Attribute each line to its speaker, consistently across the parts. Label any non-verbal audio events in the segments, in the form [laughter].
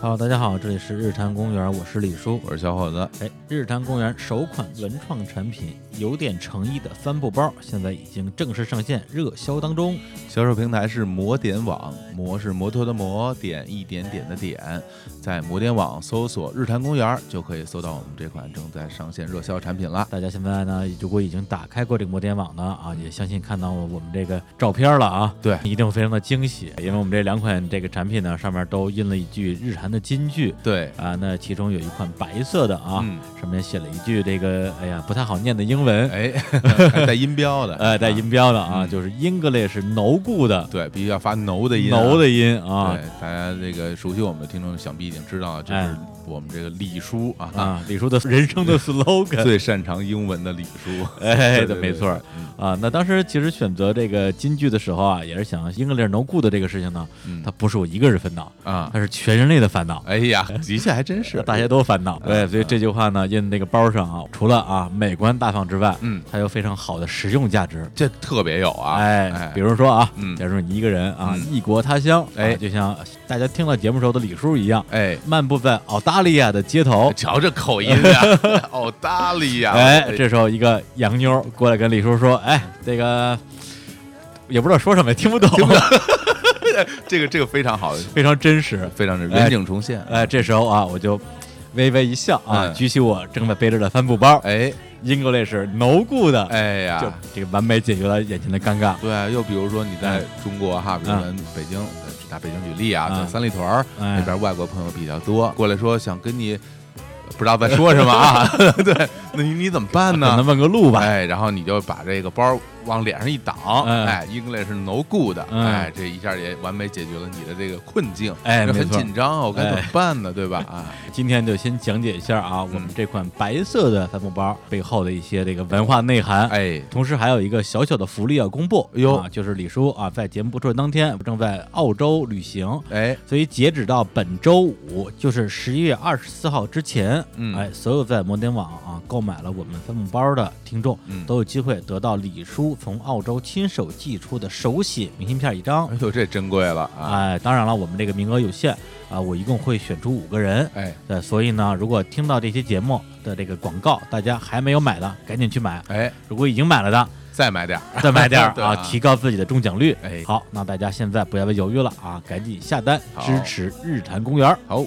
Speaker 1: 好，这里是日坛公园，我是李叔。
Speaker 2: 我是小伙子，
Speaker 1: 哎，日坛公园首款文创产品“有点诚意”的帆布包，现在已经正式上线，热销当中。
Speaker 2: 销售平台是摩点网，摩是摩托的摩，点一点点的点，在摩点网搜索“日坛公园”就可以搜到我们这款正在上线热销产品了。
Speaker 1: 大家现在呢，如果已经打开过这个摩天网呢，啊，也相信看到我们这个照片了啊，
Speaker 2: 对
Speaker 1: 一定会非常的惊喜，因为我们这两款这个产品呢，上面都印了一句日韩的金句
Speaker 2: 对，
Speaker 1: 啊，那其中有一款白色的啊，
Speaker 2: 嗯
Speaker 1: 上面写了一句这个哎呀不太好念的英文，
Speaker 2: [laughs] 哎，还带音标的，
Speaker 1: [laughs] 呃，带
Speaker 2: 啊，
Speaker 1: 音标的啊，
Speaker 2: 嗯
Speaker 1: 就是 English no good
Speaker 2: 对，必须要发“挠”的音，
Speaker 1: 嗯
Speaker 2: 啊
Speaker 1: no 的音啊
Speaker 2: 对，大家这个熟悉我们的听众想必已经知道了，这
Speaker 1: 哎
Speaker 2: 是我们这个李叔啊，
Speaker 1: 啊，李叔的人生的 slogan。
Speaker 2: [laughs] 最擅长英文的李叔。
Speaker 1: [laughs] 哎，
Speaker 2: 对
Speaker 1: 对，
Speaker 2: 对
Speaker 1: 没
Speaker 2: 对
Speaker 1: 错儿
Speaker 2: 嗯
Speaker 1: 啊。那当时其实选择这个金句的时候啊，也是想 English no good 这个事情呢，
Speaker 2: 嗯
Speaker 1: 它不是我一个人烦恼，
Speaker 2: 啊，
Speaker 1: 它是全人类的烦恼，
Speaker 2: 哎
Speaker 1: [laughs]
Speaker 2: 呀，的确还真是，
Speaker 1: 大家都烦恼。对，
Speaker 2: 嗯
Speaker 1: 所以这句话呢，印那个包上啊，除了啊美观大方之外，
Speaker 2: 嗯，
Speaker 1: 它有非常好的实用价值。
Speaker 2: 这特别有啊，
Speaker 1: 哎，比如说啊，
Speaker 2: 嗯
Speaker 1: 假如你一个人啊，
Speaker 2: 嗯
Speaker 1: 异国他乡，
Speaker 2: 哎
Speaker 1: 啊就像大家听到节目时候的李叔一样，
Speaker 2: 哎，
Speaker 1: 漫步在澳大利亚的街头，
Speaker 2: 瞧这口音啊 [laughs] 呀，澳大利亚，
Speaker 1: 哎，这时候一个洋妞儿过来跟李叔说，哎，这个也不知道说什么，也听不懂，
Speaker 2: 这个这个非常好，
Speaker 1: [laughs] 非常真实。
Speaker 2: 非常是
Speaker 1: 哎
Speaker 2: 人景重现，
Speaker 1: 哎，这时候啊，我就微微一笑啊，
Speaker 2: 嗯
Speaker 1: 举起我正在背着的帆布包，
Speaker 2: 哎
Speaker 1: 英格 s 是 no good 的，
Speaker 2: 哎
Speaker 1: 就
Speaker 2: 呀，
Speaker 1: 这个完美解决了眼前的尴尬。
Speaker 2: 对，啊又比如说你在中国哈，比如咱北京，呃拿北京举例啊，
Speaker 1: 嗯
Speaker 2: 在三里屯儿
Speaker 1: 哎
Speaker 2: 那边外国朋友比较多，过来说想跟你。不知道在说什么啊？ [laughs] 对，那你你怎么办
Speaker 1: 可能
Speaker 2: 呢？
Speaker 1: 问个路吧，
Speaker 2: 哎，然后你就把这个包往脸上一挡，
Speaker 1: 嗯
Speaker 2: 哎，English 是 no good，
Speaker 1: 嗯
Speaker 2: 哎，这一下也完美解决了你的这个困境，
Speaker 1: 哎
Speaker 2: 这
Speaker 1: 没
Speaker 2: 很
Speaker 1: 错哎
Speaker 2: 紧张啊，我该怎么办呢？对吧？啊，
Speaker 1: 今天就先讲解一下啊，我们
Speaker 2: 嗯
Speaker 1: 这款白色的帆布包背后的一些这个文化内涵。
Speaker 2: 哎，
Speaker 1: 同时还有一个小小的福利要公布，
Speaker 2: 哎呦
Speaker 1: 啊，就是李叔啊，在节目播出的当天正在澳洲旅行，
Speaker 2: 哎，
Speaker 1: 所以截止到本周五，就是十一月二十四号之前，
Speaker 2: 嗯
Speaker 1: 哎，所有在摩天网啊购买了我们帆布包的听众，
Speaker 2: 嗯
Speaker 1: 都有机会得到李叔从澳洲亲手寄出的手写明信片一张
Speaker 2: 哎。呦，这珍贵了啊！
Speaker 1: 哎，当然了，我们这个名额有限啊，我一共会选出五个人。
Speaker 2: 哎
Speaker 1: 对，所以呢，如果听到这期节目的这个广告，大家还没有买的，赶紧去买；
Speaker 2: 哎，
Speaker 1: 如果已经买了的，
Speaker 2: 再买点儿，
Speaker 1: [laughs] 再买点儿
Speaker 2: [laughs] 对
Speaker 1: 啊，
Speaker 2: 啊
Speaker 1: 提高自己的中奖率。
Speaker 2: 哎
Speaker 1: 好，那大家现在不要再犹豫了啊，赶紧下单
Speaker 2: 好
Speaker 1: 支持日坛公园。
Speaker 2: 好，
Speaker 3: all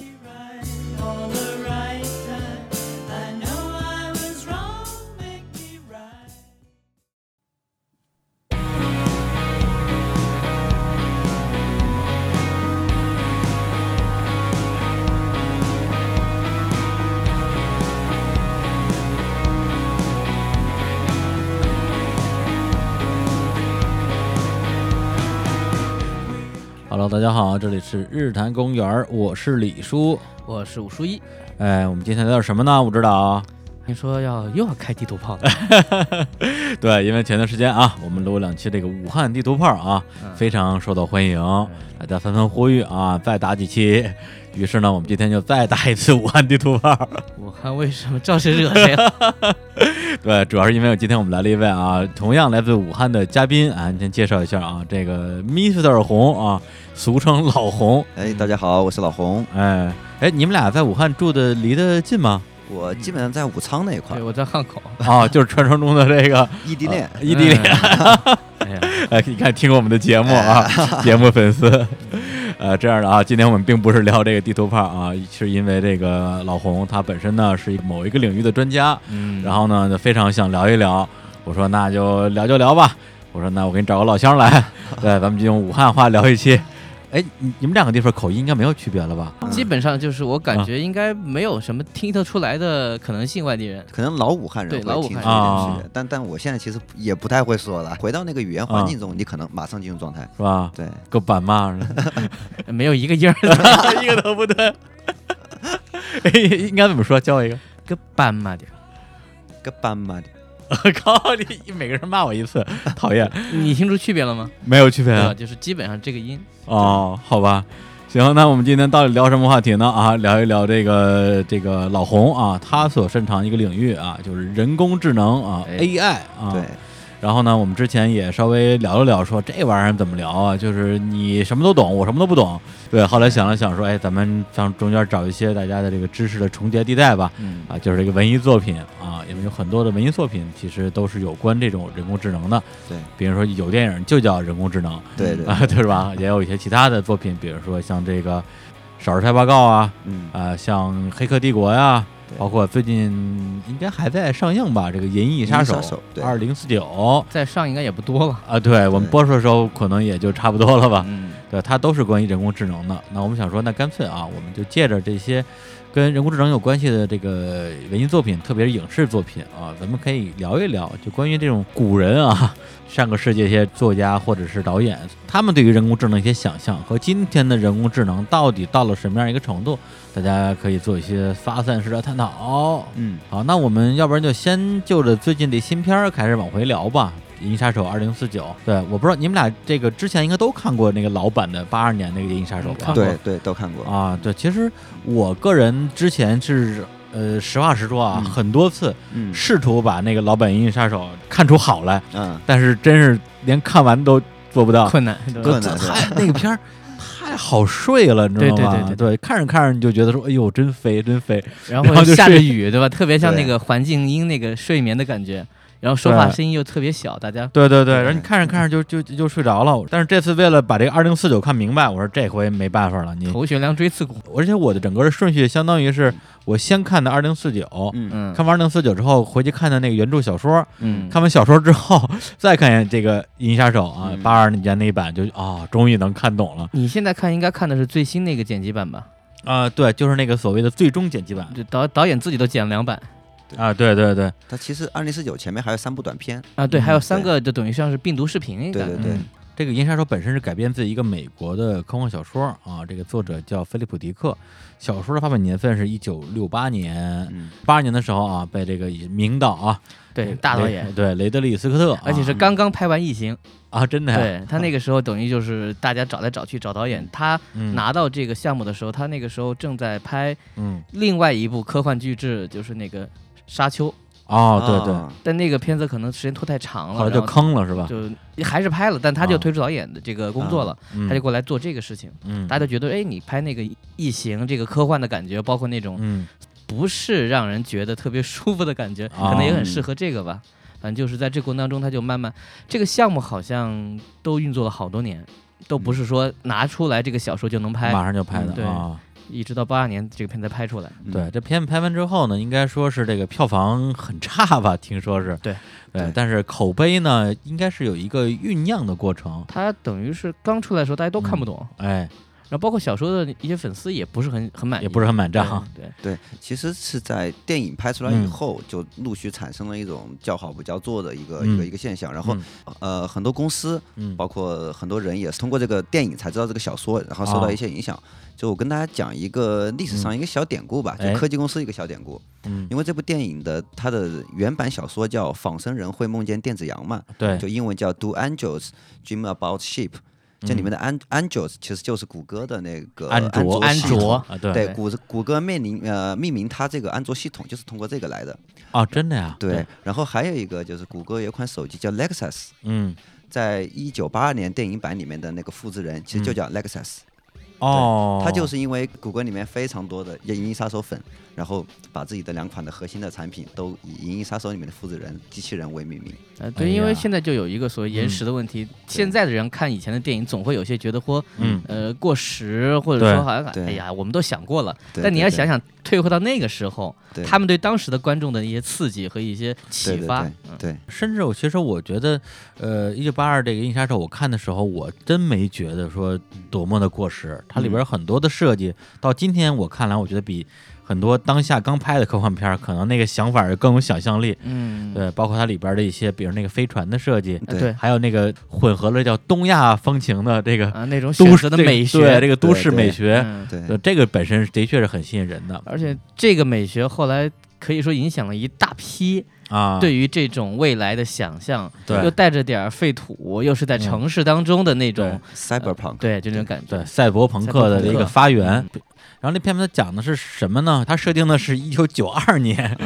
Speaker 3: the right time. I know I was wrong, make me right.
Speaker 1: 哈喽，大家好，这里是日坛公园，我是李叔。
Speaker 4: 我是武书一。
Speaker 1: 哎，我们今天聊点什么呢？我知道啊，
Speaker 4: 你说要又要开地图炮了，
Speaker 2: 嗯
Speaker 1: [laughs] 对，因为前段时间啊，我们录了两期这个武汉地图炮啊，
Speaker 2: 嗯
Speaker 1: 非常受到欢迎，大家纷纷呼吁啊，再打几期。于是呢，我们今天就再打一次武汉地图炮。
Speaker 4: 我看为什么招谁惹谁了？
Speaker 1: 对，主要是因为今天我们来了一位啊，同样来自武汉的嘉宾啊，你先介绍一下啊，这个 Mr 红啊，俗称老红，
Speaker 5: 哎，
Speaker 4: 嗯
Speaker 5: 大家好，我是老红，
Speaker 1: 哎哎，你们俩在武汉住的离得近吗？
Speaker 5: 我基本上在武昌那一块
Speaker 4: 对，
Speaker 5: 儿，
Speaker 4: 我在汉口。
Speaker 1: 啊，就是传说中的这个
Speaker 5: 异地恋。
Speaker 1: 异地
Speaker 4: [laughs]
Speaker 1: 恋。
Speaker 4: 哎呀，
Speaker 1: 哎，你看，听过我们的节目啊， [laughs] 节目粉丝，呃，这样的啊，今天我们并不是聊这个地图炮啊，是因为这个老红他本身呢是某一个领域的专家，
Speaker 2: 嗯
Speaker 1: 然后呢就非常想聊一聊，我说那就聊就聊吧，我说那我给你找个老乡 [laughs] 来，对，咱们就用武汉话聊一期。 [laughs] 哎，你你们两个地方口音应该没有区别了吧？
Speaker 5: 嗯
Speaker 4: 基本上就是我感觉应该没有什么听得出来的可能性，外地人。
Speaker 5: 可能老武汉人
Speaker 4: 对
Speaker 5: 会
Speaker 4: 老武
Speaker 5: 听
Speaker 4: 汉
Speaker 5: 出一点
Speaker 1: 人
Speaker 5: 区别，但但我现在其实也不太会说了。回到那个语言环
Speaker 1: 啊
Speaker 5: 境中，你可能马上进入状态。
Speaker 1: 是吧？
Speaker 5: 对，
Speaker 1: 个板嘛，
Speaker 4: 没有一个音儿
Speaker 1: [laughs]
Speaker 4: 的，
Speaker 1: 一个都不对。 [laughs] 哎，应该怎么说？教我一个。
Speaker 4: 跟斑马点儿。
Speaker 5: 个斑马的，
Speaker 1: 我 [laughs] 靠，你每个人骂我一 [laughs] 次，讨厌。
Speaker 4: 你听出区别了吗？
Speaker 1: 没有区别
Speaker 4: 吧？
Speaker 1: 啊。
Speaker 4: 就是基本上这个音。
Speaker 1: 哦，好吧，行，那我们今天到底聊什么话题呢？啊，聊一聊这个这个老红啊，他所擅长一个领域啊，就是人工智能啊
Speaker 4: 哎
Speaker 1: ，AI 啊。
Speaker 5: 对，
Speaker 1: 然后呢，我们之前也稍微聊了聊说，这玩意儿怎么聊啊？就是你什么都懂，我什么都不懂。对，后来想了想说，哎，咱们上中间找一些大家的这个知识的重叠地带吧。
Speaker 4: 嗯
Speaker 1: 啊，就是这个文艺作品啊，因为有很多的文艺作品其实都是有关这种人工智能的。
Speaker 5: 对，
Speaker 1: 比如说有电影就叫人工智能，[laughs]
Speaker 5: 对对，
Speaker 1: 啊，对是吧？也有一些其他的作品，比如说像这个《少儿派报告》啊，
Speaker 5: 嗯，
Speaker 1: 啊、像《黑客帝国》呀，
Speaker 5: 对
Speaker 1: 包括最近应该还在上映吧，这个《银翼杀手
Speaker 5: 银翼杀手》对
Speaker 1: 二零四九
Speaker 4: 再上应该也不多了。
Speaker 1: 啊，对我们
Speaker 5: 对
Speaker 1: 播出的时候可能也就差不多了吧。
Speaker 4: 嗯，
Speaker 1: 对，它都是关于人工智能的。那我们想说，那干脆啊，我们就借着这些跟人工智能有关系的这个文艺作品，特别是影视作品啊，咱们可以聊一聊，就关于这种古人啊， [laughs] 上个世纪一些作家或者是导演，他们对于人工智能一些想象和今天的人工智能到底到了什么样一个程度，大家可以做一些发散式的探讨。
Speaker 5: 嗯，
Speaker 1: 好，那我们要不然就先就着最近的新片儿开始往回聊吧，《银翼杀手二零四九》。对，我不知道你们俩这个之前应该都看过那个老版的八二年那个《银翼杀手》吧
Speaker 4: 嗯看？过
Speaker 5: 对对，都看过，
Speaker 1: 啊，对，其实我个人之前是呃，实话实说啊，
Speaker 5: 嗯
Speaker 1: 很多次
Speaker 5: 嗯
Speaker 1: 试图把那个老版《银翼杀手》看出好来，
Speaker 5: 嗯，
Speaker 1: 但是真是连看完都做不到，
Speaker 4: 困难，
Speaker 5: 困
Speaker 1: 哥
Speaker 5: 难对
Speaker 1: 太那个片儿。太好睡了，你知
Speaker 4: 对
Speaker 1: 道吗？
Speaker 4: 对对对
Speaker 1: 看着看着你就觉得说，哎呦，真飞，真飞，
Speaker 4: 然
Speaker 1: 然后
Speaker 4: 后
Speaker 1: 就
Speaker 4: 下
Speaker 1: 睡
Speaker 4: 着雨，对吧？特别像那
Speaker 5: 对
Speaker 4: 个环境音那个睡眠的感觉，然后说话声音又特别小，大家
Speaker 1: 对对嗯对，然后你
Speaker 5: 对
Speaker 1: 看着看着就就就就睡着了。但是这次为了把这个二零四九看明白，我说这回没办法了。你，
Speaker 4: 头悬梁锥刺股。
Speaker 1: 而且我的整个的顺序相当于是我先看的二零四九，
Speaker 5: 嗯
Speaker 4: 嗯
Speaker 1: 看完二零四九之后回去看的那个原著小说，
Speaker 4: 嗯，
Speaker 1: 看完小说之后再看这个《银杀手》啊，
Speaker 5: 嗯
Speaker 1: 八二年那一版就啊、终于能看懂了
Speaker 4: 你现在看应该看的是最新那个剪辑版吧？
Speaker 1: 啊、对，就是那个所谓的最终剪辑版
Speaker 4: 就导导演自己都剪了两版
Speaker 1: 啊，对对对，
Speaker 5: 它其实二零四九前面还有三部短片，
Speaker 4: 啊，对，还有三
Speaker 5: 对
Speaker 4: 个就等于像是病毒视频一
Speaker 5: 对对
Speaker 4: 个。
Speaker 5: 对
Speaker 1: 嗯，这个《银杀手》本身是改编自一个美国的科幻小说啊，这个作者叫菲利普·迪克，小说的发表年份是一九六八年，
Speaker 5: 嗯，
Speaker 1: 八二年的时候啊，被这个名导啊，
Speaker 4: 对，大导演
Speaker 1: 雷，对雷德利·斯科特啊，
Speaker 4: 而且是刚刚拍完《异
Speaker 1: [laughs]
Speaker 4: 形》，
Speaker 1: 啊，真的呀，
Speaker 4: 对他那个时候等于就是大家找来找去找导演，他
Speaker 1: 嗯
Speaker 4: 拿到这个项目的时候，他那个时候正在拍
Speaker 1: 嗯
Speaker 4: 另外一部科幻巨制，就是那个《沙丘》，
Speaker 1: 哦，对对，
Speaker 5: 啊
Speaker 4: 但那个片子可能时间拖太长
Speaker 1: 后
Speaker 4: 了，
Speaker 1: 来就
Speaker 4: 然
Speaker 1: 坑了是吧？
Speaker 4: 就还是拍了，但他就
Speaker 1: 啊
Speaker 4: 退出导演的这个工作了，
Speaker 1: 嗯
Speaker 4: 他就过来做这个事情，
Speaker 1: 嗯
Speaker 4: 大家就觉得，哎，你拍那个异形这个科幻的感觉，包括那种
Speaker 1: 嗯
Speaker 4: 不是让人觉得特别舒服的感觉，
Speaker 1: 啊
Speaker 4: 可能也很适合这个吧。反正就是在这过程当中，他就慢慢这个项目好像都运作了好多年，都不是说拿出来这个小说就能拍，
Speaker 1: 马上就拍
Speaker 4: 嗯对
Speaker 1: 的啊。
Speaker 4: 一直到八二年这个片才拍出来。
Speaker 5: 嗯
Speaker 1: 对，这片子拍完之后呢，应该说是这个票房很差吧，听说是。
Speaker 4: 对
Speaker 1: 对
Speaker 5: 对，
Speaker 1: 但是口碑呢，应该是有一个酝酿的过程。
Speaker 4: 它等于是刚出来的时候大家都看不懂，
Speaker 1: 哎，
Speaker 4: 然后包括小说的一些粉丝也不是很很满意，
Speaker 1: 也不是很满啊
Speaker 4: 对
Speaker 1: 账。
Speaker 4: 对，
Speaker 5: 对，其实是在电影拍出来以
Speaker 1: 嗯
Speaker 5: 后，就陆续产生了一种叫好不叫座的一个、一个
Speaker 1: 嗯
Speaker 5: 一个现象。然后
Speaker 1: 嗯，
Speaker 5: 呃，很多公司
Speaker 1: 嗯，
Speaker 5: 包括很多人也是通过这个电影才知道这个小说，然后受
Speaker 1: 啊
Speaker 5: 到一些影响。就我跟大家讲一个历史上一个小典故吧，
Speaker 1: 哎
Speaker 5: 就科技公司一个小典故。
Speaker 1: 嗯，
Speaker 5: 因为这部电影的它的原版小说叫《仿生人会梦见电子羊》嘛，
Speaker 1: 对，
Speaker 5: 就英文叫 Do Angels Dream About Sheep。这里面的 an angels 其实就是谷歌的那个
Speaker 1: 嗯安卓
Speaker 4: 安
Speaker 5: 系统
Speaker 4: 卓
Speaker 1: 啊，对
Speaker 5: 对，谷谷歌命名呃命名它这个安卓系统就是通过这个来的。
Speaker 1: 啊，真的呀，
Speaker 5: 对，然后还有一个就是谷歌有一款手机叫 Lexus，
Speaker 1: 嗯，
Speaker 5: 在一九八二年电影版里面的那个复制人其实就叫 Lexus，、
Speaker 1: 哦，
Speaker 5: 它就是因为谷歌里面非常多的银翼杀手粉，然后把自己的两款的核心的产品都以银翼杀手里面的复制人机器人为命名。
Speaker 4: 呃，
Speaker 1: 哎
Speaker 4: 对，因为
Speaker 1: 呀
Speaker 4: 现在就有一个所谓延时的问题，现在的人看以前的电影，总会有些觉得或
Speaker 1: 嗯
Speaker 4: 呃过时，或者
Speaker 1: 对
Speaker 4: 说好像
Speaker 5: 对
Speaker 4: 哎呀，我们都想过了。
Speaker 5: 对
Speaker 4: 但你
Speaker 5: 对
Speaker 4: 要
Speaker 5: 对
Speaker 4: 想想，退回到那个时候，
Speaker 5: 对
Speaker 4: 他们对当时的观众的一些刺激和一些
Speaker 5: 对
Speaker 4: 启
Speaker 5: 对
Speaker 4: 发，
Speaker 5: 对
Speaker 4: 嗯
Speaker 5: 对，
Speaker 1: 甚至我其实我觉得，呃，一九八二这个《印杀手》，我看的时候，我真没觉得说多么的过时。它
Speaker 4: 嗯
Speaker 1: 里边很多的设计，到今天我看来，我觉得比很多当下刚拍的科幻片儿，可能那个想法儿更有想象力。
Speaker 4: 嗯，
Speaker 1: 对，包括它里边的一些，比如那个飞船的设计，
Speaker 4: 呃
Speaker 5: 对
Speaker 4: 对
Speaker 1: 还有那个混合了叫东亚风情的这个
Speaker 4: 啊，那种选
Speaker 1: 呃都
Speaker 4: 择
Speaker 1: 市
Speaker 4: 的
Speaker 1: 这个
Speaker 4: 美学，
Speaker 1: 对这个都
Speaker 5: 对
Speaker 1: 市美
Speaker 5: 对
Speaker 1: 学，
Speaker 4: 嗯
Speaker 5: 对
Speaker 1: 对这个本身的确是很吸引人的
Speaker 4: 而且这个美学后来可以说影响了一大批
Speaker 1: 啊。
Speaker 4: 对于这种未来的想象，
Speaker 1: 对嗯
Speaker 4: 又带着点儿废土，又是在城市当中的那种，
Speaker 5: cyberpunk，
Speaker 4: 对，就这种感觉
Speaker 1: 对，赛博朋克嗯的一个发源
Speaker 4: 赛博。
Speaker 1: [laughs] 然后那片子讲的是什么呢？它设定的是一九九二年，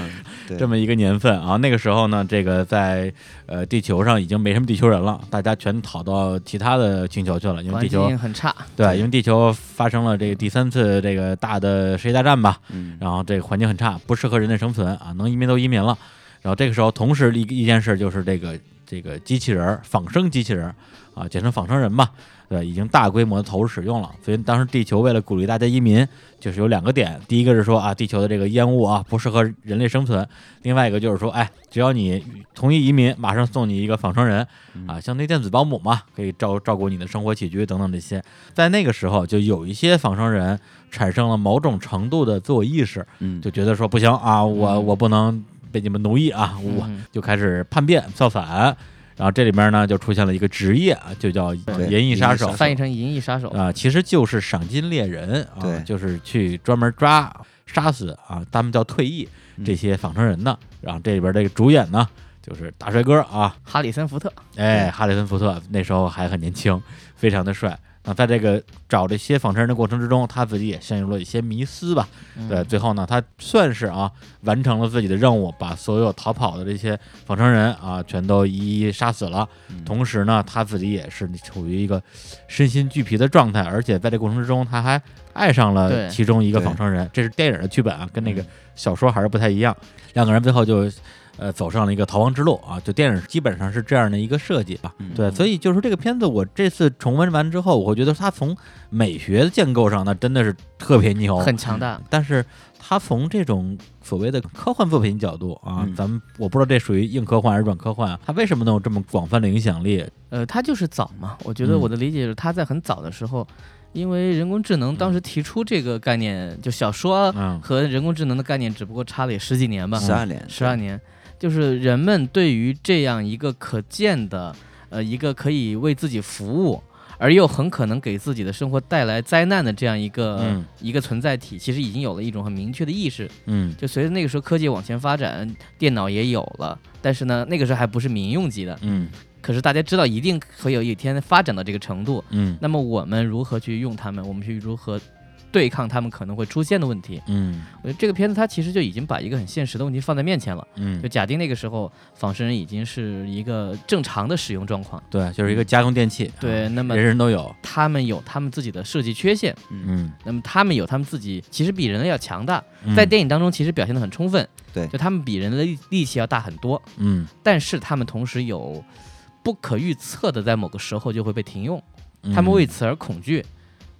Speaker 5: 对
Speaker 1: 这么一个年份啊。那个时候呢，这个在呃地球上已经没什么地球人了，大家全跑到其他的星球去了，因为
Speaker 4: 环
Speaker 1: 地球
Speaker 4: 境很差，
Speaker 1: 对，因为地球发生了这个第三次这个大的世界大战吧，
Speaker 5: 嗯，
Speaker 1: 然后这个环境很差，不适合人类生存啊，能移民都移民了。然后这个时候，同时一一件事就是这个这个机器人儿仿生机器人儿啊，简称仿生人吧，对，已经大规模的投入使用了。所以当时地球为了鼓励大家移民，就是有两个点，第一个是说啊，地球的这个烟雾啊不适合人类生存；另外一个就是说，哎，只要你同意移民，马上送你一个仿生人啊，相当于电子保姆嘛，可以照照顾你的生活起居等等这些。在那个时候，就有一些仿生人产生了某种程度的自我意识，
Speaker 5: 嗯，
Speaker 1: 就觉得说不行啊，我
Speaker 4: 嗯
Speaker 1: 我不能被你们奴役啊，我
Speaker 4: 嗯
Speaker 1: 就开始叛变造反。然后这里面呢，就出现了一个职业啊，就叫银翼杀手
Speaker 5: 银翼杀手
Speaker 4: 翻译成银翼杀手，
Speaker 1: 啊，其实就是赏金猎人啊
Speaker 5: 对，
Speaker 1: 就是去专门抓杀死啊，他们叫退役这些仿生人的。然后这里边这个主演呢，就是大帅哥啊，
Speaker 4: 哈里森福特，
Speaker 1: 哎，哈里森福特那时候还很年轻，非常的帅。那在这个找这些仿生人的过程之中，他自己也陷入了一些迷思吧。
Speaker 4: 嗯
Speaker 1: 对，最后呢，他算是啊完成了自己的任务，把所有逃跑的这些仿生人啊全都一一杀死了。
Speaker 4: 嗯
Speaker 1: 同时呢，他自己也是处于一个身心俱疲的状态，而且在这过程之中，他还爱上了
Speaker 4: 对
Speaker 1: 其中一个
Speaker 5: 对
Speaker 1: 仿生人。这是电影的剧本啊，跟那个
Speaker 4: 嗯
Speaker 1: 小说还是不太一样。两个人最后就。呃，走上了一个逃亡之路啊！就电影基本上是这样的一个设计吧，
Speaker 5: 嗯
Speaker 1: 对，所以就是这个片子，我这次重温完之后，我会觉得它从美学建构上，那真的是特别牛，
Speaker 4: 很强大，
Speaker 1: 但是他从这种所谓的科幻作品角度啊，
Speaker 5: 嗯
Speaker 1: 咱们我不知道这属于硬科幻还是软科幻啊，他为什么能有这么广泛的影响力？
Speaker 4: 呃，他就是早嘛，我觉得
Speaker 1: 嗯
Speaker 4: 我的理解是他在很早的时候，因为人工智能当时提出这个概念，就小说
Speaker 1: 嗯
Speaker 4: 和人工智能的概念，只不过差了也十几年吧，
Speaker 5: 十二年，
Speaker 4: 十二年，就是人们对于这样一个可见的，呃，一个可以为自己服务，而又很可能给自己的生活带来灾难的这样一个、
Speaker 1: 嗯
Speaker 4: 一个存在体，其实已经有了一种很明确的意识。
Speaker 1: 嗯
Speaker 4: 就随着那个时候科技往前发展，电脑也有了，但是呢，那个时候还不是民用级的，
Speaker 1: 嗯
Speaker 4: 可是大家知道一定会有一天发展到这个程度。
Speaker 1: 嗯
Speaker 4: 那么我们如何去用它们？我们去如何对抗它们可能会出现的问题？
Speaker 1: 嗯
Speaker 4: 我觉得这个片子它其实就已经把一个很现实的问题放在面前了。就
Speaker 1: 嗯，
Speaker 4: 假定那个时候仿生人已经是一个正常的使用状况。
Speaker 1: 对，就是一个家用电器，
Speaker 4: 对，
Speaker 1: 啊，
Speaker 4: 那么
Speaker 1: 人人都有，
Speaker 4: 他们有他们自己的设计缺陷，
Speaker 1: 嗯，
Speaker 4: 那么他们有他们自己其实比人类要强大，
Speaker 1: 嗯
Speaker 4: 在电影当中其实表现得很充分，
Speaker 5: 对
Speaker 4: 就他们比人类力力气要大很多，
Speaker 1: 嗯
Speaker 4: 但是他们同时有不可预测的，在某个时候就会被停用，
Speaker 1: 嗯
Speaker 4: 他们为此而恐惧。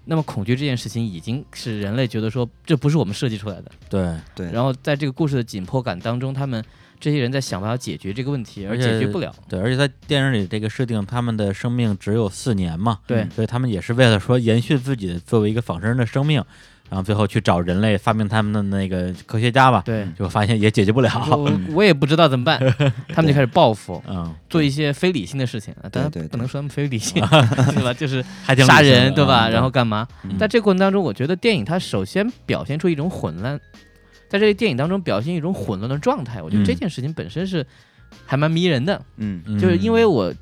Speaker 4: 那么恐惧这件事情已经是人类觉得说这不是我们设计出来的，
Speaker 1: 对，
Speaker 5: 对，
Speaker 4: 然后在这个故事的紧迫感当中，他们这些人在想办法解决这个问题，而
Speaker 1: 而且嗯
Speaker 4: 解决不了。
Speaker 1: 对，而且在电影里这个设定，他们的生命只有四年嘛，
Speaker 4: 对
Speaker 1: 所以他们也是为了说延续自己作为一个仿生人的生命，然后最后去找人类发明他们的那个科学家吧，
Speaker 4: 对，
Speaker 1: 就发现也解决不了，
Speaker 4: 我我也不知道怎
Speaker 1: [laughs]
Speaker 4: 么办，他们就开始报复，
Speaker 1: 嗯，
Speaker 4: 做一些非理性的事情。啊当然
Speaker 5: 对对
Speaker 4: 不能
Speaker 5: 对
Speaker 4: 说他们非
Speaker 1: [laughs]
Speaker 4: 理性，对吧？就是
Speaker 1: 还挺理
Speaker 4: 杀
Speaker 1: 性
Speaker 4: 人，
Speaker 1: 的
Speaker 4: 对吧？
Speaker 1: 嗯
Speaker 4: 然后干嘛
Speaker 5: 嗯？
Speaker 4: 在这个过程当中，我觉得电影它首先表现出一种混乱，在这个电影当中表现一种混乱的状态。我觉得这
Speaker 1: 嗯
Speaker 4: 件事情本身是还蛮迷人的，
Speaker 5: 嗯
Speaker 4: 就是因为我。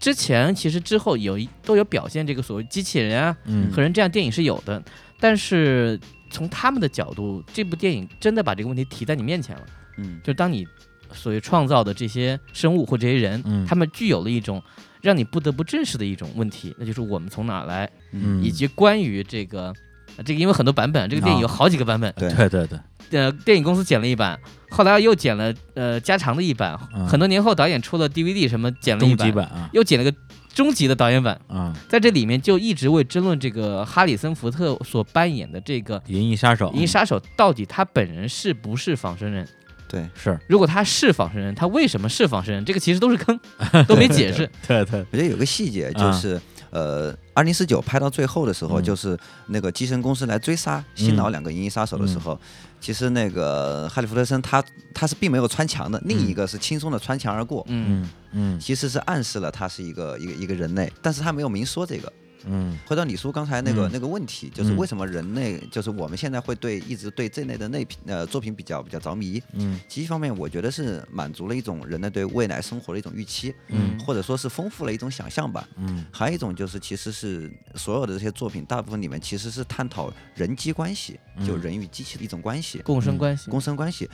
Speaker 4: 之前其实之后有一都有表现这个所谓机器人啊
Speaker 1: 嗯
Speaker 4: 和人这样电影是有的，但是从他们的角度，这部电影真的把这个问题提在你面前了。
Speaker 5: 嗯
Speaker 4: 就当你所谓创造的这些生物或这些人，
Speaker 1: 嗯
Speaker 4: 他们具有了一种让你不得不正视的一种问题，那就是我们从哪儿来，
Speaker 1: 嗯，啊
Speaker 4: 以及关于这个。呃这个因为很多版本，这个电影有好几个版本，
Speaker 5: 对
Speaker 1: 对对对，
Speaker 4: 呃，电影公司剪了一版，后来又剪了呃加长的一版，
Speaker 1: 嗯
Speaker 4: 很多年后导演出了 DVD 什么剪了一
Speaker 1: 终极
Speaker 4: 版，
Speaker 1: 版啊
Speaker 4: 又剪了个终极的导演版，
Speaker 1: 啊，
Speaker 4: 在这里面就一直为争论这个哈里森福特所扮演的这个
Speaker 1: 银翼杀手，
Speaker 4: 银翼杀手到底他本人是不是仿生人，
Speaker 5: 对，
Speaker 1: 嗯是
Speaker 4: 如果他是仿生人，他为什么是仿生人？这个其实都是坑，都没解释。
Speaker 1: 对对，
Speaker 5: 我觉得有个细节
Speaker 1: 啊
Speaker 5: 就是，呃，二零四九拍到最后的时候，
Speaker 1: 嗯
Speaker 5: 就是那个机神公司来追杀新老两个银翼杀手的时候，
Speaker 1: 嗯
Speaker 5: 其实那个哈利福特森他他是并没有穿墙的，另一个是轻松的穿墙而过，
Speaker 4: [laughs] 嗯，
Speaker 1: 嗯嗯
Speaker 5: 其实是暗示了他是一个一个一个人类，但是他没有明说这个。
Speaker 1: 嗯
Speaker 5: 回到李叔刚才那个、
Speaker 1: 嗯
Speaker 5: 那个问题，就是
Speaker 1: 嗯
Speaker 5: 为什么人类，就是我们现在会对一直对这类的内品呃作品比较比较着迷？
Speaker 1: 嗯
Speaker 5: 其实一方面，我觉得是满足了一种人类对未来生活的一种预期，
Speaker 1: 嗯
Speaker 5: 或者说是丰富了一种想象吧。
Speaker 1: 嗯
Speaker 5: 还有一种就是，其实是所有的这些作品，大部分里面其实是探讨人机关系，就
Speaker 1: 嗯
Speaker 5: 人与机器的一种关系、
Speaker 4: 共生关系，
Speaker 5: 共生关系。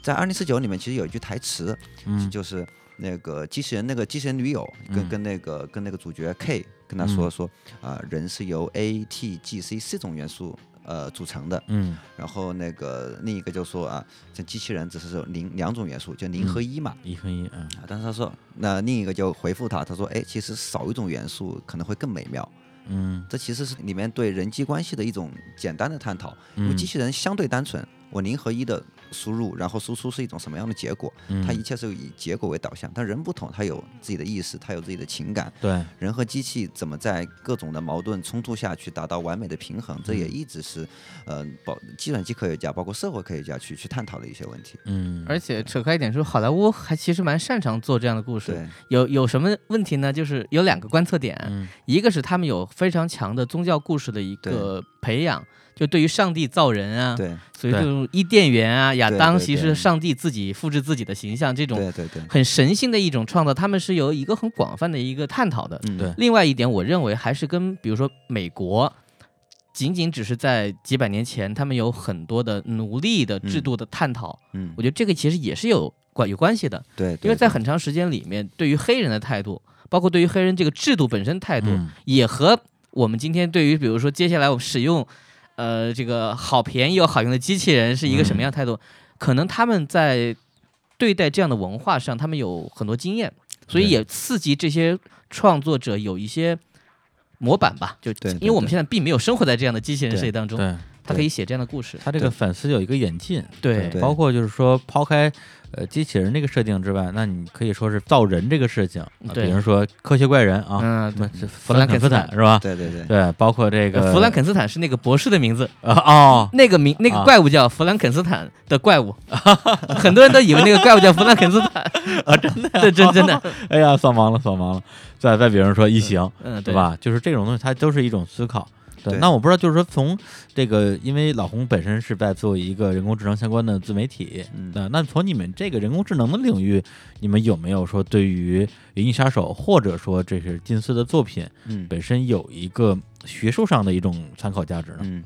Speaker 5: 在《二零四九》里面，其实有一句台词，
Speaker 1: 嗯
Speaker 5: 就是那个机器人那个机器人女友跟
Speaker 1: 嗯
Speaker 5: 跟那个跟那个主角 K 跟他说说啊、人是由 A、T、G、C 四种元素呃组成的，
Speaker 1: 嗯
Speaker 5: 然后那个另一个就说啊，像机器人只是有零两种元素，就零和一嘛。
Speaker 1: 一分一嗯
Speaker 5: 啊，但是他说，那另一个就回复他，他说，哎，其实少一种元素可能会更美妙。
Speaker 1: 嗯
Speaker 5: 这其实是里面对人际关系的一种简单的探讨。因为
Speaker 1: 嗯
Speaker 5: 机器人相对单纯，我零和一的输入，然后输出是一种什么样的结果，它一
Speaker 1: 嗯
Speaker 5: 切是以结果为导向。但人不同，他有自己的意识，他有自己的情感。
Speaker 1: 对
Speaker 5: 人和机器怎么在各种的矛盾冲突下去达到完美的平衡，这
Speaker 4: 嗯
Speaker 5: 也一直是，呃，包计算机科学家包括社会科学家去去探讨的一些问题。
Speaker 1: 嗯
Speaker 4: 而且扯开一点说，好莱坞还其实蛮擅长做这样的故事。
Speaker 5: 对，
Speaker 4: 有有什么问题呢？就是有两个观测点，
Speaker 1: 嗯
Speaker 4: 一个是他们有非常强的宗教故事的一个培养，就对于上帝造人啊，
Speaker 5: 对，
Speaker 4: 所以这
Speaker 1: 对
Speaker 4: 种伊甸园啊，亚
Speaker 5: 对
Speaker 4: 当
Speaker 5: 对
Speaker 4: 其实
Speaker 5: 对
Speaker 4: 是上帝自己复制自己的形象，这种
Speaker 5: 对，对，对，
Speaker 4: 很神性的一种创造，他们是有一个很广泛的一个探讨的。
Speaker 5: 嗯，
Speaker 1: 对
Speaker 4: 另外一点，我认为还是跟比如说美国，仅仅只是在几百年前，他们有很多的奴隶的制度的探讨，
Speaker 5: 嗯
Speaker 4: 我，觉得这个其实也是有关有关系的，
Speaker 5: 对，
Speaker 4: 因为
Speaker 5: 对
Speaker 4: 在
Speaker 5: 对
Speaker 4: 很长时间里面，对于黑人的态度，包括对于黑人这个制度本身态度，
Speaker 1: 嗯
Speaker 4: 也和我们今天对于比如说接下来我们使用，呃，这个好便宜又好用的机器人是一个什么样的态度，可能他们在对待这样的文化上，他们有很多经验，所以
Speaker 1: 对
Speaker 4: 也刺激这些创作者有一些模板吧，就
Speaker 5: 对对
Speaker 4: 因为我们
Speaker 5: 对
Speaker 4: 现在并没有生活在这样的机器人世界当中，
Speaker 1: 对。
Speaker 4: 他可以写这样的故事，
Speaker 1: 他这个反思有一个演进，
Speaker 4: 对
Speaker 5: 对
Speaker 1: 包括就是说抛开呃机器人这个设定之外，那你可以说是造人这个事情，啊
Speaker 4: 对
Speaker 1: 比如说科学怪人啊，
Speaker 4: 嗯，
Speaker 1: 什么
Speaker 4: 对
Speaker 1: 这弗兰肯斯坦是吧？
Speaker 5: 对，对，对。
Speaker 1: 对，包括这个
Speaker 4: 呃弗兰肯斯坦是那个博士的名字，
Speaker 1: 啊哦，
Speaker 4: 那个名那个
Speaker 1: 啊
Speaker 4: 怪物叫弗兰肯斯坦的怪物， [laughs] 很多人都以为那个怪物叫弗兰肯斯
Speaker 5: [laughs]
Speaker 4: 坦啊，真的， [laughs] 对，真真的，
Speaker 1: 哎呀，扫盲了，扫盲了。再再比如说异形，
Speaker 4: 嗯，
Speaker 1: 对？吧？就是这种东西，它都是一种思考。对，
Speaker 5: 对
Speaker 1: 那我不知道，就是说从这个，因为老红本身是在做一个人工智能相关的自媒体，
Speaker 5: 嗯
Speaker 1: 那那从你们这个人工智能的领域，你们有没有说对于《银翼杀手》或者说这是近似的作品
Speaker 5: 嗯
Speaker 1: 本身有一个学术上的一种参考价值呢？
Speaker 5: 嗯，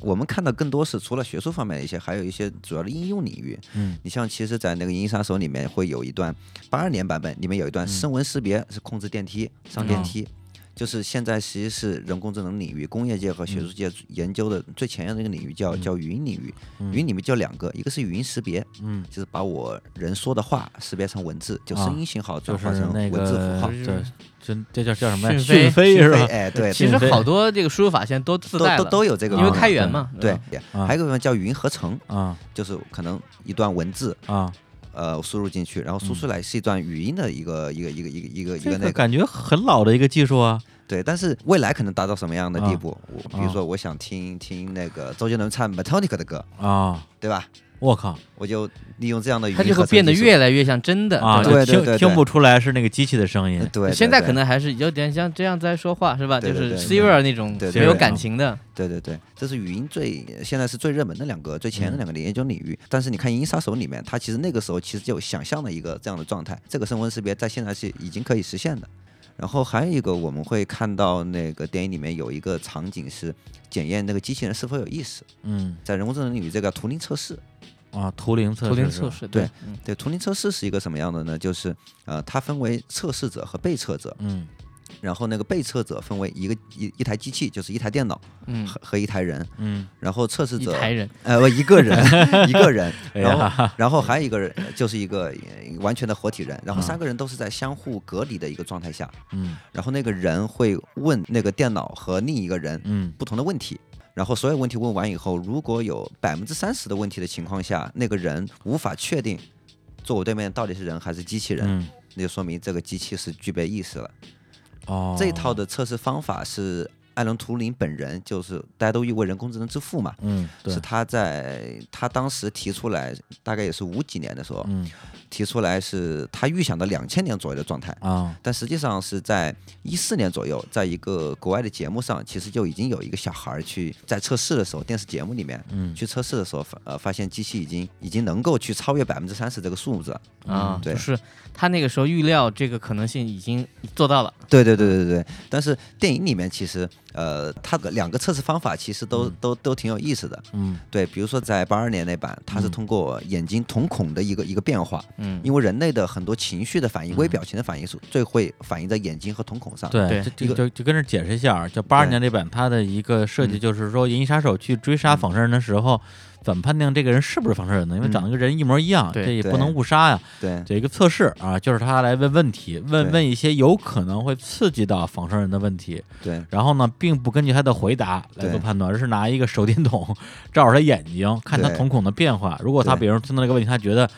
Speaker 5: 我们看到更多是除了学术方面的一些，还有一些主要的应用领域。
Speaker 1: 嗯，
Speaker 5: 你像其实，在那个《银翼杀手》里面会有一段八二年版本，里面有一段声纹识别是控制电梯、上电梯，就是现在其实是人工智能领域、工业界和学术界研究的最前沿的一个领域，叫、叫语音领域。
Speaker 1: 嗯
Speaker 5: 语音领域就两个，一个是语音识别，
Speaker 1: 嗯，
Speaker 5: 就是把我人说的话识别成文字，就
Speaker 1: 啊
Speaker 5: 声音信号转
Speaker 1: 就是
Speaker 5: 化成
Speaker 1: 那
Speaker 5: 文字符
Speaker 1: 个呃
Speaker 5: 号。
Speaker 1: 对，这这叫叫什么呀？
Speaker 4: 讯飞
Speaker 1: 讯飞是
Speaker 5: 对
Speaker 1: 吧？
Speaker 5: 哎，对，
Speaker 4: 其
Speaker 5: 对
Speaker 4: 实
Speaker 1: 对
Speaker 4: 好多这个输入法现在都自
Speaker 5: 都
Speaker 4: 带
Speaker 5: 都
Speaker 4: 了，
Speaker 5: 都有这个
Speaker 4: 因为
Speaker 5: 功能，
Speaker 4: 开源呃嘛，
Speaker 5: 对哎
Speaker 4: 吧，，
Speaker 1: 啊
Speaker 5: 还有一个部分叫语音合成，
Speaker 1: 啊
Speaker 5: 就是可能一段文字，
Speaker 1: 啊，
Speaker 5: 呃，输入进去，然后输出来是一段语音的一
Speaker 4: 嗯
Speaker 5: 个、一个一个一个一个一
Speaker 1: 这
Speaker 5: 个那
Speaker 1: 个
Speaker 5: 个，
Speaker 1: 感觉很老的一个技术啊。
Speaker 5: 对。但是未来可能达到什么样的地步？我比
Speaker 1: 啊
Speaker 5: 如说，我想听听那个周杰伦唱 Metallica 的歌，
Speaker 1: 啊，
Speaker 5: 对吧？
Speaker 1: 我靠！
Speaker 5: 我就利用这样的语音
Speaker 4: 它
Speaker 5: 合
Speaker 4: 就
Speaker 5: 成技
Speaker 4: 会
Speaker 5: 术，
Speaker 4: 变得越来越像真的
Speaker 1: 啊，
Speaker 4: 对
Speaker 1: 就
Speaker 4: 吧
Speaker 5: 对对
Speaker 1: 听
Speaker 5: 对对呃
Speaker 1: 听不出来是那个机器的声
Speaker 5: 对
Speaker 1: 音。
Speaker 5: 对，对
Speaker 4: 现在可能还是有点像这样在说话，是吧？
Speaker 5: 对
Speaker 4: 就
Speaker 5: 对
Speaker 4: 是
Speaker 5: 对
Speaker 4: Siri 那种
Speaker 5: 对嗯
Speaker 4: 没
Speaker 1: 对
Speaker 4: 有
Speaker 1: 对
Speaker 4: 感情的，
Speaker 5: 对对对，这是语音最现在是最热门的两个、最前沿的两
Speaker 4: 嗯
Speaker 5: 个嗯研究领域。但是你看《银翼杀手》里面，它其实那个时候其实就想象了一个这样的状态，这个声纹识别在现在是已经可以实现的。然后还有一个，我们会看到那个电影里面有一个场景是检验那个机器人是否有意识，
Speaker 1: 嗯
Speaker 5: 在人工智能领域这个图灵测试。
Speaker 1: 啊，图灵测试，
Speaker 4: 图灵测，试，
Speaker 5: 对，
Speaker 4: 嗯
Speaker 5: 对，图灵测试是一个什么样的呢？就是呃，它分为测试者和被测者，
Speaker 1: 嗯
Speaker 5: 然后那个被测者分为一个一一台机器，就是一台电脑
Speaker 4: 嗯，
Speaker 5: 和和一台人，
Speaker 1: 嗯，
Speaker 5: 然后测试
Speaker 4: 一
Speaker 5: 者
Speaker 4: 台人，
Speaker 5: 呃，我一个人，一个人，
Speaker 1: [laughs] 哎
Speaker 5: 然
Speaker 1: 呀
Speaker 5: 后然后还有一个人就是一个呃完全的活体人，然后
Speaker 1: 啊
Speaker 5: 三个人都是在相互隔离的一个状态下，
Speaker 1: 嗯
Speaker 5: 然后那个人会问那个电脑和另一个人
Speaker 1: 嗯
Speaker 5: 不同的问题。然后所有问题问完以后，如果有百分之三十的问题的情况下，那个人无法确定坐我对面到底是人还是机器人，
Speaker 1: 嗯，
Speaker 5: 那就说明这个机器是具备意识了。
Speaker 1: 哦，
Speaker 5: 这一套，的测试方法是艾伦·图灵本人，就是大家都誉为人工智能之父嘛，
Speaker 1: 嗯，对
Speaker 5: 是，他在他当时提出来，大概也是五几年的时候、
Speaker 1: 嗯
Speaker 5: 提出来，是他预想的两千年左右的状态，
Speaker 1: 啊，
Speaker 5: 但实际上是在一四年左右，在一个国外的节目上，其实就已经有一个小孩儿去在测试的时候，电视节目里面。
Speaker 1: 嗯
Speaker 5: 去测试的时候，发呃，发现机器已经已经能够去超越百分之三十这个数字。
Speaker 4: 啊，
Speaker 5: 嗯对
Speaker 4: 就是他那个时候预料这个可能性已经做到了，
Speaker 5: 嗯对对对对对。但是电影里面其实呃，它的两个测试方法其实都、都都挺有意思的。
Speaker 1: 嗯
Speaker 5: 对，比如说在八二年那版，它是通过眼睛瞳孔的一个一个变化，
Speaker 4: 嗯，
Speaker 5: 因为人类的很多情绪的反应、微表情的反应是最会反映在眼睛和瞳孔上。，
Speaker 1: 对
Speaker 4: 对，
Speaker 1: 就就
Speaker 5: 一个
Speaker 1: 就就跟这解释一下啊，就八二年这版它的一个设
Speaker 5: 嗯
Speaker 1: 计就是说，银翼杀手去追杀仿生人的时候，怎么判定这个人是不是仿生人呢？因为长得跟人一模一样，
Speaker 4: 对
Speaker 1: 这也不
Speaker 5: 嗯对
Speaker 1: 能误杀呀。
Speaker 5: 对，
Speaker 1: 有一个测试啊，就是他来问问题，问
Speaker 5: 对
Speaker 1: 问一些有可能会刺激到仿生人的问题，
Speaker 5: 对，
Speaker 1: 然后呢，并不根据他的回答来做
Speaker 5: 对
Speaker 1: 判断，而是拿一个手电筒 [laughs] 照着他眼睛，看他
Speaker 5: 对
Speaker 1: 瞳孔的变化。如果他
Speaker 5: 对
Speaker 1: 比如听到这个问题，他觉得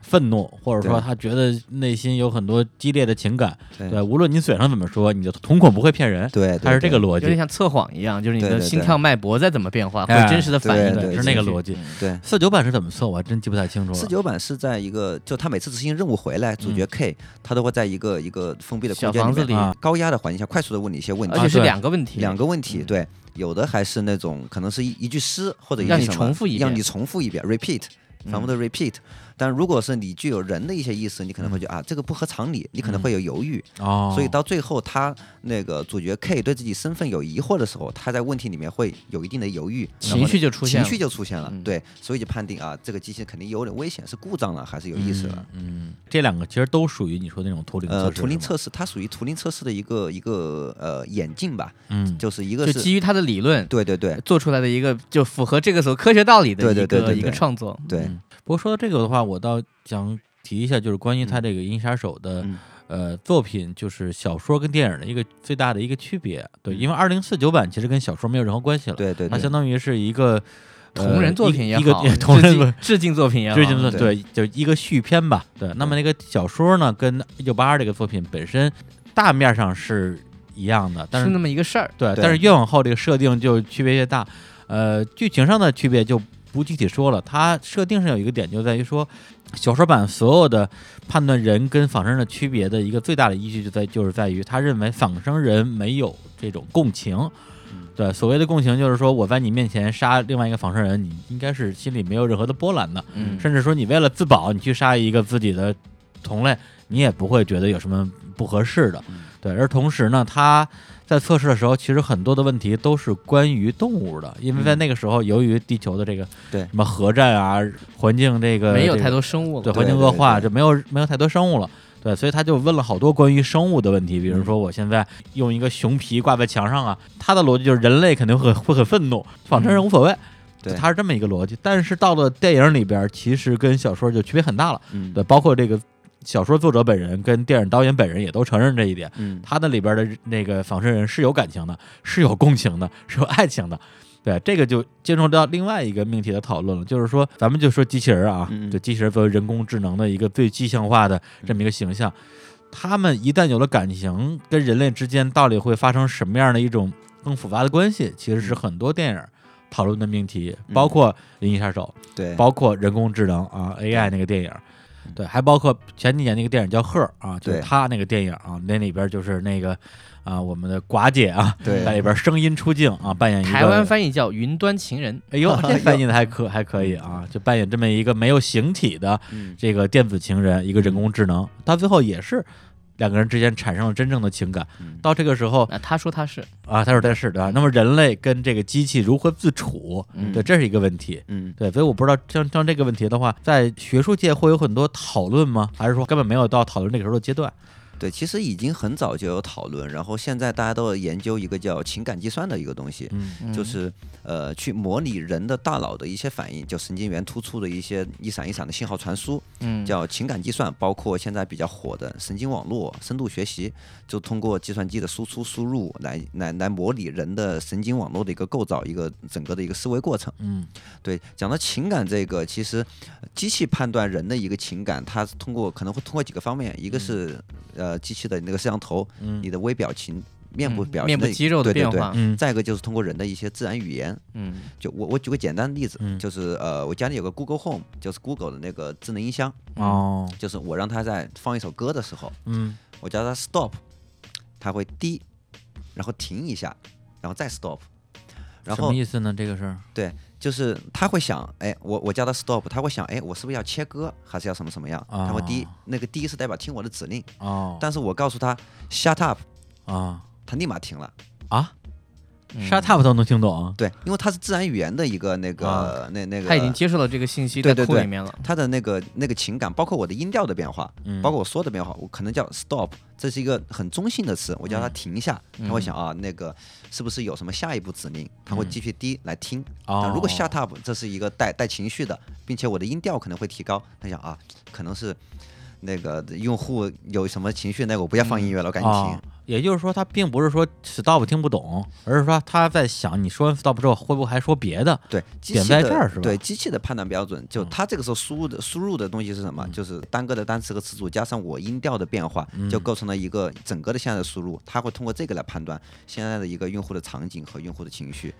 Speaker 1: 愤怒，或者说
Speaker 5: 对
Speaker 1: 他觉得内心有很多激烈的情感，
Speaker 5: 对
Speaker 1: 对，无论你嘴上怎么说，你的瞳孔不会骗人，
Speaker 5: 对，
Speaker 1: 它是这个
Speaker 5: 路。
Speaker 1: 逻
Speaker 4: 有点
Speaker 1: 辑，
Speaker 4: 像测谎一样，就是你
Speaker 5: 对
Speaker 4: 的
Speaker 5: 对
Speaker 4: 心
Speaker 5: 对
Speaker 4: 跳脉搏再怎么变化，会
Speaker 1: 哎
Speaker 4: 真实的反映
Speaker 5: 对
Speaker 1: 是
Speaker 4: 你的
Speaker 1: 那个
Speaker 4: 情绪
Speaker 1: 逻辑。
Speaker 5: 对，
Speaker 1: 四九版是怎么测，我还真记不太清楚了。
Speaker 5: 四九版是在一个，就他每次执行任务回来，主角 K 他都会在一个一个封闭
Speaker 4: 嗯
Speaker 5: 的
Speaker 4: 小
Speaker 5: 空间
Speaker 4: 房子
Speaker 5: 里
Speaker 4: 里，
Speaker 5: 面
Speaker 1: 啊
Speaker 5: 高压的环境下快速的问你一些问
Speaker 4: 而
Speaker 5: 题，
Speaker 4: 且是
Speaker 1: 对
Speaker 4: 两个问题，
Speaker 5: 啊两个问
Speaker 4: 嗯
Speaker 5: 题，对，有的还是那种可能是一一句诗或者一句
Speaker 4: 让你
Speaker 5: 什么
Speaker 4: 重复一遍嗯
Speaker 5: 让你重复一遍，repeat，反复的 repeat。但如果是你具有人的一些意思，你可能
Speaker 4: 嗯
Speaker 5: 会觉得啊，这个不合常理，你可能会有犹豫。
Speaker 1: 哦，
Speaker 5: 所以到最后，他那个主角 K 对自己身份有疑惑的时候，他在问题里面会有一定的犹豫，然后
Speaker 4: 情绪就出现
Speaker 5: 情
Speaker 4: 了，
Speaker 5: 绪就出现了
Speaker 4: 嗯。
Speaker 5: 对，所以就判定啊，这个机器肯定有点危险，是故障了还是有意思了？
Speaker 1: 嗯，这两个其实都属于你说的那种图灵测
Speaker 5: 呃，
Speaker 1: 试，
Speaker 5: 图灵
Speaker 1: 是吗
Speaker 5: 测试它属于图灵测试的一个一个呃演进吧，
Speaker 1: 嗯，
Speaker 5: 就是一个
Speaker 4: 就
Speaker 5: 呃
Speaker 4: 是基于他的理论
Speaker 5: 对对对
Speaker 4: 做出来的一个就符合这个时候科学道理的
Speaker 5: 对对
Speaker 4: 一
Speaker 5: 对
Speaker 4: 个
Speaker 5: 对
Speaker 4: 一个
Speaker 5: 对
Speaker 4: 创作。
Speaker 5: 对，
Speaker 1: 嗯不过说到这个的话，我倒想提一下，就是关于他这个《银翼杀手》的、
Speaker 5: 嗯
Speaker 1: 呃作品，就是小说跟电影的一个最大的一个区别。对，因为二零四九版其实跟小说没有任何关系了，
Speaker 5: 嗯对对
Speaker 1: 它
Speaker 5: 对
Speaker 1: 相当于是一个。呃
Speaker 4: 同人作品
Speaker 1: 一
Speaker 4: 也
Speaker 1: 一个
Speaker 5: [laughs]
Speaker 4: 好，
Speaker 1: 一个同
Speaker 4: 致
Speaker 1: 人
Speaker 4: 敬致敬作品也好，
Speaker 1: 最近的对
Speaker 5: 对，
Speaker 1: 就一个续篇吧。对，那么那个小说呢，跟《一九八二》这个作品本身大面上是一样的，但
Speaker 4: 是
Speaker 1: 是
Speaker 4: 那么一个事儿。
Speaker 1: 对，
Speaker 5: 对
Speaker 1: 但是越往后这个设定就区别越大。呃，剧情上的区别就不具体说了，它设定上有一个点就在于说，小说版所有的判断人跟仿生人的区别的一个最大的依据就在就是在于他认为仿生人没有这种共情。对，所谓的共情就是说，我在你面前杀另外一个仿生人，你应该是心里没有任何的波澜的，
Speaker 4: 嗯
Speaker 1: 甚至说你为了自保，你去杀一个自己的同类，你也不会觉得有什么不合适的。
Speaker 4: 嗯
Speaker 1: 对，而同时呢，他在测试的时候，其实很多的问题都是关于动物的，因为
Speaker 4: 嗯
Speaker 1: 在那个时候，由于地球的这个
Speaker 5: 对
Speaker 1: 什么核战啊，环境这个
Speaker 4: 没有
Speaker 1: 这个
Speaker 4: 太多生物
Speaker 1: 对
Speaker 4: 了。
Speaker 1: 环境
Speaker 5: 对
Speaker 1: 恶
Speaker 5: 对
Speaker 1: 化，
Speaker 5: 对
Speaker 1: 就没有没有太多生物了。对，所以他就问了好多关于生物的问题，比
Speaker 5: 嗯
Speaker 1: 如说我现在用一个熊皮挂在墙上啊，他的逻辑就是人类肯定会会很愤怒，仿生人无所谓，
Speaker 5: 嗯对
Speaker 1: 他是这么一个逻辑。但是到了电影里边，其实跟小说就区别很大了，
Speaker 5: 嗯
Speaker 1: 对，包括这个小说作者本人跟电影导演本人也都承认这一点，
Speaker 5: 嗯
Speaker 1: 他的里边的那个仿生人是有感情的，是有共情的，是有爱情的。 [laughs] 对，这个就接触到另外一个命题的讨论了，就是说，咱们就说机器人啊，
Speaker 5: 嗯嗯嗯
Speaker 1: 就机器人作为人工智能的一个最具象化的这么一个形象，他们一旦有了感情，跟人类之间到底会发生什么样的一种更复杂的关系，其实是很多电影讨论的命题，
Speaker 5: 嗯
Speaker 1: 包括《银翼杀手》，
Speaker 5: 对，
Speaker 1: 包括人工智能啊 AI 那个电影，对，还包括前几年那个电影叫《Her》啊，就是
Speaker 5: 对
Speaker 1: 他那个电影啊，那里边就是那个啊我们的寡姐啊，
Speaker 5: 对
Speaker 1: [laughs] 在里边声音出镜啊，扮演一个
Speaker 4: 台湾翻译叫《云端情人》，
Speaker 1: [laughs] 哎
Speaker 5: [laughs]
Speaker 1: 呦，这翻译的还可还可以啊，就扮演这么一个没有形体的
Speaker 5: 嗯
Speaker 1: 这个电子情人，一个人工智能，到最后也是两个人之间产生了真正的情感。
Speaker 5: 嗯
Speaker 1: 到这个时候
Speaker 4: 啊，他说他是
Speaker 1: 啊，他说他是对吧？那么人类跟这个机器如何自处，
Speaker 4: 嗯
Speaker 1: 对，这是一个问题。
Speaker 5: 嗯
Speaker 1: 对，所以我不知道像像这个问题的话，在学术界会有很多讨论吗？还是说根本没有到讨论那个时候的阶段？
Speaker 5: 对，其实已经很早就有讨论，然后现在大家都研究一个叫情感计算的一个东西，
Speaker 1: 嗯
Speaker 5: 就是呃去模拟人的大脑的一些反应，就神经元突触的一些一闪一闪的信号传输，
Speaker 4: 嗯
Speaker 5: 叫情感计算，包括现在比较火的神经网络深度学习，就通过计算机的输出输入来来来模拟人的神经网络的一个构造，一个整个的一个思维过程。
Speaker 1: 嗯，
Speaker 5: 对，讲到情感这个，其实呃机器判断人的一个情感，它是通过可能会通过几个方面，
Speaker 4: 嗯
Speaker 5: 一个是、呃机器的那个摄像头，你的微表情、面部
Speaker 4: 嗯
Speaker 5: 表
Speaker 4: 面
Speaker 5: 情、
Speaker 4: 部肌肉的
Speaker 5: 对
Speaker 4: 变
Speaker 5: 对
Speaker 4: 化，
Speaker 1: 嗯
Speaker 5: 对，再一个就是通过人的一些自然语言。
Speaker 4: 嗯
Speaker 5: 就我我举个简单的例子，
Speaker 1: 嗯
Speaker 5: 就是呃我家里有个 Google Home，就是 Google 的那个智能音箱，
Speaker 1: 哦，
Speaker 5: 就是我让它在放一首歌的时候，
Speaker 1: 嗯，
Speaker 5: 我叫它 stop，它会滴，然后停一下，然后再 stop，然
Speaker 1: 什
Speaker 5: 后
Speaker 1: 么意思呢？这个是
Speaker 5: 对，就是他会想，哎，我我叫他 stop，他会想，哎，我是不是要切割，还是要什么什么样？
Speaker 1: 啊
Speaker 5: 他会第一，那个第一是代表听我的指令，
Speaker 1: 哦
Speaker 5: 但是我告诉他 shut up，
Speaker 1: 啊
Speaker 5: 他立马停了。
Speaker 1: 啊，
Speaker 4: 嗯
Speaker 1: 沙 up 都能听懂，
Speaker 5: 对，因为它是自然语言的一个那个、
Speaker 2: 啊
Speaker 5: 那那个，
Speaker 4: 他已经接受了这个信息
Speaker 5: 对
Speaker 4: 在
Speaker 5: 对
Speaker 4: 库
Speaker 5: 对
Speaker 4: 里面了。
Speaker 5: 它的那个那个情感，包括我的音调的变化，
Speaker 1: 嗯
Speaker 5: 包括我说的变化，我可能叫 stop，这是一个很中性的词，我叫它停一下，他会想啊，那个是不是有什么下一步指令？他会 GPD 来听。
Speaker 1: 哦
Speaker 5: 啊那如果 shut up，这是一个带带情绪的，并且我的音调可能会提高，他想啊，可能是那个用户有什么情绪，那个我不要放音乐了，我赶紧听
Speaker 1: 啊。也就是说，他并不是说 stop 听不懂，而是说他在想你说完 stop 之后会不会还说别的？
Speaker 5: 对，机
Speaker 1: 点
Speaker 5: 器
Speaker 1: 在
Speaker 5: 的
Speaker 1: 这儿是吧嗯
Speaker 5: 对，机器的判断标准，就它这个时候输入的输入的东西是什么？就是单个的单词和词组加上我音调的变化，
Speaker 1: 嗯
Speaker 5: 就构成了一个整个的现在的输入。它会通过这个来判断现在的一个用户的场景和用户的情绪。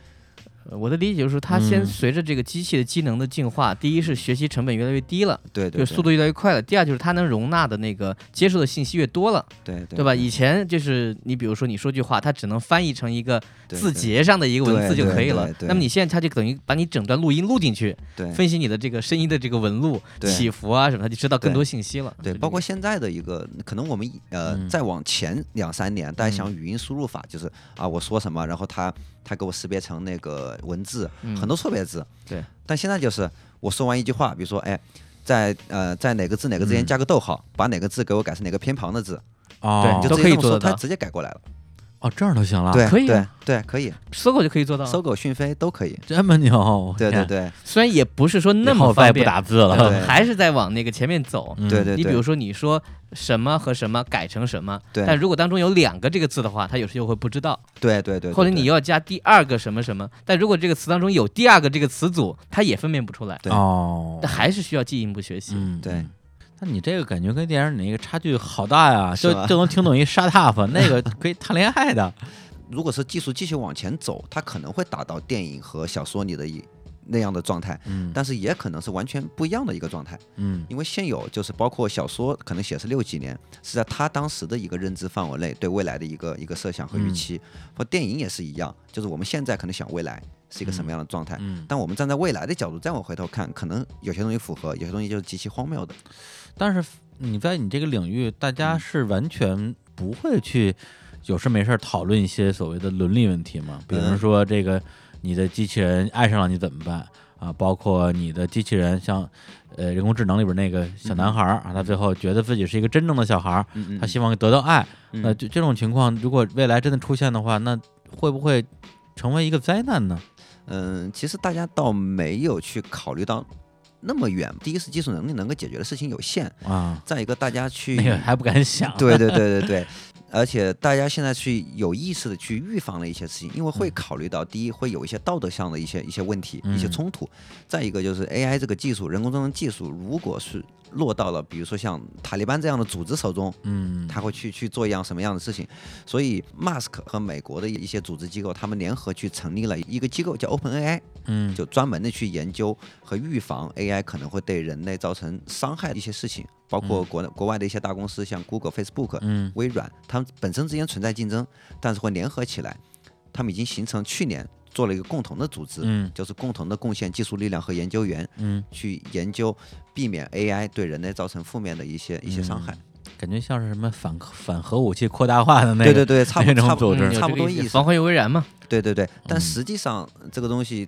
Speaker 4: 呃我的理解就是，它先
Speaker 1: 嗯
Speaker 4: 随着这个机器的机能的进化，第一是学习成本越来越低了，
Speaker 5: 对
Speaker 4: 就
Speaker 5: 对对，
Speaker 4: 速度越来越快了；第二就是它能容纳的那个接受的信息越多了，
Speaker 5: 对对
Speaker 4: 对吧？以前就是你比如说你说句话，它只能翻译成一个
Speaker 5: 对
Speaker 4: 字节上的一个文字
Speaker 5: 对
Speaker 4: 就
Speaker 5: 对
Speaker 4: 可以
Speaker 5: 对
Speaker 4: 了
Speaker 5: 对。对
Speaker 4: 那么你现在它就等于把你整段录音录进去，
Speaker 5: 对
Speaker 4: 分析你的这个声音的这个纹路、
Speaker 5: 对
Speaker 4: 起伏啊什么，它就知道更
Speaker 5: 对
Speaker 4: 多信息了。
Speaker 5: 对，
Speaker 4: 就啊这
Speaker 5: 包括
Speaker 4: 个嗯
Speaker 5: 现在的一个，可能我们以呃、再往前两三年，大家想语音输入法，就是啊我说什么，然后它它给我识别成那个文字，很多错别字。
Speaker 4: 嗯对，
Speaker 5: 但现在就是我说完一句话，比如说哎，在呃在哪个字
Speaker 4: 嗯
Speaker 5: 哪个之间加个逗号，把哪个字给我改成哪个偏旁的字，
Speaker 1: 哦
Speaker 5: 你就
Speaker 4: 都
Speaker 5: 直
Speaker 4: 可
Speaker 5: 接
Speaker 4: 以
Speaker 5: 这么
Speaker 4: 做
Speaker 5: 说，
Speaker 4: 得
Speaker 5: 它
Speaker 4: 到
Speaker 5: 直接改过来了。
Speaker 1: 哦，这样都行了，
Speaker 5: 对，
Speaker 4: 可以
Speaker 5: 对
Speaker 4: 啊
Speaker 5: 对，可以，
Speaker 4: 搜狗就可以做到啊。
Speaker 5: 搜狗、讯飞都可以。
Speaker 1: 这么牛，我
Speaker 5: 对对
Speaker 1: 天，
Speaker 5: 对
Speaker 4: 虽然也不是说那
Speaker 1: 以后
Speaker 4: 么
Speaker 1: 再也不
Speaker 4: 方便，
Speaker 1: 打字了，
Speaker 5: 对
Speaker 4: 还是在往那个前面走。
Speaker 1: 嗯
Speaker 5: 对对
Speaker 4: 你比如
Speaker 5: 对
Speaker 4: 说，你说什么和什么改成什么，
Speaker 5: 对
Speaker 4: 但如果当中有两个这个字的话，他有时候会不知道，
Speaker 5: 对对对，
Speaker 4: 或者
Speaker 5: 对
Speaker 4: 你又要加第二个什么什么，但如果这个词当中有第二个这个词组，他也分辨不出来，
Speaker 5: 对
Speaker 1: 哦
Speaker 4: [laughs] 那，还是需要进一步学习。
Speaker 1: 嗯
Speaker 5: 对。
Speaker 1: 那你这个感觉跟电影里那个差距好大呀，
Speaker 5: 是
Speaker 1: 就
Speaker 5: 吧
Speaker 1: 就能听懂一 shut up，那 [laughs] 个可以谈恋爱的，
Speaker 5: 如果是技术继续往前走，它可能会达到电影和小说里的一那样的状态，
Speaker 1: 嗯
Speaker 5: 但是也可能是完全不一样的一个状态，
Speaker 1: 嗯
Speaker 5: 因为现有就是包括小说可能写是六几年，是在他当时的一个认知范围内对未来的一个一个设想和预期，或电影也是一样，就是我们现在可能想未来是一个什么样的状态。
Speaker 1: 嗯。
Speaker 5: 但我们站在未来的角度再往回头看，可能有些东西符合，有些东西就是极其荒谬的。
Speaker 1: 但是你在你这个领域，大家是完全不会去有事没事儿讨论一些所谓的伦理问题吗？比如
Speaker 5: 嗯
Speaker 1: 说这个你的机器人爱上了你怎么办啊？包括你的机器人像呃人工智能里边那个小男孩儿啊，他最后觉得自己是一个真正的小孩儿，
Speaker 5: 嗯嗯
Speaker 1: 他希望得到爱。
Speaker 5: 嗯
Speaker 1: 那这这种情况，如果未来真的出现的话，那会不会成为一个灾难呢？
Speaker 5: 嗯，其实大家倒没有去考虑到那么远。第一是技术能力能够解决的事情有限，
Speaker 1: 啊，
Speaker 5: 再一个大家去 [laughs]
Speaker 1: 那个还不敢想。
Speaker 5: 对对对对对，而且大家现在去有意识的去预防了一些事情，因为会考虑到第一会有一些道德上的一些一些问题、一些
Speaker 1: 嗯
Speaker 5: 冲突，再一个就是 AI 这个技术，人工智能技术，如果是落到了比如说像塔利班这样的组织手中。
Speaker 1: 嗯，
Speaker 5: 他会去去做一样什么样的事情，所以 Mask 和美国的一些组织机构，他们联合去成立了一个机构叫 OpenAI，
Speaker 1: 嗯，
Speaker 5: 就专门的去研究和预防 AI 可能会对人类造成伤害的一些事情，包括国内国外的一些大公司，像 Google、Facebook、
Speaker 1: 嗯
Speaker 5: 微软，他们本身之间存在竞争，但是会联合起来，他们已经形成去年做了一个共同的组织，
Speaker 1: 嗯
Speaker 5: 就是共同的贡献技术力量和研究员
Speaker 1: 嗯，
Speaker 5: 去研究避免 AI 对人类造成负面的一些
Speaker 1: 嗯
Speaker 5: 一些伤害。
Speaker 1: 感觉像是什么反反核武器扩大化的那个
Speaker 5: 对对对，差
Speaker 1: [laughs]
Speaker 5: 不
Speaker 1: 那种
Speaker 5: 差不
Speaker 1: 组织嗯
Speaker 5: 嗯差不多意思
Speaker 4: 防。患于未然嘛。
Speaker 5: 对对对，但实际上这个东西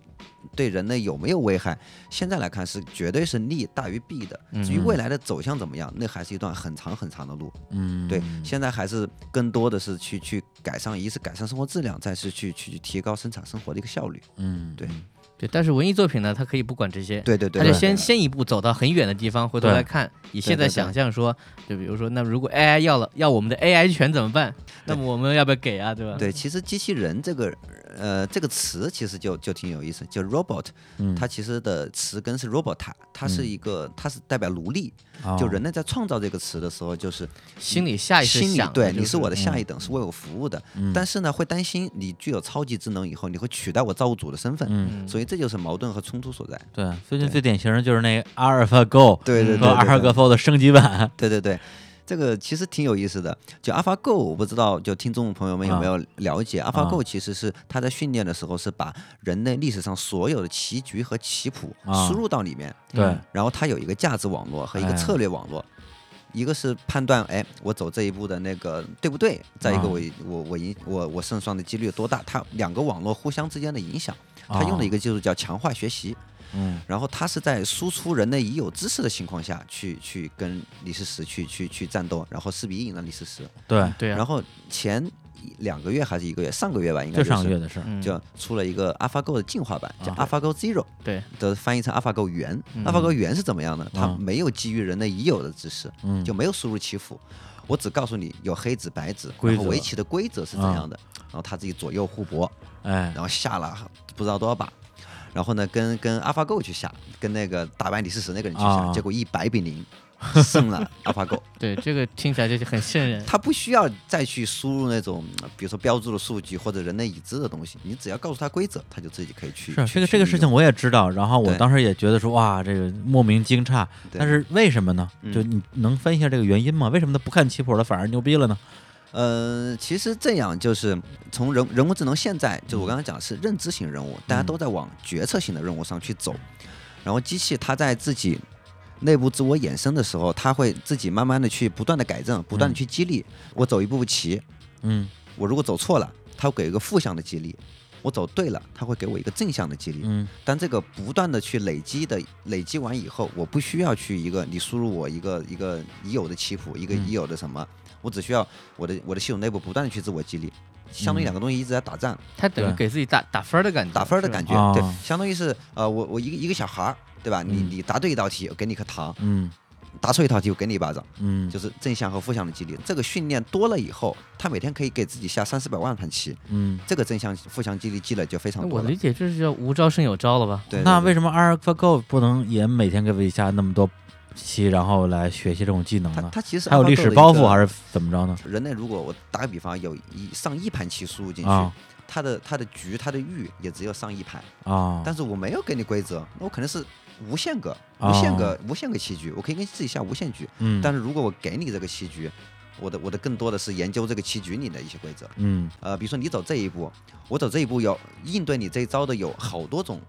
Speaker 5: 对人类有没有危害，现在来看是绝对是利大于弊的。
Speaker 4: 嗯
Speaker 1: 嗯
Speaker 5: 至于未来的走向怎么样，那还是一段很长很长的路。
Speaker 1: 嗯，
Speaker 5: 对，现在还是更多的是去去改善，一是改善生活质量，再是去去去提高生产生活的一个效率。
Speaker 1: 嗯，
Speaker 5: 对
Speaker 4: 对，但是文艺作品呢，它可以不管这些，
Speaker 5: 对对对，
Speaker 4: 他就
Speaker 5: 对
Speaker 4: 先先一步走到很远的地方，回头
Speaker 1: 对
Speaker 4: 来看。以现在
Speaker 5: 对对
Speaker 4: 想象说，就比如说，那如果 AI 要了要我们的 AI 权怎么办？那么我们要不要给啊？对吧？
Speaker 5: 对，其实机器人这个呃这个词其实就就挺有意思，就 robot，、
Speaker 1: 嗯
Speaker 5: 它其实的词根是 robota，它是一个、它是代表奴隶，
Speaker 1: 哦
Speaker 5: 就人类在创造这个词的时候就是。
Speaker 4: 心里下意识
Speaker 5: 心里
Speaker 4: 想的
Speaker 5: 对
Speaker 4: 就
Speaker 5: 你是我的下一等，是为我服务的。
Speaker 1: 嗯
Speaker 5: 但是呢，会担心你具有超级智能以后，你会取代我造物主的身份，
Speaker 1: 嗯
Speaker 5: 所以这就是矛盾和冲突所在。
Speaker 1: 对，最近最典型的就是那个阿尔法 Go
Speaker 5: 对对对
Speaker 1: 和阿尔法 Go 的升级版，
Speaker 5: 对对对，这个其实挺有意思的。就 AlphaGo，我不知道就听众朋友们有没有
Speaker 1: 啊
Speaker 5: 了解、a l p h a g o 其实是它在训练的时候是把人类历史上所有的棋局和棋谱
Speaker 1: 啊
Speaker 5: 输入到里面，嗯
Speaker 1: 对
Speaker 5: 然后它有一个价值网络和一个
Speaker 1: 哎
Speaker 5: 策略网络。一个是判断，哎，我走这一步的那个对不对？再一
Speaker 1: 啊
Speaker 5: 个我，我我赢我我胜算的几率有多大？它两个网络互相之间的影响，它用了一
Speaker 1: 个
Speaker 5: 个技术叫强化学习，
Speaker 1: 嗯
Speaker 5: 然后它是在输出人类已有知识的情况下去去跟李世石去去去战斗，然后四比一赢了李世石。
Speaker 1: 对，
Speaker 4: 对啊，
Speaker 5: 然后前一两个月还是一个月，上个月吧，应该
Speaker 1: 就
Speaker 5: 就是
Speaker 1: 上个月的事儿，
Speaker 4: 嗯
Speaker 5: 就出了一个 AlphaGo 的进化版，叫
Speaker 1: 啊
Speaker 5: AlphaGo Zero，
Speaker 4: 对，
Speaker 5: 的翻译成 AlphaGo 元。
Speaker 4: 嗯
Speaker 5: AlphaGo 元是怎么样呢？它
Speaker 1: 啊
Speaker 5: 没有基于人类已有的知识，
Speaker 1: 嗯，
Speaker 5: 就没有输入棋谱，我只告诉你有黑子白子，
Speaker 1: 规
Speaker 5: 然
Speaker 1: 则啊
Speaker 5: 后围棋的规则是怎样的，然后他自己左右互搏，
Speaker 1: 哎
Speaker 5: 然后下了不知道多少把。然后呢，跟跟 AlphaGo 去下，跟那个打败李世石那个人去下，
Speaker 1: 啊
Speaker 5: 结果一百比零
Speaker 1: [laughs]
Speaker 5: 胜了 AlphaGo。
Speaker 4: 对这个听起来就是很瘆人。
Speaker 5: 他不需要再去输入那种，呃比如说标注的数据或者人类已知的东西，你只要告诉他规则，他就自己可以去。
Speaker 1: 是啊
Speaker 5: 去
Speaker 1: 这个这个事，情
Speaker 5: 去
Speaker 1: 我也知道，然后我
Speaker 5: 对
Speaker 1: 当时也觉得说哇，这个莫名惊诧，
Speaker 5: 利用
Speaker 1: 但
Speaker 5: 对
Speaker 1: 是为什么呢？
Speaker 5: 嗯
Speaker 1: 就你能分析下这个原因吗？为什么他不看棋谱了反而牛逼了呢？
Speaker 5: 呃，其实这样就是从人人工智能现在，就我刚才讲的是认知型任务，大家都在往决策型的任务上去走，然后机器它在自己。内部自我衍生的时候，它会自己慢慢的去不断的改正，不断的去激励。我走一步棋，
Speaker 1: 嗯
Speaker 5: 我如果走错了，它会给一个负向的激励；我走对了，它会给我一个正向的激励。
Speaker 1: 嗯
Speaker 5: 但这个不断的去累积的，累积完以后，我不需要去一个你输入我一个一个已有的棋谱，一个
Speaker 1: 嗯
Speaker 5: 已有的什么，我只需要我的我的系统内部不断的去自我激励，
Speaker 1: 嗯
Speaker 5: 相当于两个东西一直在打仗，
Speaker 4: 他等于
Speaker 1: 对
Speaker 4: 给自己打打分儿的感觉，
Speaker 5: 打分儿的
Speaker 4: 是吧
Speaker 5: 感觉，
Speaker 1: 啊
Speaker 5: 对，相当于是呃我我一个一个小孩儿，对吧？你
Speaker 1: 嗯
Speaker 5: 你答对一道题，我给你颗糖；
Speaker 1: 嗯
Speaker 5: 答错一道题，我给你一巴掌，
Speaker 1: 嗯
Speaker 5: 就是正向和负向的激励。这个训练多了以后，他每天可以给自己下三四百万盘棋，
Speaker 1: 嗯。
Speaker 5: 这个正向负向激励积累就非常
Speaker 4: 那
Speaker 1: 哎
Speaker 5: 多
Speaker 4: 我
Speaker 5: 了。
Speaker 4: 理解这是叫无招胜有招了吧？
Speaker 5: 对，
Speaker 1: 那
Speaker 5: 对对
Speaker 1: 为什么 AlphaGo 不能也每天给自己下那么多棋，然后来学习这种技能
Speaker 5: 它
Speaker 1: 呢？
Speaker 5: 它其实
Speaker 1: 还有历
Speaker 5: AlphaGo
Speaker 1: 史
Speaker 5: 的一
Speaker 1: 包
Speaker 5: 个
Speaker 1: 袱还是怎么着呢？
Speaker 5: 人类如果我打个比方，有一上亿盘棋输入进去，
Speaker 1: 啊
Speaker 5: 他的他的局他的玉也只有上亿盘，
Speaker 1: 啊，
Speaker 5: 但是我没有给你规则，那我可能是无限个、
Speaker 1: 哦
Speaker 5: 无限个、无限个棋局，我可以跟自己下无限局。
Speaker 1: 嗯，
Speaker 5: 但是如果我给你这个棋局，我的我的更多的是研究这个棋局里的一些规则。
Speaker 1: 嗯
Speaker 5: 呃，比如说你走这一步，我走这一步有应对你这一招的有好多种。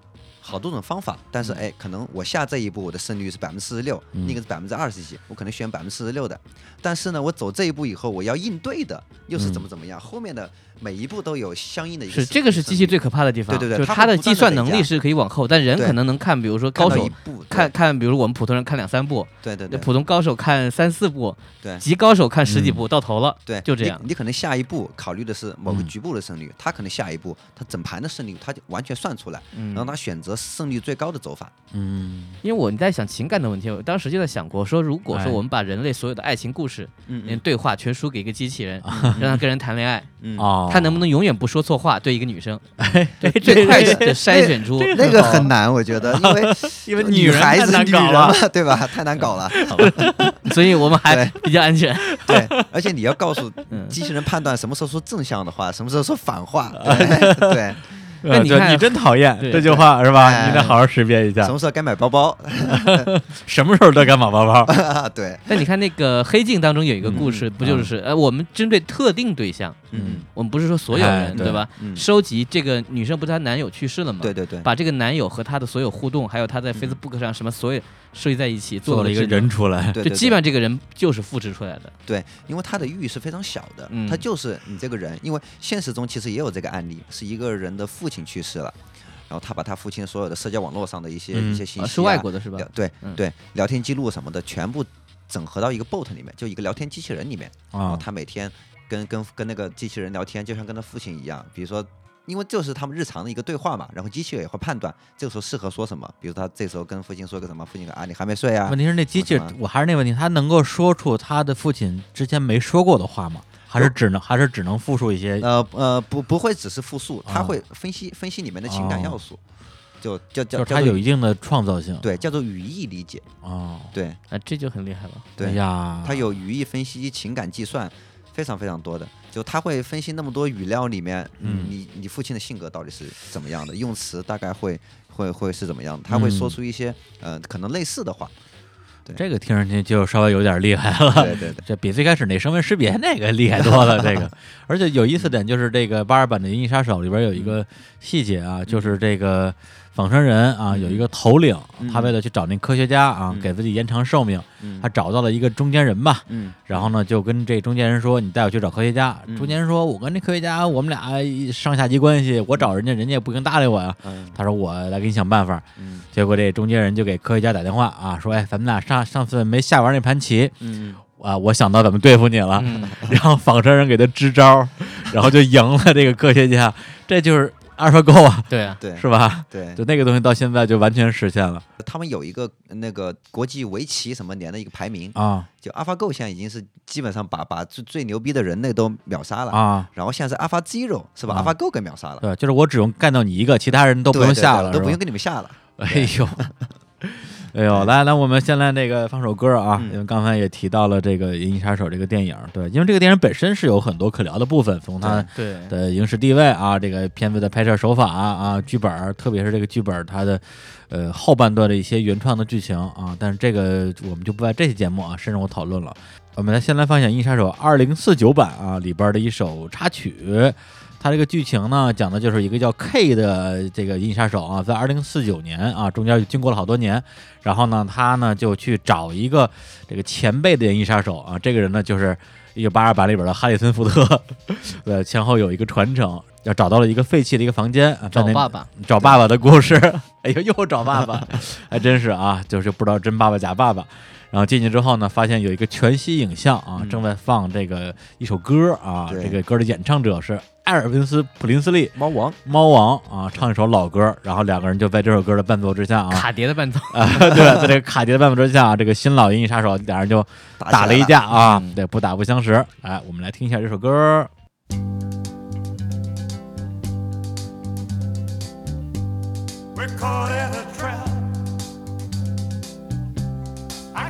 Speaker 5: 好多种方法，但
Speaker 4: 嗯
Speaker 5: 是哎，可能我下这一步我的胜率是百分之四十六，
Speaker 1: 嗯
Speaker 5: 那个是百分之二十几，我可能选百分之四十六的。但是呢，我走这一步以后，我要应对的又是怎么怎么样，后面的每一步都有相应的一
Speaker 4: 嗯
Speaker 5: 个
Speaker 4: 是
Speaker 5: 胜
Speaker 4: 这个是机器最
Speaker 5: 胜率
Speaker 4: 可怕的地方，
Speaker 5: 对对对
Speaker 4: 就是
Speaker 5: 它
Speaker 4: 它的
Speaker 5: 会
Speaker 4: 计
Speaker 5: 不断地
Speaker 4: 算
Speaker 5: 累
Speaker 4: 能力
Speaker 5: 加
Speaker 4: 是可以往后，但人
Speaker 5: 对
Speaker 4: 可能能看，比如说高
Speaker 5: 看到
Speaker 4: 手
Speaker 5: 一步
Speaker 4: 看看，比如我们普通人看两三步，
Speaker 5: 对对
Speaker 4: 那
Speaker 5: 对
Speaker 4: 普通高手看三四步，
Speaker 5: 对嗯
Speaker 4: 极高手看十几步到头了，
Speaker 5: 对，
Speaker 4: 就这
Speaker 5: 你
Speaker 4: 样
Speaker 5: 你可能下一步考虑的是某个
Speaker 1: 嗯
Speaker 5: 局部的胜率，他可能下一步他整盘的胜率他就完全算出来，
Speaker 4: 嗯
Speaker 5: 然后他选择胜率最高的走法。
Speaker 1: 嗯
Speaker 4: 因为我在想情感的问题，我当时就在想过，说如果
Speaker 1: 哎
Speaker 4: 说我们把人类所有的爱情故事、
Speaker 5: 嗯
Speaker 4: 连对话全输给一个机器人，
Speaker 5: [laughs] 嗯
Speaker 4: 让他跟人谈恋爱，
Speaker 5: 嗯
Speaker 1: 哦，
Speaker 4: 他能不能永远不说错话？对一个女生，
Speaker 5: 哎
Speaker 4: 对
Speaker 5: [laughs]
Speaker 1: 这
Speaker 4: 最快
Speaker 5: 这
Speaker 4: 的筛选出
Speaker 5: 那个很难，我觉得，因为
Speaker 1: 因为
Speaker 5: 女
Speaker 1: 女人
Speaker 5: 孩
Speaker 1: 太
Speaker 5: 子
Speaker 1: 难
Speaker 5: 女
Speaker 1: 搞
Speaker 5: 人 [laughs]
Speaker 1: 了，
Speaker 5: 嘛，对吧？太难搞了，
Speaker 4: [laughs] 所以我们还
Speaker 5: 对
Speaker 4: 比较安全。
Speaker 5: 对。而且你要告诉
Speaker 4: 嗯
Speaker 5: 机器人判断什么时候说正向的话，什么时候说反话， [laughs] 对对，
Speaker 4: 那
Speaker 1: 呃
Speaker 4: 你
Speaker 1: 对
Speaker 4: 看
Speaker 1: 你真讨厌
Speaker 4: 对
Speaker 1: 这句话是吧？
Speaker 5: 啊哎
Speaker 1: 你得好好识别一下
Speaker 5: 什，么时候该买包包
Speaker 1: 什么时候都敢往包包。
Speaker 5: 啊？对，
Speaker 4: 但你看那个《黑镜》当中有一个故事，不就是呃，我们针对特定对象，
Speaker 5: 嗯，
Speaker 4: 我们不是说所有
Speaker 1: 哎
Speaker 4: 人
Speaker 1: 对
Speaker 4: 对吧？
Speaker 5: 嗯
Speaker 4: 收集这个女生不是她男友去世了吗？
Speaker 5: 对对对，
Speaker 4: 把这个男友和她的所有互动，还有她在 Facebook 上什么所有收集在一起，
Speaker 1: 做
Speaker 4: 了
Speaker 1: 了一个
Speaker 4: 智能
Speaker 1: 人，出来，
Speaker 5: 对
Speaker 4: 就
Speaker 5: 对
Speaker 4: 基
Speaker 5: 对
Speaker 4: 本上这个人就是复制出来的。
Speaker 5: 对，因为他的欲是非常小的
Speaker 4: 嗯，
Speaker 5: 他就是你这个人。因为现实中其实也有这个案例，是一个人的父亲去世了，然后他把他父亲所有的社交网络上的一些
Speaker 1: 嗯
Speaker 5: 一些信
Speaker 4: 啊
Speaker 5: 息，
Speaker 4: 是外国的是吧
Speaker 5: 聊？对
Speaker 4: 嗯
Speaker 5: 对，聊天记录什么的全部整合到一个 bot 里面，就一个聊天机器人里面。然后
Speaker 1: 啊，
Speaker 5: 哦他每天跟跟跟那个机器人聊天，就像跟他父亲一样，比如说。因为这是他们日常的一个对话嘛，然后机器人也会判断这个时候适合说什么，比如他这时候跟父亲说个什么，父亲说啊你还没睡啊，
Speaker 1: 问题是那机器，我还是那问题，他能够说出他的父亲之前没说过的话吗？还是只能还是只能复述一些
Speaker 5: 呃呃，不不会只是复述，
Speaker 1: 啊
Speaker 5: 他会分析分析里面的情感要素，就叫
Speaker 1: 哦就
Speaker 5: 叫
Speaker 1: 是
Speaker 5: 叫
Speaker 1: 它
Speaker 5: 做
Speaker 1: 有一定的创造性。
Speaker 5: 对叫做语义理解，
Speaker 1: 哦，
Speaker 5: 对
Speaker 4: 啊，这就很厉害了。
Speaker 1: 哎
Speaker 5: 对，
Speaker 1: 呀，
Speaker 5: 它有语义分析、情感计算，非常非常多的。就他会分析那么多语料里面，
Speaker 1: 嗯
Speaker 5: 你你父亲的性格到底是怎么样的，用词大概会会会是怎么样的，他会
Speaker 1: 嗯
Speaker 5: 说出一些、呃可能类似的话，
Speaker 1: 这个听上去就稍微有点厉害了。
Speaker 5: 对对对，
Speaker 1: 这比最开始那声纹识别那个厉害多
Speaker 5: [laughs]
Speaker 1: 了，这个，而
Speaker 5: 嗯
Speaker 1: 且有意思点就是这个八二版的《银翼杀手》里边有一个细节啊，就是这个仿生人啊，有一个头领，他为了去找那科学家啊，
Speaker 5: 嗯
Speaker 1: 给自己延长寿命，
Speaker 5: 嗯
Speaker 1: 他找到了一个中间人吧。
Speaker 5: 嗯
Speaker 1: 然后呢，就跟这中间人说：“你带我去找科学家。”
Speaker 5: 嗯
Speaker 1: 中间人说：“我跟这科学家，我们俩上下级关系，我找人家，人家也不肯搭理我呀。”
Speaker 5: 嗯
Speaker 1: 他说：“我来给你想办法。
Speaker 5: 嗯”
Speaker 1: 结果这中间人就给科学家打电话啊，说：“哎，咱们俩上上次没下完那盘棋，
Speaker 5: 嗯，
Speaker 1: 啊，我想到怎么对付你了，
Speaker 4: 嗯
Speaker 1: [laughs] 然后仿生人给他支招，然后就赢了这个科学家，这就是二 l 狗啊，
Speaker 4: 对啊，
Speaker 5: 对
Speaker 1: 是吧？
Speaker 5: 对，
Speaker 1: 就那个东西到现在就完全实现了
Speaker 5: 他们有一个那个国际围棋什么年的一个排名，
Speaker 1: 啊
Speaker 5: 就 AlphaGo 现在已经是基本上把把最最牛逼的人类都秒杀了，
Speaker 1: 啊！
Speaker 5: 然后现在是 AlphaZero 是
Speaker 1: 啊
Speaker 5: 把 AlphaGo 给秒杀了，
Speaker 1: 对，就是我只用干掉你一个，其他人都不
Speaker 5: 对
Speaker 1: 用
Speaker 5: 对
Speaker 1: 下
Speaker 5: 对
Speaker 1: 了，
Speaker 5: 都
Speaker 1: 是
Speaker 5: 不
Speaker 1: 吧
Speaker 5: 用给你们下了。
Speaker 1: 哎呦， [laughs] 哎呦，来来，我们先来那个放首歌啊，
Speaker 5: 嗯
Speaker 1: 因为刚才也提到了这个《银翼杀手》这个电影，对，因为这个电影本身是有很多可聊的部分，从它
Speaker 4: 对
Speaker 1: 的影视地位啊，这个片子的拍摄手法啊，啊剧本儿，特别是这个剧本儿它的呃后半段的一些原创的剧情啊，但是这个我们就不在这期节目啊深入讨论了。我们来先来放一下《银翼杀手二零四九版》啊里边儿的一首插曲。它这个剧情呢，讲的就是一个叫 K 的这个银翼杀手啊，在二零四九年啊，中间就经过了好多年，然后呢，他呢就去找一个这个前辈的银翼杀手啊，这个人呢就是一九八二版里边的哈里森·福特， [laughs] 呃，前后有一个传承，要找到了一个废弃的一个房间，啊在
Speaker 4: 找
Speaker 1: 那
Speaker 4: 爸爸，
Speaker 1: 找爸爸的故事。 [laughs] 哎呦，又找爸 [laughs] 爸，还真是啊，就是不知道真爸爸假爸爸。然后进去之后呢，发现有一个全息影像
Speaker 4: 嗯
Speaker 1: 啊，正在放这个一首歌啊，
Speaker 5: 对
Speaker 1: 这个歌的演唱者是艾尔文斯·普林斯利，
Speaker 5: 猫王，
Speaker 1: 猫王啊，唱一首老歌。然后两个人就在这首歌的伴奏之下啊，
Speaker 4: 卡碟的伴奏，
Speaker 1: 啊， [laughs] 对，在这个卡迪的伴奏之下啊，这个新老银翼杀手俩人就
Speaker 5: 打起
Speaker 1: 打了
Speaker 5: 来
Speaker 1: 一
Speaker 5: 了
Speaker 1: 架啊
Speaker 4: 嗯，
Speaker 1: 对，不打不相识。哎，我们来听一下这首歌。
Speaker 6: We're caught in a trap. I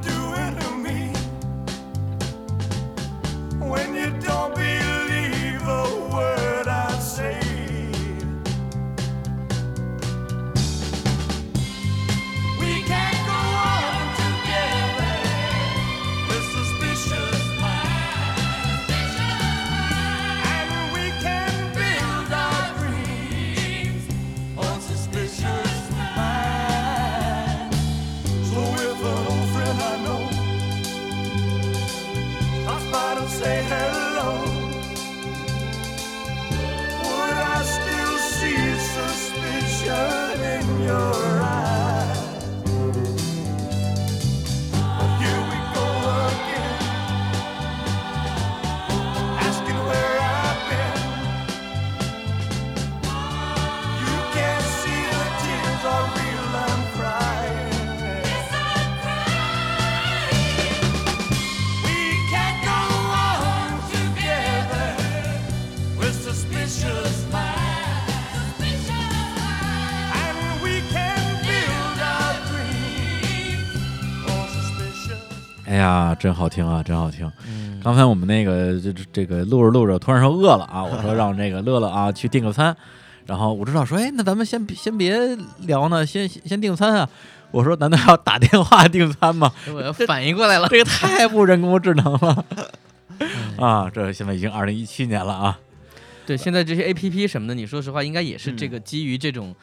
Speaker 6: doing to me when you don't believe a word I say? We can't go on together with suspicious minds. And we can build our dreams on suspicious minds. So if an old friend I know stops by to say hello, would I still see suspicion in your eyes? Here we go again, asking where I've been. You can't see the tears are real. I'm crying. We can't go on together with suspicious minds, and we can build our dreams on suspicious.
Speaker 1: 哎呀，真好听啊，真好听！
Speaker 5: 嗯
Speaker 1: 刚才我们那个这这个录着录着，突然说饿了啊，我说让这个乐乐啊去订个餐，然后我知道说，哎，那咱们先先别聊呢，先先订餐啊。我说，难道要打电话订餐吗？
Speaker 4: 哎我要反应过来了。
Speaker 1: 这个太不人工智能了
Speaker 5: 嗯
Speaker 1: 啊！这现在已经二零一七年了啊，
Speaker 4: 对，现在这些 A P P 什么的，你说实话，应该也是这个基于这种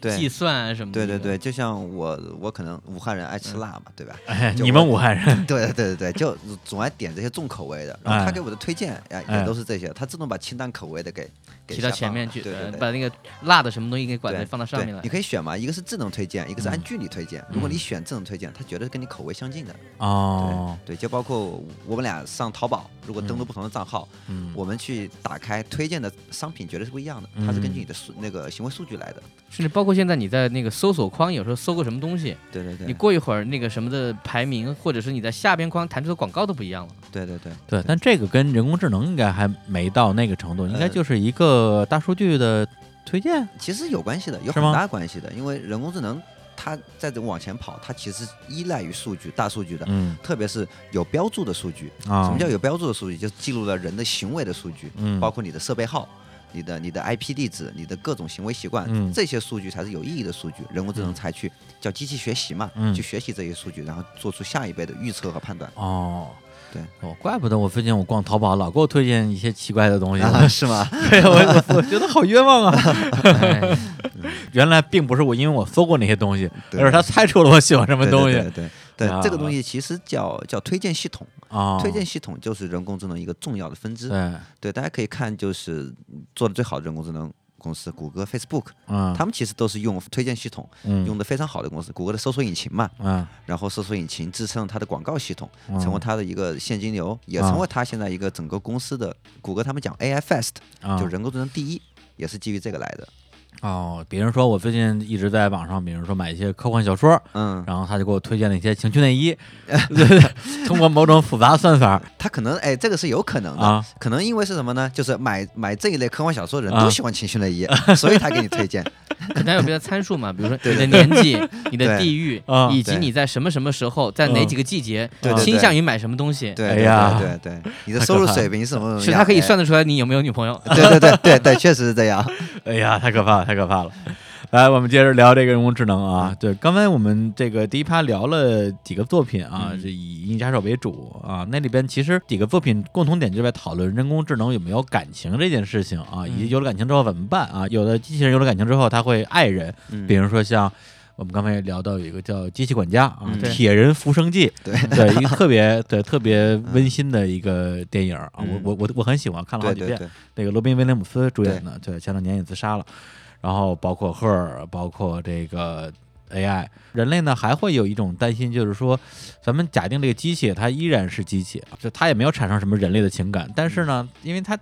Speaker 5: 对
Speaker 4: 计算啊什么的。
Speaker 5: 对对对，，就像我我可能武汉人爱
Speaker 4: 嗯
Speaker 5: 吃辣嘛，对吧？ [laughs]
Speaker 1: 哎，
Speaker 5: 就
Speaker 1: 你
Speaker 5: 我
Speaker 1: 们武汉人
Speaker 5: 对对对对，就总爱点这些重口味的。然后
Speaker 1: 哎
Speaker 5: 他给我的推荐，哎，
Speaker 1: 哎
Speaker 5: 也都是这些，他自动把清淡口味的给给
Speaker 4: 提到
Speaker 5: 下
Speaker 4: 前
Speaker 5: 放
Speaker 4: 面
Speaker 5: 了
Speaker 4: 去，
Speaker 5: 对对
Speaker 4: 呃
Speaker 5: 对。
Speaker 4: 把那个辣的什么东西给管子
Speaker 5: 对
Speaker 4: 放到上
Speaker 5: 对
Speaker 4: 面来嗯
Speaker 5: 你。可以选嘛，一个是智能推荐，一个是按距离推荐。如果你选智能推荐，它绝对是跟你口味相近的。
Speaker 1: 哦，
Speaker 5: 对，就包括我们俩上淘宝，如果登录不同的账号，
Speaker 1: 嗯
Speaker 5: 我们去打开推荐的商品绝对是不一样的，它是根
Speaker 4: 嗯
Speaker 5: 据你的数那个行为数据来的。
Speaker 4: 甚至包括现在你在那个搜索框，有时候搜个什么东西，
Speaker 5: 对对对，
Speaker 4: 你过一会儿那个什么的排名，或者是你在下边框弹出的广告都不一样了。
Speaker 5: [laughs] 对对对
Speaker 1: 对，但这个跟人工智能应该还没到那个程度，应该
Speaker 5: 呃
Speaker 1: 就是一个大数据的推荐。
Speaker 5: 其实有关系的，有
Speaker 1: 是
Speaker 5: 很
Speaker 1: 吗
Speaker 5: 大关系的，因为人工智能它在这往前跑，它其实依赖于数据、大数据的，
Speaker 1: 嗯
Speaker 5: 特别是有标注的数据。
Speaker 1: 啊，
Speaker 5: 什么叫有标注的数据？就是记录了人的行为的数据，
Speaker 1: 嗯
Speaker 5: 包括你的设备号。你的你的 IP 地址、你的各种行为习惯，
Speaker 1: 嗯
Speaker 5: 这些数据才是有意义的数据。人工智能才去叫机器学习嘛，
Speaker 1: 嗯
Speaker 5: 去学习这些数据，然后做出下一步的预测和
Speaker 1: [laughs]
Speaker 5: 判断。
Speaker 1: 哦，
Speaker 5: 对
Speaker 1: 哦，怪不得我最近我逛淘宝老给我推荐一些奇怪的
Speaker 5: [laughs]
Speaker 1: 东西，
Speaker 5: 啊，是吗？
Speaker 1: 对我我我觉得好冤枉啊！ [laughs]
Speaker 4: 哎
Speaker 1: 原来并不是我，因为我搜过那些东西，
Speaker 5: 对
Speaker 1: 而是他猜出了我喜欢什么
Speaker 5: 对
Speaker 1: 东
Speaker 5: 对
Speaker 1: 西
Speaker 5: 对对对
Speaker 1: 啊
Speaker 5: 这个东西其实叫叫推荐系统，
Speaker 1: 啊。
Speaker 5: 推荐系统就是人工智能一个重要的分支。
Speaker 1: 对，
Speaker 5: 对，大家可以看，就是做的最好的人工智能公司，谷歌、Facebook，
Speaker 1: 嗯，
Speaker 5: 他们其实都是用推荐系统，
Speaker 1: 嗯
Speaker 5: 用的非常好的公司。谷歌的搜索引擎嘛，
Speaker 1: 嗯
Speaker 5: 然后搜索引擎支撑它的广告系统，
Speaker 1: 嗯
Speaker 5: 成为它的一个现金流，也
Speaker 1: 啊
Speaker 5: 成为它现在一个整个公司的。谷歌他们讲 AI first，
Speaker 1: 啊
Speaker 5: 就人工智能第一，也是基于这个来的。
Speaker 1: 哦，比如说我最近一直在网上，比如说买一些科幻小说，
Speaker 5: 嗯，
Speaker 1: 然后他就给我推荐了一些情趣内衣， [laughs] 对对对通过某种复杂算法
Speaker 5: 它可能哎，这个是有可能的，
Speaker 1: 啊
Speaker 5: 可能因为是什么呢？就是买买这一类科幻小说的人
Speaker 1: 啊
Speaker 5: 都喜欢情绪内衣，所以他给你
Speaker 1: [laughs]
Speaker 5: 推荐。
Speaker 4: 可能有别的参数嘛，比如说你的年纪、
Speaker 5: [laughs]
Speaker 4: 你的地域
Speaker 1: 啊，
Speaker 4: 以及
Speaker 5: 对
Speaker 4: 你在什么什么时候，在哪
Speaker 1: 嗯
Speaker 4: 几个季节
Speaker 5: 对对对
Speaker 4: 倾向于买什么东西，
Speaker 5: 对
Speaker 1: 哎
Speaker 5: 对
Speaker 1: 呀
Speaker 5: 对对对，你的收入水平是什么？
Speaker 4: 是它可以
Speaker 5: 哎
Speaker 4: 算得出来你有没有女朋友。
Speaker 5: 对对对对对，确实是
Speaker 1: [laughs]
Speaker 5: 这样。
Speaker 1: 哎呀，太可怕了，太可怕了！来，我们接着聊这个人工智能
Speaker 5: 嗯
Speaker 1: 啊。对，刚才我们这个第一趴聊了几个作品啊，
Speaker 5: 嗯
Speaker 1: 是以《银翼杀手》为主啊。那里边其实几个作品共同点就是在讨论人工智能有没有感情这件事情
Speaker 5: 嗯
Speaker 1: 啊，以及有了感情之后怎么办啊？有的机器人有了感情之后，它会爱人，
Speaker 5: 嗯
Speaker 1: 比如说像。我们刚才也聊到有一个叫《机器管家》啊，
Speaker 5: 嗯
Speaker 1: 《铁人浮生记》
Speaker 5: 对
Speaker 1: 对，一个特别对特别温馨的一个电影啊，
Speaker 5: 嗯
Speaker 1: 我我我我很喜欢，看了好
Speaker 5: 对
Speaker 1: 几
Speaker 5: 对
Speaker 1: 遍。
Speaker 5: 对，
Speaker 1: 那个罗宾威廉姆斯主演的，对，前两年也自杀了。然后包括赫尔，包括这个 AI，人类呢还会有一种担心，就是说，咱们假定这个机器它依然是机器，就它也没有产生什么人类的情感，但是呢，因为它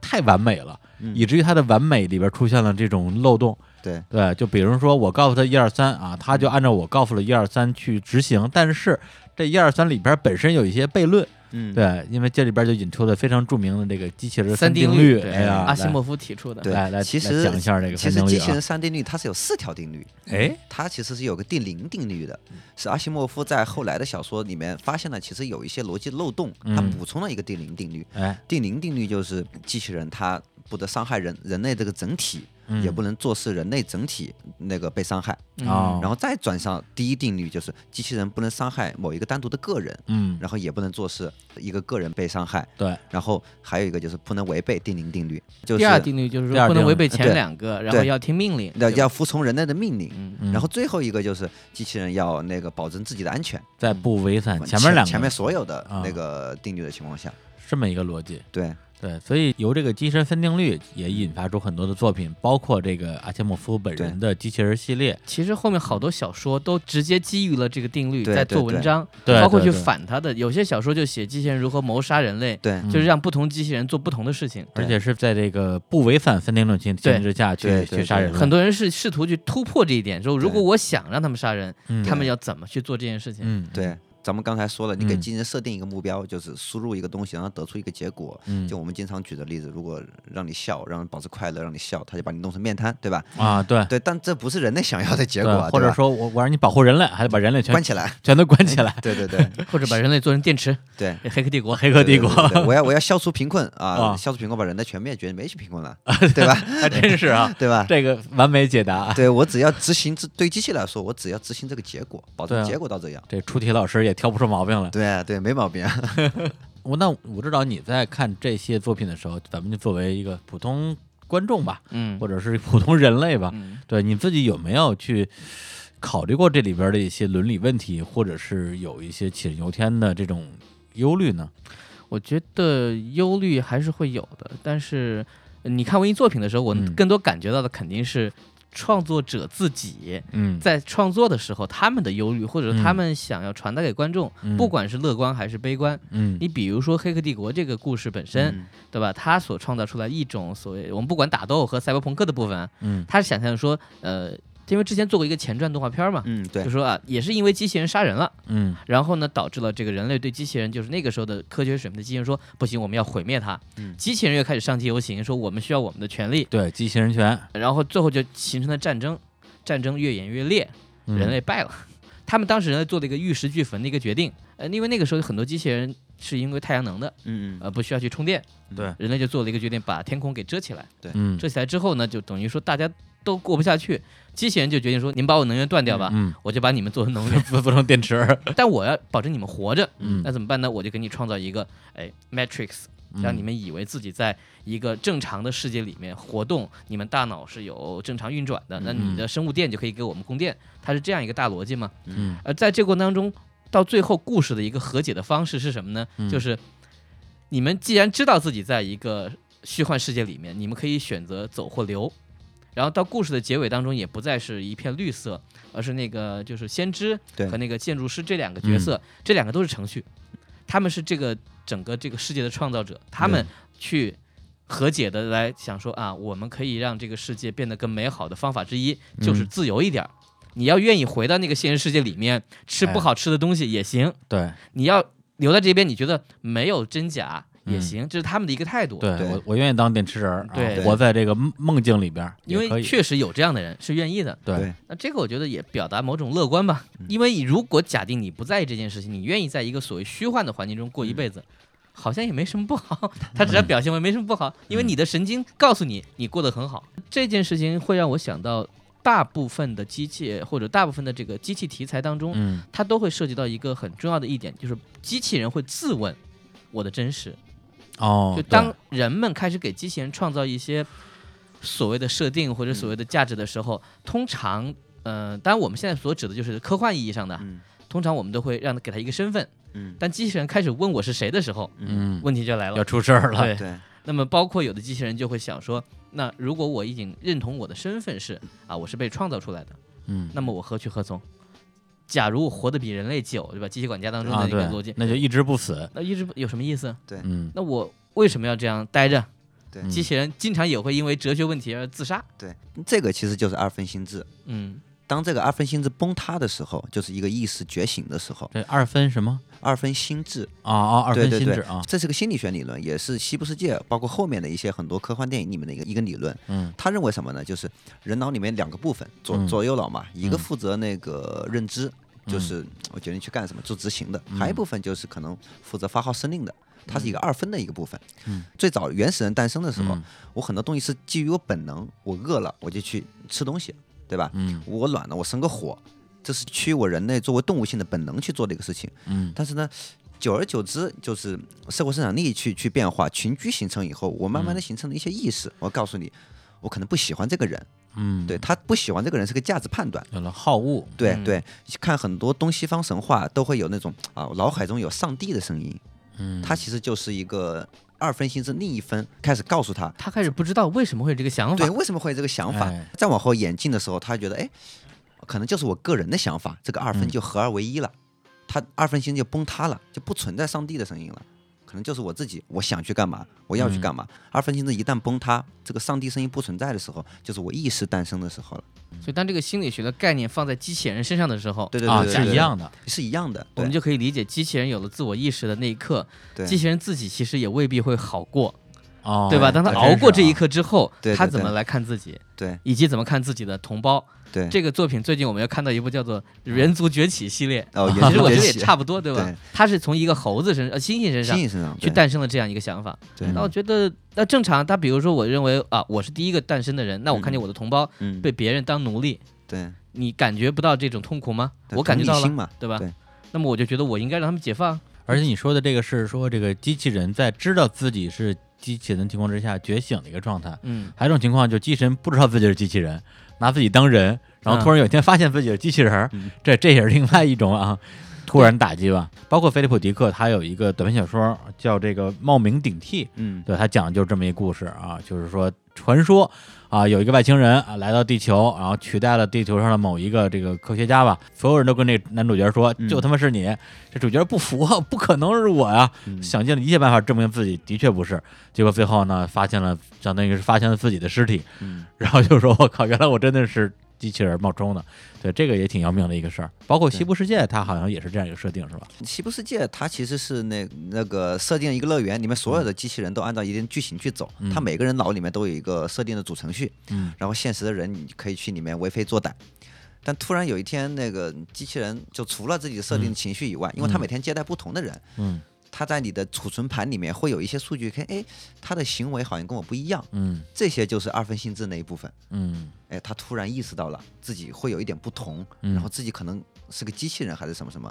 Speaker 1: 太完美了，
Speaker 5: 嗯
Speaker 1: 以至于它的完美里边出现了这种漏洞。
Speaker 5: 对
Speaker 1: 对，就比如说我告诉他一二三啊，他就按照我告诉了一二三去执行，但是这一二三里边本身有一些悖论，
Speaker 5: 嗯
Speaker 1: 对，因为这里边就引出了非常著名的这个机器人
Speaker 4: 三
Speaker 1: 定
Speaker 4: 定律，对
Speaker 1: 哎呀，
Speaker 4: 阿西
Speaker 1: 来
Speaker 4: 莫夫提出的。
Speaker 5: 对
Speaker 1: 来来
Speaker 5: 其
Speaker 1: 来
Speaker 5: 实
Speaker 1: 讲一下这个
Speaker 5: 其
Speaker 1: 三
Speaker 5: 实
Speaker 1: 定律
Speaker 5: 机器
Speaker 1: 啊
Speaker 5: 人，三定律它是有四条定律，
Speaker 1: 哎，
Speaker 5: 它其实是有个第零定律的，
Speaker 1: 嗯
Speaker 5: 是阿西莫夫在后来的小说里面发现了，其实有一些逻辑漏洞，他
Speaker 1: 嗯
Speaker 5: 补充了一个第零定律。
Speaker 1: 哎，
Speaker 5: 第零定律就是机器人它不得伤害人人类这个整体，
Speaker 1: 嗯
Speaker 5: 也不能坐视人类整体那个被伤害。
Speaker 4: 嗯
Speaker 1: 啊，
Speaker 5: 然后再转向第一定律，就是机器人不能伤害某一个单独的个人，
Speaker 1: 嗯，
Speaker 5: 然后也不能坐视一个个人被伤害。
Speaker 1: 对，
Speaker 5: 然后还有一个就是不能违背第零定律，就是
Speaker 4: 第二定律就是
Speaker 1: 第二
Speaker 4: 说不能
Speaker 1: 定哎
Speaker 4: 违背前
Speaker 5: 对
Speaker 4: 两个，然后
Speaker 5: 对
Speaker 4: 要听命令。
Speaker 5: 要
Speaker 4: 对吧
Speaker 5: 要服从人类的命令。
Speaker 4: 嗯，
Speaker 1: 嗯
Speaker 5: 然后最后一个就是机器人要那个保证自己的安全，
Speaker 1: 再不违反嗯前面两个
Speaker 5: 嗯前面所有的
Speaker 1: 啊
Speaker 5: 那个定律的情况下，
Speaker 1: 这么一个逻辑。
Speaker 5: 对
Speaker 1: 对，所以由这个机器人三定律也引发出很多的作品，包括这个阿西莫夫本人的机器人系列。
Speaker 4: 其实后面好多小说都直接基于了这个定律
Speaker 5: 对
Speaker 4: 在
Speaker 5: 对
Speaker 4: 做文
Speaker 5: 对
Speaker 4: 章，
Speaker 1: 对
Speaker 4: 包括
Speaker 1: 对
Speaker 4: 去
Speaker 1: 对
Speaker 4: 反它的。有些小说就写机器人如何谋杀人类，
Speaker 1: 嗯
Speaker 5: 对
Speaker 4: 就是让不同机器人做不同的事情。
Speaker 1: 而且是在这个不违反三定律前前提之下去
Speaker 5: 对
Speaker 1: 去
Speaker 5: 对
Speaker 1: 杀
Speaker 5: 对
Speaker 1: 人的，
Speaker 4: 很多人是试图去突破这一点，说如果
Speaker 5: 对
Speaker 4: 我想让他们杀人，
Speaker 1: 嗯
Speaker 4: 他们要怎么去做这件事情？
Speaker 1: 嗯
Speaker 5: 对。咱们刚才说了，你给
Speaker 1: 嗯
Speaker 5: 机器人设定一个目标，就是输入一个东西，让它得出一个结果。
Speaker 1: 嗯
Speaker 5: 就我们经常举的例子，如果让你笑，让人保持快乐，让你笑，它就把你弄成面瘫，对吧？
Speaker 1: 啊对
Speaker 5: 对，但这不是人类想要的结果
Speaker 1: 对
Speaker 5: 啊，
Speaker 1: 或
Speaker 5: 对
Speaker 1: 者
Speaker 5: 吧
Speaker 1: 说我我让你保护人类，还得把人类全
Speaker 5: 关起来。。
Speaker 1: 全都关起来
Speaker 5: [laughs] 对对对
Speaker 1: [laughs]
Speaker 4: 或者把人类做成电池，
Speaker 5: 对。
Speaker 4: 黑客帝国。
Speaker 1: 黑客帝国，
Speaker 5: 对对对对我要我要消除贫困
Speaker 1: 啊
Speaker 5: 啊！消除贫困，把人类全灭绝，没去贫困了，对吧？
Speaker 1: [laughs] [laughs] 还真是啊，
Speaker 5: 对吧？
Speaker 1: 这个完美解答。
Speaker 5: 对我只要执行这，对机器来说，我只要执行这个结果，保
Speaker 1: 对啊
Speaker 5: 证结果到这样。
Speaker 1: 这出题老师也挑不出毛病来。
Speaker 5: 对啊对，没毛病。
Speaker 1: 我那我知道你在看这些作品的时候，咱们就作为一个普通观众吧，
Speaker 4: 嗯
Speaker 1: 或者是普通人类吧，
Speaker 4: 嗯，
Speaker 1: 对你自己有没有去考虑过这里边的一些伦理问题，或者是有一些杞人忧天的这种忧虑呢？
Speaker 4: 我觉得忧虑还是会有的，但是呃你看文艺作品的时候，我
Speaker 1: 嗯
Speaker 4: 更多感觉到的肯定是创作者自己。
Speaker 1: 嗯，
Speaker 4: 在创作的时候，他们的忧虑，或者说他
Speaker 1: 嗯
Speaker 4: 们想要传达给观众，
Speaker 1: 嗯
Speaker 4: 不管是乐观还是悲观，
Speaker 1: 嗯
Speaker 4: 你比如说《黑客帝国》这个故事本身，
Speaker 5: 嗯
Speaker 4: 对吧？它所创造出来一种所谓我们不管打斗和赛博朋克的部分，啊
Speaker 1: 嗯
Speaker 4: 它是想象说，呃，因为之前做过一个前传动画片嘛，
Speaker 5: 嗯，对
Speaker 4: 就，说啊，也是因为机器人杀人了，
Speaker 1: 嗯
Speaker 4: 然后呢，导致了这个人类对机器人，就是那个时候的科学水平的机器人说不行，我们要毁灭它。
Speaker 5: 嗯
Speaker 4: 机器人又开始上街游行，说我们需要我们的权利，
Speaker 1: 对，机器人权，
Speaker 4: 然后最后就形成了战争，战争越演越烈，
Speaker 1: 嗯
Speaker 4: 人类败了。 [laughs] 他们当时呢做了一个玉石俱焚的一个决定，呃，因为那个时候很多机器人是因为太阳能的，
Speaker 5: 嗯
Speaker 4: 呃，不需要去充电，
Speaker 1: 对，
Speaker 4: 人类就做了一个决定，把天空给遮起来。
Speaker 1: 嗯，
Speaker 4: 遮起来之后呢，就等于说大家都过不下去，机器人就决定说，您把我能源断掉吧，
Speaker 1: 嗯，，
Speaker 4: 我就把你们做成能
Speaker 1: [laughs]
Speaker 4: 源
Speaker 1: 做做成电池，
Speaker 4: 但我要保证你们活着，
Speaker 1: 嗯
Speaker 4: 那怎么办呢？我就给你创造一个哎 Matrix，让
Speaker 1: 嗯
Speaker 4: 你们以为自己在一个正常的世界里面活动，你们大脑是有正常运转的，那你的生物电就可以给我们供电，它是这样一个大逻辑嘛？
Speaker 1: 嗯，
Speaker 4: 而在这个过程当中，到最后故事的一个和解的方式是什么呢？
Speaker 1: 嗯
Speaker 4: 就是你们既然知道自己在一个虚幻世界里面，你们可以选择走或留。然后到故事的结尾当中，也不再是一片绿色，而是那个就是先知
Speaker 5: 对
Speaker 4: 和那个建筑师这两个
Speaker 1: 嗯
Speaker 4: 角色，这两个都是程序，他们是这个整个这个世界的创造者，他们去和解的来想说啊，我们可以让这个世界变得更美好的方法之一就是
Speaker 1: 嗯
Speaker 4: 自由一点儿。你要愿意回到那个现实世界里面吃
Speaker 1: 哎
Speaker 4: 不好吃的东西也行，
Speaker 1: 对，
Speaker 4: 你要留在这边，你觉得没有真假也
Speaker 1: 嗯
Speaker 4: 行，这是他们的一个态度。
Speaker 1: 对
Speaker 5: 对
Speaker 1: 我我愿意当电池人儿，啊
Speaker 4: 对
Speaker 1: 活在这个梦梦境里边儿也
Speaker 4: 因
Speaker 1: 可
Speaker 4: 为
Speaker 1: 以，
Speaker 4: 确实有这样的人是愿意的。
Speaker 1: 对
Speaker 5: 对，
Speaker 4: 那这个我觉得也表达某种乐观吧，因为你如果假定你不在意这件事情，你愿意在一个所谓虚幻的环境中过一辈子，好像也没什么不好。他只要表现为没什么不好，因为你的神经告诉你你过得很好。这件事情会让我想到，大部分的机器或者大部分的这个机器题材当中，
Speaker 1: 嗯
Speaker 4: 它都会涉及到一个很重要的一点，就是机器人会自问我的真实。
Speaker 1: 哦，
Speaker 4: 就
Speaker 1: 对
Speaker 4: 当人们开始给机器人创造一些所谓的设定或者所谓的价值的时候，通常，呃，当然我们现在所指的就是科幻意义上的，啊
Speaker 5: 嗯
Speaker 4: 通常我们都会让他给他一个身份。
Speaker 5: 嗯
Speaker 4: 但机器人开始问我是谁的时候，
Speaker 1: 嗯
Speaker 4: 问题就来了
Speaker 1: 要。出事儿了，
Speaker 4: 对，
Speaker 5: 对，
Speaker 4: 那么包括有的机器人就会想说，那如果我已经认同我的身份是啊，我是被创造出来的，
Speaker 1: 嗯
Speaker 4: 那么我何去何从？假如我活得比人类久，对吧？机器管家当中
Speaker 1: 啊
Speaker 4: 的那
Speaker 1: 对
Speaker 4: 个逻辑，，
Speaker 1: 那就一直不死，
Speaker 4: 那一直不有什么意思？
Speaker 1: 嗯
Speaker 4: 那我为什么要这样待着？
Speaker 5: 对
Speaker 4: 机器人经常也会因为哲学问题而自杀。
Speaker 5: 这个其实就是二分心智。
Speaker 4: 嗯，
Speaker 5: 当这个二分心智崩塌的时候，就是一个意识觉醒的时候。
Speaker 1: 这二分什么
Speaker 5: 二分心智，
Speaker 1: 啊啊二
Speaker 5: 对
Speaker 1: 分
Speaker 5: 对
Speaker 1: 心
Speaker 5: 对
Speaker 1: 智啊，
Speaker 5: 这是个心理学理论，也是西部世界包括后面的一些很多科幻电影里面的一个一个理论。
Speaker 1: 嗯
Speaker 5: 他认为什么呢？就是人脑里面两个部分，左、
Speaker 1: 嗯
Speaker 5: 左右脑嘛，一
Speaker 1: 嗯
Speaker 5: 个负责那个认知，
Speaker 1: 嗯
Speaker 5: 就是我决定去干什么，做执行的；
Speaker 1: 嗯
Speaker 5: 还有一部分就是可能负责发号施令的，它是一个二分的一个部分。
Speaker 1: 嗯
Speaker 5: 最早原始人诞生的时候，
Speaker 1: 嗯
Speaker 5: 我很多东西是基于我本能，我饿了我就去吃东西，对吧？
Speaker 1: 嗯
Speaker 5: 我暖了我生个火，这是趋于我人类作为动物性的本能去做的一个事情。
Speaker 1: 嗯
Speaker 5: 但是呢，久而久之，就是社会生产力去去变化，群居形成以后，我慢慢的形成了一些意识。我告诉你，我可能不喜欢这个人，
Speaker 1: 嗯，
Speaker 5: 对他不喜欢这个人是个价值判断。
Speaker 1: 有了好恶，
Speaker 5: 对
Speaker 4: 嗯
Speaker 5: 对，看很多东西方神话都会有那种啊，脑海中有上帝的声音，
Speaker 1: 嗯，
Speaker 5: 他其实就是一个二分心智，另一分开始告诉他，
Speaker 4: 他开始不知道为什么会有这个想法
Speaker 5: 对，。为什么会有这个想法
Speaker 1: 哎？
Speaker 5: 再往后演进的时候，他觉得，哎，可能就是我个人的想法，这个二分
Speaker 1: 嗯
Speaker 5: 就合二为一了，他二分心就崩塌了，就不存在上帝的声音了，可能就是我自己，我想去干嘛，我要去干嘛。
Speaker 4: 嗯
Speaker 5: 二分心智一旦崩塌，这个上帝声音不存在的时候，就是我意识诞生的时候了。
Speaker 4: 所以当这个心理学的概念放在机器人身上的时候，
Speaker 5: 对对
Speaker 1: 啊
Speaker 5: 对对
Speaker 1: 是一，样的，
Speaker 5: 对是一样的。
Speaker 4: 我
Speaker 5: 对
Speaker 4: 们就可以理解机器人有了自我意识的那一刻，
Speaker 5: 对
Speaker 4: 机器人自己其实也未必会好过，
Speaker 1: 哦，
Speaker 4: 对吧？当他
Speaker 1: 还真
Speaker 4: 熬
Speaker 1: 是
Speaker 4: 过这一
Speaker 1: 啊，
Speaker 4: 刻之后，
Speaker 5: 对对
Speaker 4: 他怎么
Speaker 5: 对
Speaker 4: 来看自己，
Speaker 5: 对
Speaker 4: 以及怎么看自己的同胞？
Speaker 5: 对，
Speaker 4: 这个作品最近我们又看到一部叫做《人族崛起》系列， [laughs]
Speaker 5: 哦，
Speaker 4: 其实我觉得也
Speaker 5: 也
Speaker 4: 差不多，对吧
Speaker 5: 对？
Speaker 4: 他是从一个猴子身呃猩猩身
Speaker 5: 猩
Speaker 4: 上
Speaker 5: 猩身上
Speaker 4: 去
Speaker 5: 带
Speaker 4: 诞生了这样一个想法。
Speaker 5: 对
Speaker 1: 嗯
Speaker 4: 那我觉得，那正常，他比如说，我认为啊，我是第一个诞生的人，那我看见
Speaker 5: 嗯
Speaker 4: 我的同胞
Speaker 5: 嗯
Speaker 4: 被别人当奴隶，
Speaker 5: 对，
Speaker 4: 你感觉不到这种痛苦吗？
Speaker 5: 对
Speaker 4: 我感觉到
Speaker 5: 同理心
Speaker 4: 了
Speaker 5: 嘛，
Speaker 4: 对吧？
Speaker 5: 对
Speaker 4: 那么我就觉得我应该让他们解放。
Speaker 1: 而且你说的这个是说这个机器人在知道自己是机器人的情况之下觉醒的一个状态，
Speaker 4: 嗯，
Speaker 1: 还有一种情况，就机器人不知道自己是机器人，拿自己当人，然后突然有一天发现自己是机器人儿，
Speaker 5: 嗯
Speaker 1: [laughs] 这这也是另外一种啊，突然打击吧。包括菲利普·迪克，他有一个短篇小说叫这个《冒名顶替》，
Speaker 5: 嗯
Speaker 1: 对他讲的就是这么一故事啊，就是说传说啊，有一个外星人啊来到地球，然后取代了地球上的某一个这个科学家吧，所有人都跟这男主角说，
Speaker 5: 嗯
Speaker 1: 就他妈是你，这主角不服，不可能是我呀，
Speaker 5: 嗯
Speaker 1: 想尽了一切办法证明自己的确不是，结果最后呢，发现了相当于是发现了自己的尸体，
Speaker 5: 嗯
Speaker 1: 然后就说我靠，原来我真的是。机器人冒充的，对这个也挺要命的一个事儿，包括《西部世界》，它好像也是这样一个设定，是吧？
Speaker 5: 西部世界它其实是那那个设定一个乐园，里面所有的机器人都按照一定剧情去走，
Speaker 1: 嗯
Speaker 5: 它每个人脑里面都有一个设定的主程序，
Speaker 1: 嗯
Speaker 5: 然后现实的人你可以去里面为非作歹。但突然有一天，那个机器人就除了自己设定的情绪以外，因为它每天接待不同的人，
Speaker 1: 嗯
Speaker 5: 它在你的储存盘里面会有一些数据，看，哎，它的行为好像跟我不一样，
Speaker 1: 嗯
Speaker 5: 这些就是二分心智那一部分。
Speaker 1: 嗯
Speaker 5: 哎，他突然意识到了自己会有一点不同，
Speaker 1: 嗯
Speaker 5: 然后自己可能是个机器人还是什么什么，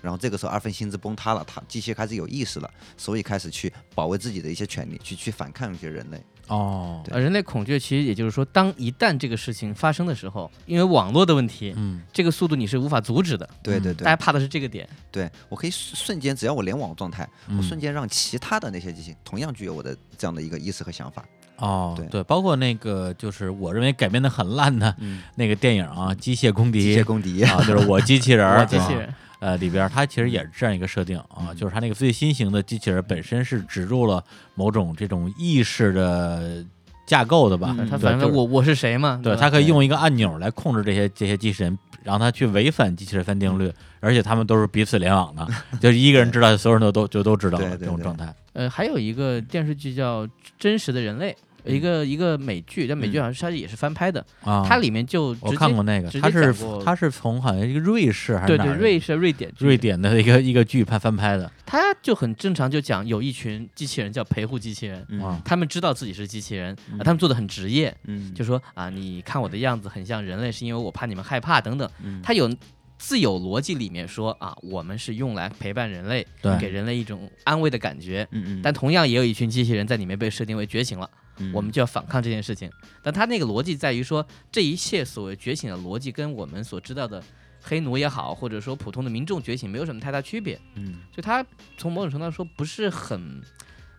Speaker 5: 然后这个时候二分心智崩塌了，他机器开始有意识了，所以开始去保卫自己的一些权利，去去反抗一些人类。
Speaker 1: 哦，
Speaker 5: 对
Speaker 4: 呃，人类恐惧其实也就是说，当一旦这个事情发生的时候，因为网络的问题，
Speaker 1: 嗯
Speaker 4: 这个速度你是无法阻止的。
Speaker 5: 对对
Speaker 4: 大家
Speaker 5: 对，
Speaker 4: 怕的是这个点，
Speaker 5: 对我可以瞬瞬间，只要我联网状态，
Speaker 1: 嗯
Speaker 5: 我瞬间让其他的那些机器同样具有我的这样的一个意识和想法。
Speaker 1: 哦
Speaker 5: 对
Speaker 1: 对，包括那个就是我认为改编的很烂的
Speaker 5: 嗯，
Speaker 1: 那个电影啊，《机械公敌
Speaker 5: 机》械公敌，
Speaker 1: 啊，就是我机器人儿，
Speaker 4: 我机器
Speaker 1: 啊
Speaker 4: 人，
Speaker 1: 呃，里边儿它其实也是这样一个设定
Speaker 5: 嗯
Speaker 1: 啊，就是它那个最新型的机器人本身是植入了某种这种意识的架构的吧？
Speaker 5: 嗯
Speaker 4: 呃他
Speaker 1: 对
Speaker 4: 反
Speaker 1: 就
Speaker 4: 正
Speaker 1: 是
Speaker 4: 我我是谁嘛？
Speaker 1: 对，
Speaker 4: 吧
Speaker 1: 它可以用一个按钮来控制这些这些机器人，让它去违反机器人三定
Speaker 5: 嗯
Speaker 1: 律，而且他们都是彼此联网的，就是一个人知道，所有人都都就都知道
Speaker 5: 对
Speaker 1: 了
Speaker 5: 对
Speaker 1: 这种
Speaker 5: 对
Speaker 1: 状态。
Speaker 4: 呃，还有一个电视剧叫《真实的人类》，一个一个美剧，但美剧好像是它也是翻拍的，
Speaker 1: 嗯啊，
Speaker 4: 它里面就直
Speaker 1: 我
Speaker 4: 接
Speaker 1: 看过那个，
Speaker 4: 直
Speaker 1: 它
Speaker 4: 接
Speaker 1: 是
Speaker 4: 讲过
Speaker 1: 它是从好像一个瑞士还是
Speaker 4: 对
Speaker 1: 哪
Speaker 4: 对
Speaker 1: 儿的
Speaker 4: 瑞士瑞典剧
Speaker 1: 瑞，典的一个一个剧拍翻拍的
Speaker 4: 它就很正常，就讲有一群机器人叫陪护机器人，
Speaker 1: 啊
Speaker 5: 嗯，
Speaker 4: 他们知道自己是机器人，
Speaker 1: 嗯
Speaker 4: 啊他们做的很职业，
Speaker 5: 嗯，
Speaker 4: 就说啊，你看我的样子很像人类，是因为我怕你们害怕等等。
Speaker 5: 嗯
Speaker 4: 他有自有逻辑里面说啊，我们是用来陪伴人类，
Speaker 1: 对
Speaker 4: 给人类一种安慰的感觉。
Speaker 5: 嗯嗯，
Speaker 4: 但同样也有一群机器人在里面被设定为觉醒了，
Speaker 5: 嗯
Speaker 4: 我们就要反抗这件事情。但他那个逻辑在于说，这一切所谓觉醒的逻辑跟我们所知道的黑奴也好，或者说普通的民众觉醒没有什么太大区别，
Speaker 5: 嗯
Speaker 4: 所以他从某种程度上说不是很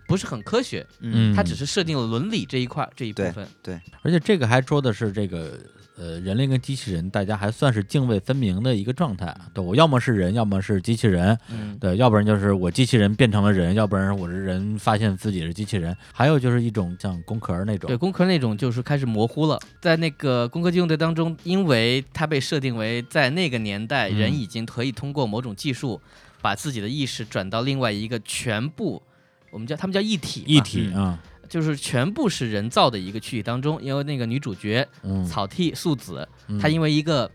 Speaker 4: 不是很科学，
Speaker 1: 嗯，
Speaker 4: 他只是设定了伦理这一块这一部分。
Speaker 1: 而且这个还说的是这个呃，人类跟机器人大家还算是泾渭分明的一个状态。啊对我要么是人，要么是机器人，
Speaker 4: 嗯，
Speaker 1: 对，要不然就是我机器人变成了人，要不然我是人发现自己是机器人。还有就是一种像工壳儿那种
Speaker 4: 对，，工科那种就是开始模糊了。在那个《工科机动队》当中，因为它被设定为在那个年代，
Speaker 1: 嗯
Speaker 4: 人已经可以通过某种技术，把自己的意识转到另外一个全部，我们叫他们叫一体嘛，
Speaker 1: 一体啊，
Speaker 4: 就是全部是人造的一个区域当中。因为那个女主角
Speaker 1: 嗯，
Speaker 4: 草剃素子，
Speaker 1: 嗯
Speaker 4: 她因为一个。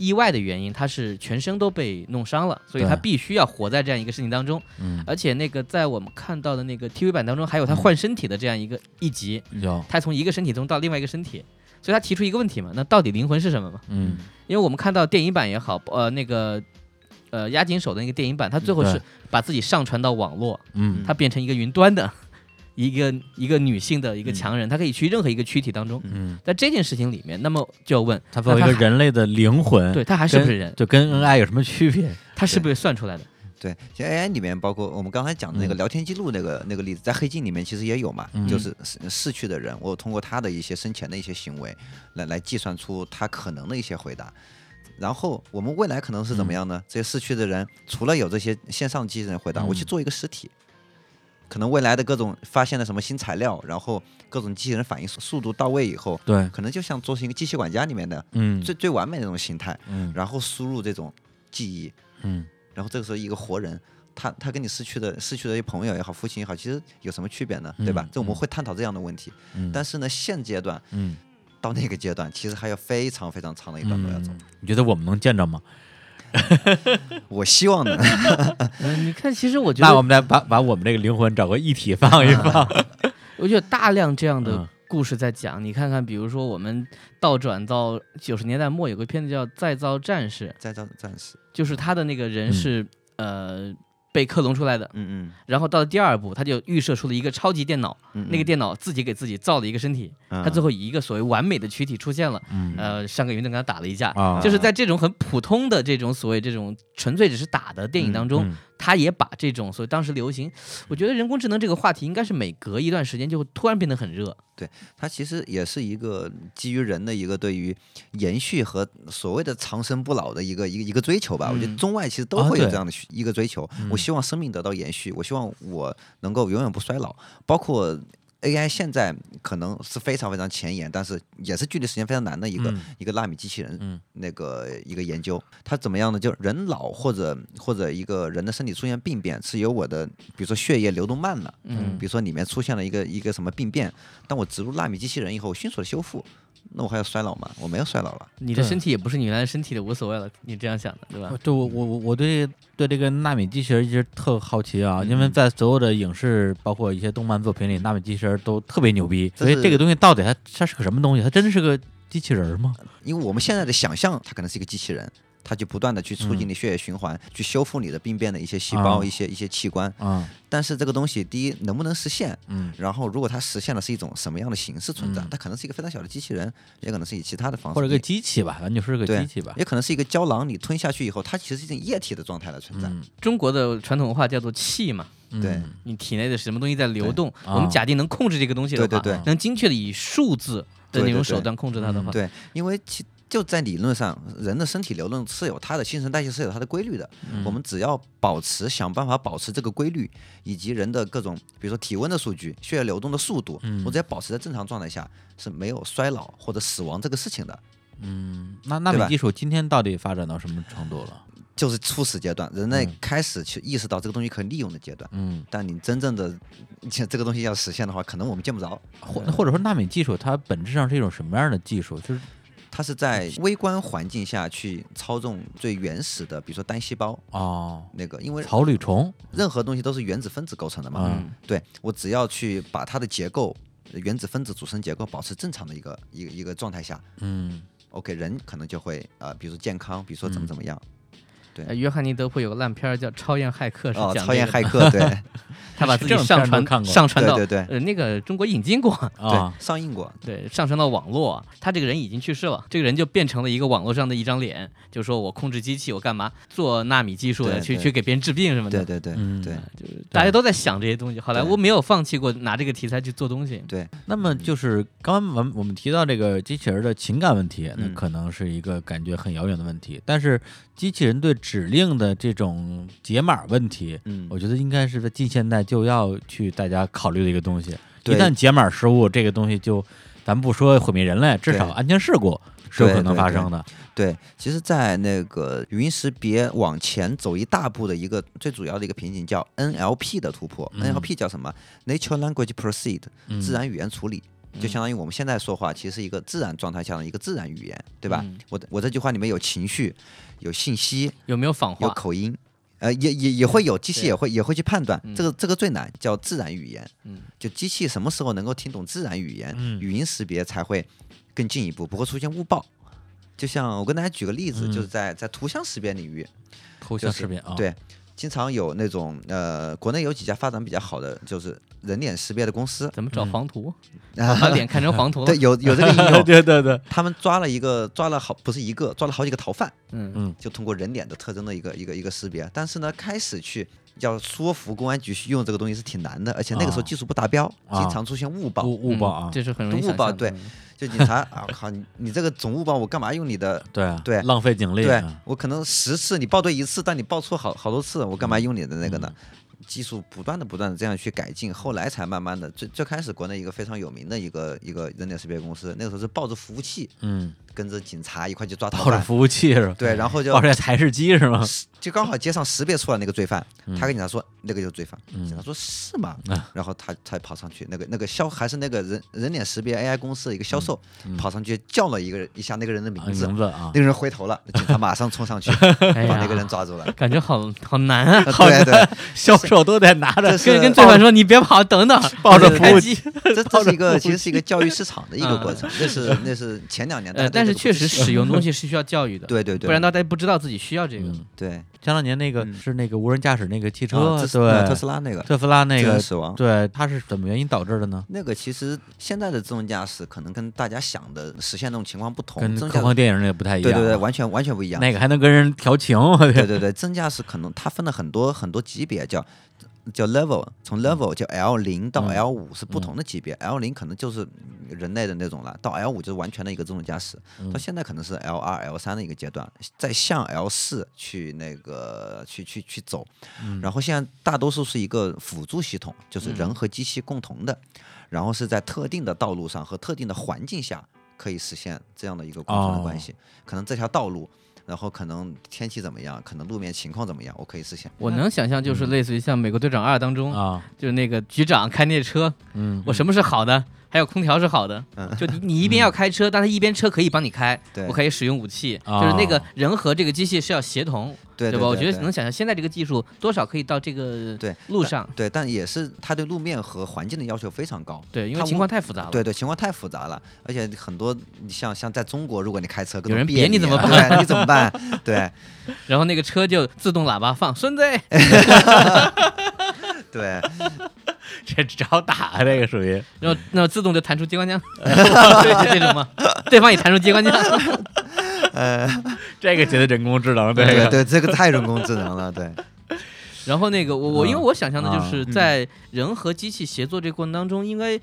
Speaker 4: 意外的原因，她是全身都被弄伤了，所以
Speaker 1: 对
Speaker 4: 她必须要活在这样一个事情当中。
Speaker 1: 嗯
Speaker 4: 而且那个在我们看到的那个 TV 版当中，还有她换身体的这样一个一集，
Speaker 1: 有
Speaker 4: 他从一个身体中到另外一个身体，所以他提出一个问题嘛，那到底灵魂是什么嘛？
Speaker 1: 嗯
Speaker 4: 因为我们看到电影版也好，呃，那个呃押井守的那个电影版，他最后
Speaker 1: 嗯
Speaker 4: 是把自己上传到网络，
Speaker 1: 嗯
Speaker 4: 他变成一个云端的 [laughs] 一个一个女性的一个强人，她可以去任何一个躯体当中。
Speaker 1: 嗯，
Speaker 4: 在这件事情里面，那么就要问，
Speaker 1: 它作为一
Speaker 4: 那
Speaker 1: 个
Speaker 4: 它
Speaker 1: 人类的灵魂，
Speaker 4: 对，她还
Speaker 1: 跟，
Speaker 4: 是不是人？
Speaker 1: 就跟恩爱有什么区别？
Speaker 4: 她是不是算出
Speaker 1: [laughs]
Speaker 4: 来的？
Speaker 5: 对，其实 AI 里面包括我们刚才讲的那个
Speaker 1: 嗯
Speaker 5: 聊天记录那个、那个例子，在黑镜里面其实也有嘛，
Speaker 1: 嗯
Speaker 5: 就是逝逝去的人，我通过他的一些生前的一些行为来来计算出他可能的一些回答。然后我们未来可能是怎
Speaker 1: 嗯
Speaker 5: 么样呢？这些逝去的人除了有这些线上机器人回答，我去
Speaker 1: 嗯
Speaker 5: 做一个实体。可能未来的各种发现了什么新材料，然后各种机器人反应速速度到位以后，
Speaker 1: 对，
Speaker 5: 可能就像做成一个机器管家里面的
Speaker 1: 嗯
Speaker 5: 最最完美的那种形态，
Speaker 1: 嗯
Speaker 5: 然后输入这种记忆，
Speaker 1: 嗯
Speaker 5: 然后这个时候一个活人，他他跟你失去的失去的一朋友也好，父亲也好，其实有什么区别呢？对吧
Speaker 1: 嗯？
Speaker 5: 这我们
Speaker 1: 嗯
Speaker 5: 会探讨这样的问题。
Speaker 1: 嗯，
Speaker 5: 但是呢，现阶段
Speaker 1: 嗯。
Speaker 5: 到那个阶段，其实还有非常非常长的一段路要走。
Speaker 1: 嗯你觉得我们能见着吗？
Speaker 5: 我希望呢，
Speaker 4: 嗯，你看，其实我觉
Speaker 1: 那我
Speaker 4: 得，
Speaker 1: 们来把把我们这个灵魂找个一体放一放。 [laughs]
Speaker 4: 我觉得大量这样
Speaker 1: 嗯
Speaker 4: 的故事在讲，你看看，比如说我们倒转到九十年代末，有个片子叫《再造战士》，
Speaker 5: 在这暂时，
Speaker 4: 就是他的那个人
Speaker 1: 嗯
Speaker 4: 是、呃被克隆出来的，
Speaker 5: 嗯
Speaker 4: 然后到了第二部，他就预设出了一个超级电脑，
Speaker 5: 嗯嗯，
Speaker 4: 那个电脑自己给自己造了一个身体，
Speaker 5: 嗯，
Speaker 4: 他最后以一个所谓完美的躯体出现了，
Speaker 1: 嗯
Speaker 4: 呃，上个云顿给他打了一架。
Speaker 1: 啊，
Speaker 4: 就是在这种很普通的这种所谓这种纯粹只是打的电影当中，
Speaker 1: 嗯
Speaker 4: 他也把这种所谓当时流行，我觉得人工智能这个话题应该是每隔一段时间就会突然变得很热。
Speaker 5: 它其实也是一个基于人的一个对于延续和所谓的长生不老的一个一个一个追求吧。我觉得
Speaker 4: 嗯
Speaker 5: 中外其实都
Speaker 1: 啊
Speaker 5: 会有
Speaker 1: 对嗯
Speaker 5: 这样的需一个追求。我希望生命得到延续，我希望我能够永远不衰老，包括。AI 现在可能是非常非常前沿，但是也是距离时间非常难的一个、
Speaker 1: 嗯
Speaker 5: 一个纳米机器人、
Speaker 1: 嗯
Speaker 5: 那个一个研究，它怎么样呢？就人老或者或者一个人的身体出现病变，是由我的比如说血液流动慢了，
Speaker 4: 嗯
Speaker 5: 比如说里面出现了一个一个什么病变，当我植入纳米机器人以后，我迅速的修复。那我还要衰老吗？我没有衰老了。
Speaker 4: 你的
Speaker 1: 对
Speaker 4: 身体也不是你原来的身体的，无所谓了，你这样想的对吧？
Speaker 1: 呃对我我我我对对这个纳米机器人一直特好奇啊，因为在所有的影视包括一些动漫作品里，纳米机器人都特别牛逼，
Speaker 5: 这
Speaker 1: 所以这个
Speaker 5: 是
Speaker 1: 东西到底它它是个什么东西？它真的是个机器人吗？
Speaker 5: 因为我们现在的想象，它可能是一个机器人，它就不断的去促进
Speaker 1: 嗯
Speaker 5: 你血液循环，去修复你的病变的一些细胞、
Speaker 1: 啊
Speaker 5: 一些一些器官。
Speaker 1: [laughs] 啊，
Speaker 5: 但是这个东西，第一能不能实现？
Speaker 1: 嗯
Speaker 5: 然后，如果它实现了，是一种什么样的形式存在？
Speaker 1: 嗯
Speaker 5: 它可能是一个非常小的机器人，也可能是以其他的方式，
Speaker 1: 或者个机器吧，咱就说是个
Speaker 5: 对
Speaker 1: 机器吧。
Speaker 5: 也可能是一个胶囊，你吞下去以后，它其实是一种液体的状态的存在。
Speaker 1: 嗯，
Speaker 4: 中国的传统文化叫做气嘛，
Speaker 5: 对
Speaker 1: 嗯
Speaker 4: 你体内的什么东西在流
Speaker 5: 对
Speaker 4: 动，
Speaker 1: 啊
Speaker 4: 我们假定能控制这个东西的话，
Speaker 5: 对对对
Speaker 4: 能精确的以数字的
Speaker 5: 对
Speaker 4: 那
Speaker 5: 对
Speaker 4: 种
Speaker 5: 对嗯
Speaker 4: 手段控制它的
Speaker 1: 嗯
Speaker 4: 话，
Speaker 5: 对，因为其就在理论上，人的身体流动是有它的新陈代谢是有它的规律的。
Speaker 1: 嗯
Speaker 5: 我们只要保持，想办法保持这个规律，以及人的各种，比如说体温的数据、血液流动的速度，
Speaker 1: 嗯
Speaker 5: 我只要保持在正常状态下，是没有衰老或者死亡这个事情的。
Speaker 1: 嗯，那纳
Speaker 5: 对
Speaker 1: 米
Speaker 5: 吧
Speaker 1: 技术今天到底发展到什么程度了？
Speaker 5: 就是初始阶段，人类
Speaker 1: 嗯
Speaker 5: 开始去意识到这个东西可利用的阶段。
Speaker 1: 嗯，
Speaker 5: 但你真正的这个东西要实现的话，可能我们见不着。
Speaker 1: 或或者说纳米技术它本质上是一种什么样的技术？就是
Speaker 5: 它是在
Speaker 1: 嗯
Speaker 5: 微观环境下去操纵最原始的，比如说单细胞
Speaker 1: 哦，
Speaker 5: 那个，因为
Speaker 1: 草履虫，
Speaker 5: 任何东西都是原子分子构成的嘛。
Speaker 1: 嗯
Speaker 5: 对我只要去把它的结构，原子分子组成结构保持正常的一个一个一个状态下
Speaker 1: 嗯
Speaker 5: ，OK，人可能就会呃，比如说健康，比如说怎么怎么样。
Speaker 4: 呃约翰尼德普有个烂片儿叫《超验骇客》，是
Speaker 5: 哦，
Speaker 4: 讲
Speaker 5: 超
Speaker 4: 这
Speaker 5: 验
Speaker 4: 个
Speaker 5: 骇
Speaker 4: 的，
Speaker 5: 客，
Speaker 4: [laughs]
Speaker 5: 对
Speaker 4: 他把自己
Speaker 1: 这种片
Speaker 4: 上
Speaker 1: 儿都
Speaker 4: 传
Speaker 1: 看过
Speaker 4: 上传到
Speaker 5: 对对对
Speaker 4: 呃那个中国引进过， [laughs]
Speaker 1: 啊
Speaker 5: 对，，上映过。
Speaker 4: 对，上传到网络，他这个人已经去世了，这个人就变成了一个网络上的一张脸，就说我控制机器，我干嘛做纳米技术的，
Speaker 5: 对
Speaker 4: 去
Speaker 5: 对
Speaker 4: 去给别人治病什么的
Speaker 5: 对。对对
Speaker 1: 嗯
Speaker 5: 对
Speaker 4: 大家都在想这些东西，好莱
Speaker 5: 对
Speaker 4: 坞没有放弃过拿这个题材去做东西。
Speaker 5: 对，
Speaker 1: 那么就是刚刚我们我们提到这个机器人的情感问题，那
Speaker 5: 嗯
Speaker 1: 可能是一个感觉很遥远的问题。但是机器人对指令的这种解码问题，
Speaker 5: 嗯
Speaker 1: 我觉得应该是在近现代就要去大家考虑的一个东西。一
Speaker 5: 对
Speaker 1: 旦解码失误，这个东西就咱不说毁灭人类，至少
Speaker 5: 对
Speaker 1: 安全事故是有
Speaker 5: 对
Speaker 1: 可能
Speaker 5: 对
Speaker 1: 发
Speaker 5: 对
Speaker 1: 生的。
Speaker 5: 对，其实，在那个语音识别往前走一大步的一个最主要的一个瓶颈叫 NLP 的突破。
Speaker 1: 嗯
Speaker 5: NLP 叫什么？Natural Language Processed，
Speaker 1: 嗯
Speaker 5: 自然语言处理，就相当于我们现在说话，其实是一个自然状态下的一个自然语言，对吧？
Speaker 4: 嗯
Speaker 5: 我我这句话里面有情绪，有信息，
Speaker 4: 有没有仿
Speaker 5: 有
Speaker 4: 话？
Speaker 5: 口音，呃，也也也会有机器
Speaker 4: 对
Speaker 5: 也会也会去判断，
Speaker 4: 嗯
Speaker 5: 这个这个最难，叫自然语言。
Speaker 4: 嗯，
Speaker 5: 就机器什么时候能够听懂自然语言，
Speaker 1: 嗯
Speaker 5: 语音识别才会更进一步，不会出现误报。就像我跟大家举个例子，
Speaker 1: 嗯
Speaker 5: 就是在在图像识别领域，
Speaker 1: 图
Speaker 5: 就
Speaker 1: 像
Speaker 5: 是
Speaker 1: 识别
Speaker 4: 哦
Speaker 1: 啊，
Speaker 5: 对，经常有那种呃，国内有几家发展比较好的，就是人脸识别的公司，
Speaker 4: 怎么找
Speaker 1: 嗯，
Speaker 4: 黄图？
Speaker 5: 啊，
Speaker 4: 把脸看成黄图了。
Speaker 5: [laughs] 对，有有这个应
Speaker 1: [laughs]
Speaker 5: 用
Speaker 4: [laughs]
Speaker 1: 对对对，
Speaker 5: 他们抓了一个，抓了好不是一个，抓了好几个逃犯，
Speaker 4: 嗯，
Speaker 5: 就通过人脸的特征的一个一个一个识别。但是呢，开始去要说服公安局去用这个东西是挺难的，而且那个时候
Speaker 1: 啊
Speaker 5: 技术不达标，
Speaker 1: 啊
Speaker 5: 经常出现误报。
Speaker 1: 误误报啊
Speaker 4: 嗯，这是很容易
Speaker 5: 误报
Speaker 4: 想象的
Speaker 5: 对就警察啊，我靠，你你这个总误报，我干嘛用你的？
Speaker 1: 对啊，
Speaker 5: 对
Speaker 1: 浪费警力
Speaker 5: 对
Speaker 1: 啊，
Speaker 5: 我可能十次你报对一次，但你报错好好多次，我干嘛用你的那个呢？
Speaker 1: 嗯
Speaker 5: 技术不断的不断的这样去改进，后来才慢慢的最最开始国内一个非常有名的一个一个人脸识别公司，那个时候是抱着服务器
Speaker 1: 嗯，
Speaker 5: 跟着警察一块去抓逃
Speaker 1: 抱着
Speaker 5: 犯，
Speaker 1: 服务器是吧？
Speaker 5: 对，
Speaker 1: [laughs]
Speaker 5: 然后就
Speaker 1: 抱着台式机是吗？
Speaker 5: 就刚好街上识别出来那个罪犯，
Speaker 1: 嗯
Speaker 5: 他跟警察说那个就是罪犯，
Speaker 1: 嗯
Speaker 5: 警察说是吗
Speaker 1: 啊？
Speaker 5: 然后他才跑上去，那个那个销还是那个人人脸识别 AI 公司的一个销售
Speaker 1: 嗯嗯，
Speaker 5: 跑上去叫了一个人一下那个人的
Speaker 1: 啊
Speaker 5: 名字，
Speaker 1: 名字啊
Speaker 5: 那，个人回头了，警察马上冲
Speaker 1: [laughs]
Speaker 5: 上去
Speaker 4: 哎呀
Speaker 5: 把那个人抓住了。
Speaker 4: 感觉好好难啊！
Speaker 5: 啊对对， [laughs]
Speaker 1: 销售都得拿着
Speaker 5: 这是
Speaker 4: 跟跟罪犯说：“你别跑，等等，
Speaker 1: 抱着
Speaker 4: 我
Speaker 1: 服
Speaker 4: 开
Speaker 1: 务
Speaker 4: 机
Speaker 1: 器。
Speaker 5: 这这是一个其实是一个教育市场的一个
Speaker 4: 嗯
Speaker 5: 过程，那是那是前两年大
Speaker 4: 呃，
Speaker 5: 家
Speaker 4: 但
Speaker 5: 对这个不知，
Speaker 4: 是确实使用东西是需要教育的，
Speaker 5: [laughs] 对对对，
Speaker 4: 不然大家不知道自己需要这个。
Speaker 1: 嗯
Speaker 5: 对
Speaker 1: 前两年那个
Speaker 5: 嗯
Speaker 1: 是那个无人驾驶那个汽车，
Speaker 5: 啊这是
Speaker 1: 对
Speaker 5: 特斯拉那个
Speaker 1: 特斯拉那
Speaker 5: 致
Speaker 1: 个
Speaker 5: 人死亡，
Speaker 1: 对，它是什么原因导致的呢？
Speaker 5: 那个其实现在的自动驾驶可能跟大家想的实现那种情况不同，
Speaker 1: 跟
Speaker 5: 自动驾
Speaker 1: 科
Speaker 5: 驶
Speaker 1: 幻电影那个不太一样
Speaker 5: 对
Speaker 1: 啊。
Speaker 5: 对对，完全完全不一样。
Speaker 1: 那个还能跟人调
Speaker 5: [laughs]
Speaker 1: 情，我
Speaker 5: 对
Speaker 1: 对
Speaker 5: 对对，自动驾驶可能它分了很多很多级别，叫叫 level，从 level 叫 L 零到
Speaker 1: 嗯
Speaker 5: L 五是不同的级别、l 零可能就是人类的那种了，到 L 五就是完全的一个自动驾驶，
Speaker 1: 嗯
Speaker 5: 到现在可能是 L 二、L 三的一个阶段，再向 L 四去那个去去去走，然后现在大多数是一个辅助系统，
Speaker 4: 嗯
Speaker 5: 就是人和机器共同的，然后是在特定的道路上和特定的环境下可以实现这样的一个共同的
Speaker 1: 哦
Speaker 5: 关系，可能这条道路。然后可能天气怎么样，可能路面情况怎么样，我可以事先。
Speaker 4: 我能想象
Speaker 5: 嗯
Speaker 4: 就是类似于像《美国队长二》当中，
Speaker 1: 啊， [laughs]
Speaker 4: 就是那个局长开那车，
Speaker 1: 嗯，
Speaker 4: 我什么是好的？还有空调是好的，
Speaker 5: 嗯
Speaker 4: 就你你一边要开车，但他一边车可以帮你开，
Speaker 5: 对啊
Speaker 4: 我可以使用武器，
Speaker 1: 哦
Speaker 4: 就是那个人和这个机器是要协同，
Speaker 5: 对
Speaker 4: 吧？我觉
Speaker 5: 对
Speaker 4: 得
Speaker 5: 对
Speaker 4: 能想象现在这个技术多少可以到这个
Speaker 5: 对
Speaker 4: 路上，
Speaker 5: 对，但也是它对路面和环境的要求非常高。
Speaker 4: 对，因为
Speaker 5: 它
Speaker 4: 情况太复杂了。
Speaker 5: 对对，情况太复杂了，而且很多你像像在中国，如果你开车，各
Speaker 4: 有人
Speaker 5: 种啊
Speaker 4: 别你怎么
Speaker 5: 对你怎么办？ [laughs] 对
Speaker 4: 然后那个车就自动喇叭放孙
Speaker 5: [laughs]
Speaker 4: 子，
Speaker 5: 对，
Speaker 1: 这找打啊这个属于
Speaker 4: 然后那自动就弹出机关
Speaker 5: [laughs]
Speaker 4: 枪， [laughs] 对是这种吗？对方也弹出机关枪，
Speaker 1: 这个绝对人工智能，这
Speaker 5: 对
Speaker 1: 个
Speaker 5: 对，这个太人工智能了，对
Speaker 4: 然后那个我我因为
Speaker 1: 嗯
Speaker 4: 我想象的就
Speaker 1: 啊
Speaker 4: 是
Speaker 1: 嗯
Speaker 4: 在人和机器协作这过程当中，应该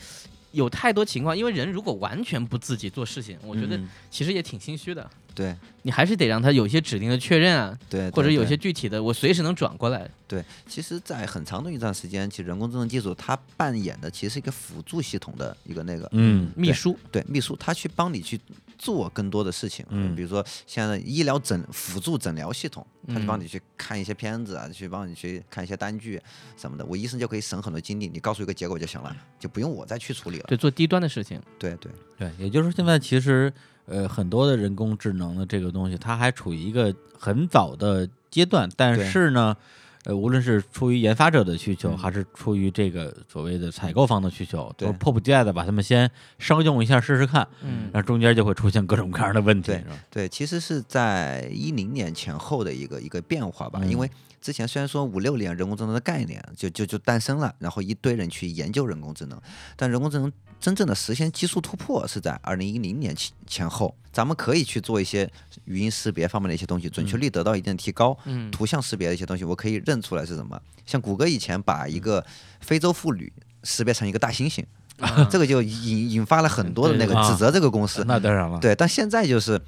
Speaker 4: 有太多情况，因为人如果完全不自己做事情，我觉得
Speaker 1: 嗯
Speaker 4: 其实也挺心虚的。
Speaker 5: 对
Speaker 4: 你还是得让他有一些指定的确认啊，
Speaker 5: 对，
Speaker 4: 或者
Speaker 5: 对
Speaker 4: 有
Speaker 5: 对
Speaker 4: 些具体的，我随时能转过来。
Speaker 5: 对，其实，在很长的一段时间，其实人工智能技术它扮演的其实是一个辅助系统的一个那个，
Speaker 1: 嗯
Speaker 4: 秘书，
Speaker 5: 对，秘书它去帮你去做更多的事情，
Speaker 1: 嗯
Speaker 5: 比如说现在的医疗诊辅助诊疗系统，它去帮
Speaker 4: 嗯
Speaker 5: 你去看一些片子啊，去帮你去看一些单据什么的，我医生就可以省很多精力，你告诉我一个结果就行了，就不用我再去处理了。
Speaker 4: 对，做低端的事情，
Speaker 5: 对对
Speaker 1: 对，也就是现在其实呃很多的人工智能的这个东西，它还处于一个很早的阶段，但
Speaker 5: 对
Speaker 1: 是呢。呃，无论是出于研发者的需求，
Speaker 5: 嗯
Speaker 1: 还是出于这个所谓的采购方的需求，都
Speaker 5: 对
Speaker 1: 迫不及待的把它们先商用一下试试看，
Speaker 4: 嗯，
Speaker 1: 那中间就会出现各种各样的问题，
Speaker 5: 对
Speaker 1: 是吧？
Speaker 5: 对，其实是在一零年前后的一个一个变化吧，
Speaker 1: 嗯
Speaker 5: 因为之前虽然说五六年人工智能的概念就就就诞生了，然后一堆人去研究人工智能，但人工智能真正的实现技术突破是在二零一零年前前后，咱们可以去做一些语音识别方面的一些东西，
Speaker 1: 嗯
Speaker 5: 准确率得到一定的提高。
Speaker 4: 嗯
Speaker 5: 图像识别的一些东西，我可以认出来是什么。像谷歌以前把一个非洲妇女识别成一个大猩猩，
Speaker 4: 啊
Speaker 5: 这个就引引发了很多的那个
Speaker 1: 对啊
Speaker 5: 指责这个公司。
Speaker 1: 那当然
Speaker 4: 啊
Speaker 1: 了，
Speaker 5: 对，但现在就是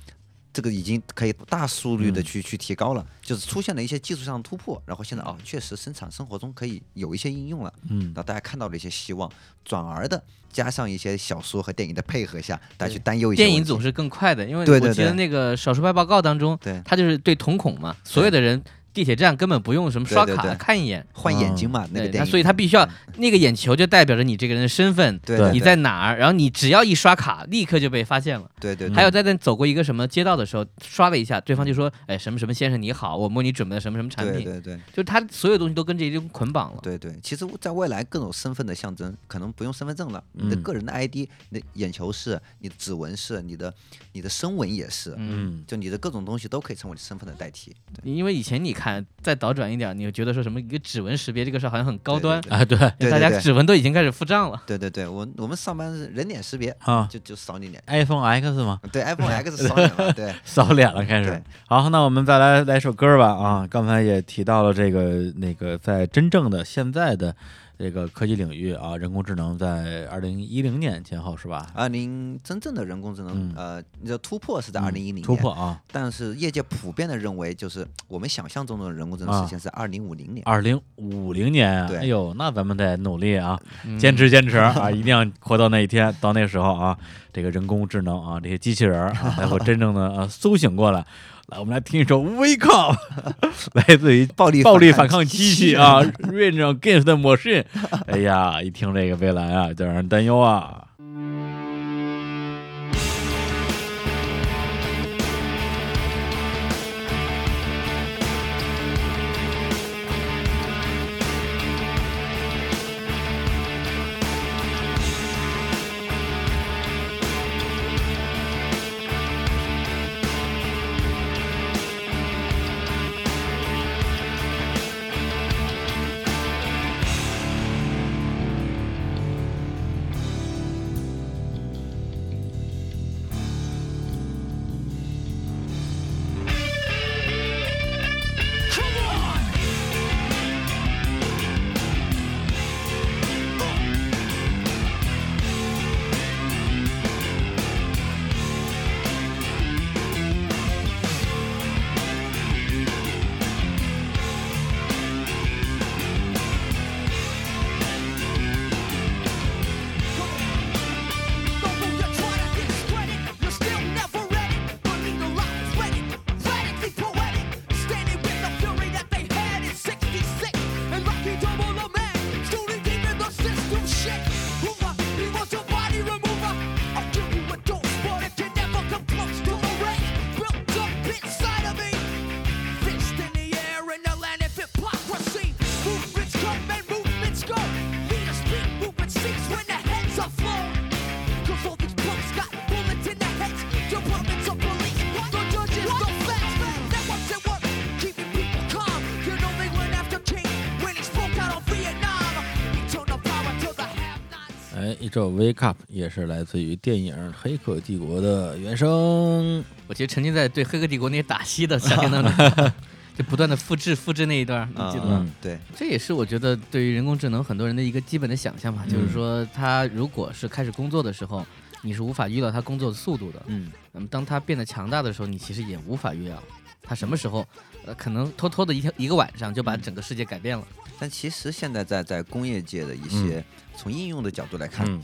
Speaker 5: 这个已经可以大速率
Speaker 4: 嗯
Speaker 5: 的去、去提高了，就是出现了一些技术上的突破，然后现在哦，确实生产生活中可以有一些应用了，
Speaker 1: 嗯
Speaker 5: 那大家看到了一些希望，转而的加上一些小说和电影的配合下，大家去担忧一些
Speaker 4: 电影
Speaker 5: 问题
Speaker 4: 总是更快的，因为
Speaker 5: 对
Speaker 4: 我
Speaker 5: 对
Speaker 4: 记
Speaker 5: 对
Speaker 4: 得那个《少数派报告》当中，
Speaker 5: 对
Speaker 4: 他就是对瞳孔嘛，所有的人地铁站根本不用什么
Speaker 5: 对
Speaker 4: 刷
Speaker 5: 对
Speaker 4: 卡
Speaker 5: 对
Speaker 4: 看一眼，
Speaker 5: 换眼睛嘛，那
Speaker 4: 嗯对
Speaker 5: 个电
Speaker 4: 那
Speaker 5: 影，嗯
Speaker 4: 所以他必须要那个眼球就代表着你这个人的身份，
Speaker 5: 对对
Speaker 4: 你
Speaker 5: 对
Speaker 4: 在哪儿，然后你只要一刷卡，立刻就被发现了。
Speaker 5: 对对对
Speaker 4: 还有在那走过一个什么街道的时候，刷了一下，对方就说：“哎，什么什么先生你好，我为你准备了什么什么产
Speaker 5: 对
Speaker 4: 品。
Speaker 5: 对对
Speaker 4: 就是他所有东西都跟这种捆绑了。
Speaker 5: 对对，其实在未来各种身份的象征，可能不用身份证了，你的
Speaker 1: 嗯
Speaker 5: 个人的 ID，你的眼球是，你的指纹是，你的你的声纹也是，
Speaker 1: 嗯，
Speaker 5: 就你的各种东西都可以成为身份的代替。对
Speaker 4: 因为以前你看再倒转一点，你就觉得说什么一个指纹识别这个事儿好像很高端，
Speaker 5: 对
Speaker 1: 啊对
Speaker 5: 对对
Speaker 4: 大家
Speaker 5: 对
Speaker 4: 指纹都已经开始付账了。
Speaker 5: 对对对，我我们上班是人脸识别，
Speaker 1: 啊
Speaker 5: 就就扫你脸，
Speaker 1: ，iPhone X 吗？
Speaker 5: 对 iPhone X 扫
Speaker 1: [laughs]
Speaker 5: 脸了，对
Speaker 1: 扫脸了，开始
Speaker 5: 对。
Speaker 1: 好，那我们再来来首歌吧。啊，刚才也提到了这个那个，在真正的现在的这个科技领域啊，人工智能在二零一零年前后是吧？
Speaker 5: 二零真正的人工智能
Speaker 1: 嗯，
Speaker 5: 呃，你的突破是在
Speaker 1: 嗯
Speaker 5: 二零一零
Speaker 1: 突破，啊，
Speaker 5: 但是业界普遍的认为，就是我们想象中的人工智
Speaker 1: 啊
Speaker 5: 能实现是二零五零年。
Speaker 1: 二零五零年啊。
Speaker 5: 对
Speaker 1: 哎呦，那咱们得努力啊，
Speaker 4: 嗯
Speaker 1: 坚持坚持啊，一定要活到那一天，到那时候啊，这个人工智能啊，这些机器人儿啊，才会真正的啊苏醒过来。来，我们来听一首《Wake Up》，来自于
Speaker 5: 暴力
Speaker 1: 暴力反抗机器啊 [laughs] ，Rage Against the Machine。哎呀，一听这个蔚蓝啊，就让人担忧啊。哎，一首《Wake Up》也是来自于电影《黑客帝国》的原声。
Speaker 4: 我其实沉浸在对《黑客帝国》那些打戏的想象当
Speaker 5: [laughs]
Speaker 4: 中，就不断的复制复制那一段儿，你记得吗？
Speaker 1: 嗯
Speaker 5: 对，
Speaker 4: 这也是我觉得对于人工智能很多人的一个基本的想象吧，
Speaker 1: 嗯
Speaker 4: 就是说它如果是开始工作的时候，你是无法预料它工作的速度的。
Speaker 1: 嗯，
Speaker 4: 那么当它变得强大的时候，你其实也无法预料它什么时候，呃，可能偷偷的一天一个晚上就把整个世界改变了。
Speaker 5: 但其实现在在在工业界的一些从应用的角度来看，
Speaker 1: 嗯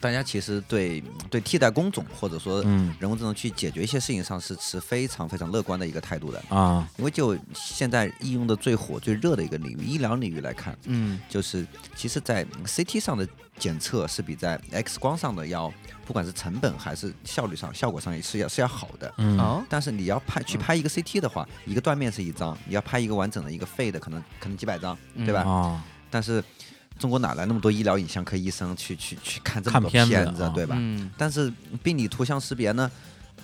Speaker 5: 大家其实对对替代工种或者说
Speaker 1: 嗯
Speaker 5: 人工智能去解决一些事情上是持非常非常乐观的一个态度的。
Speaker 1: 啊，
Speaker 5: 因为就现在应用的最火最热的一个领域，医疗领域来看，
Speaker 4: 嗯
Speaker 5: 就是其实，在 CT 上的检测是比在 X 光上的要，不管是成本还是效率上、效果上也是要是要好的。
Speaker 1: 嗯
Speaker 4: 哦，
Speaker 5: 但是你要拍去拍一个 CT 的话，一个断面是一张，你要拍一个完整的一个肺的，可能可能几百张，
Speaker 4: 嗯
Speaker 5: 对吧？
Speaker 1: 啊，
Speaker 5: 但是中国哪来那么多医疗影像科医生去去去看这么
Speaker 1: 看
Speaker 5: 多
Speaker 1: 片子
Speaker 5: 子，
Speaker 1: 啊
Speaker 5: 对吧？
Speaker 4: 嗯
Speaker 5: 但是病理图像识别呢，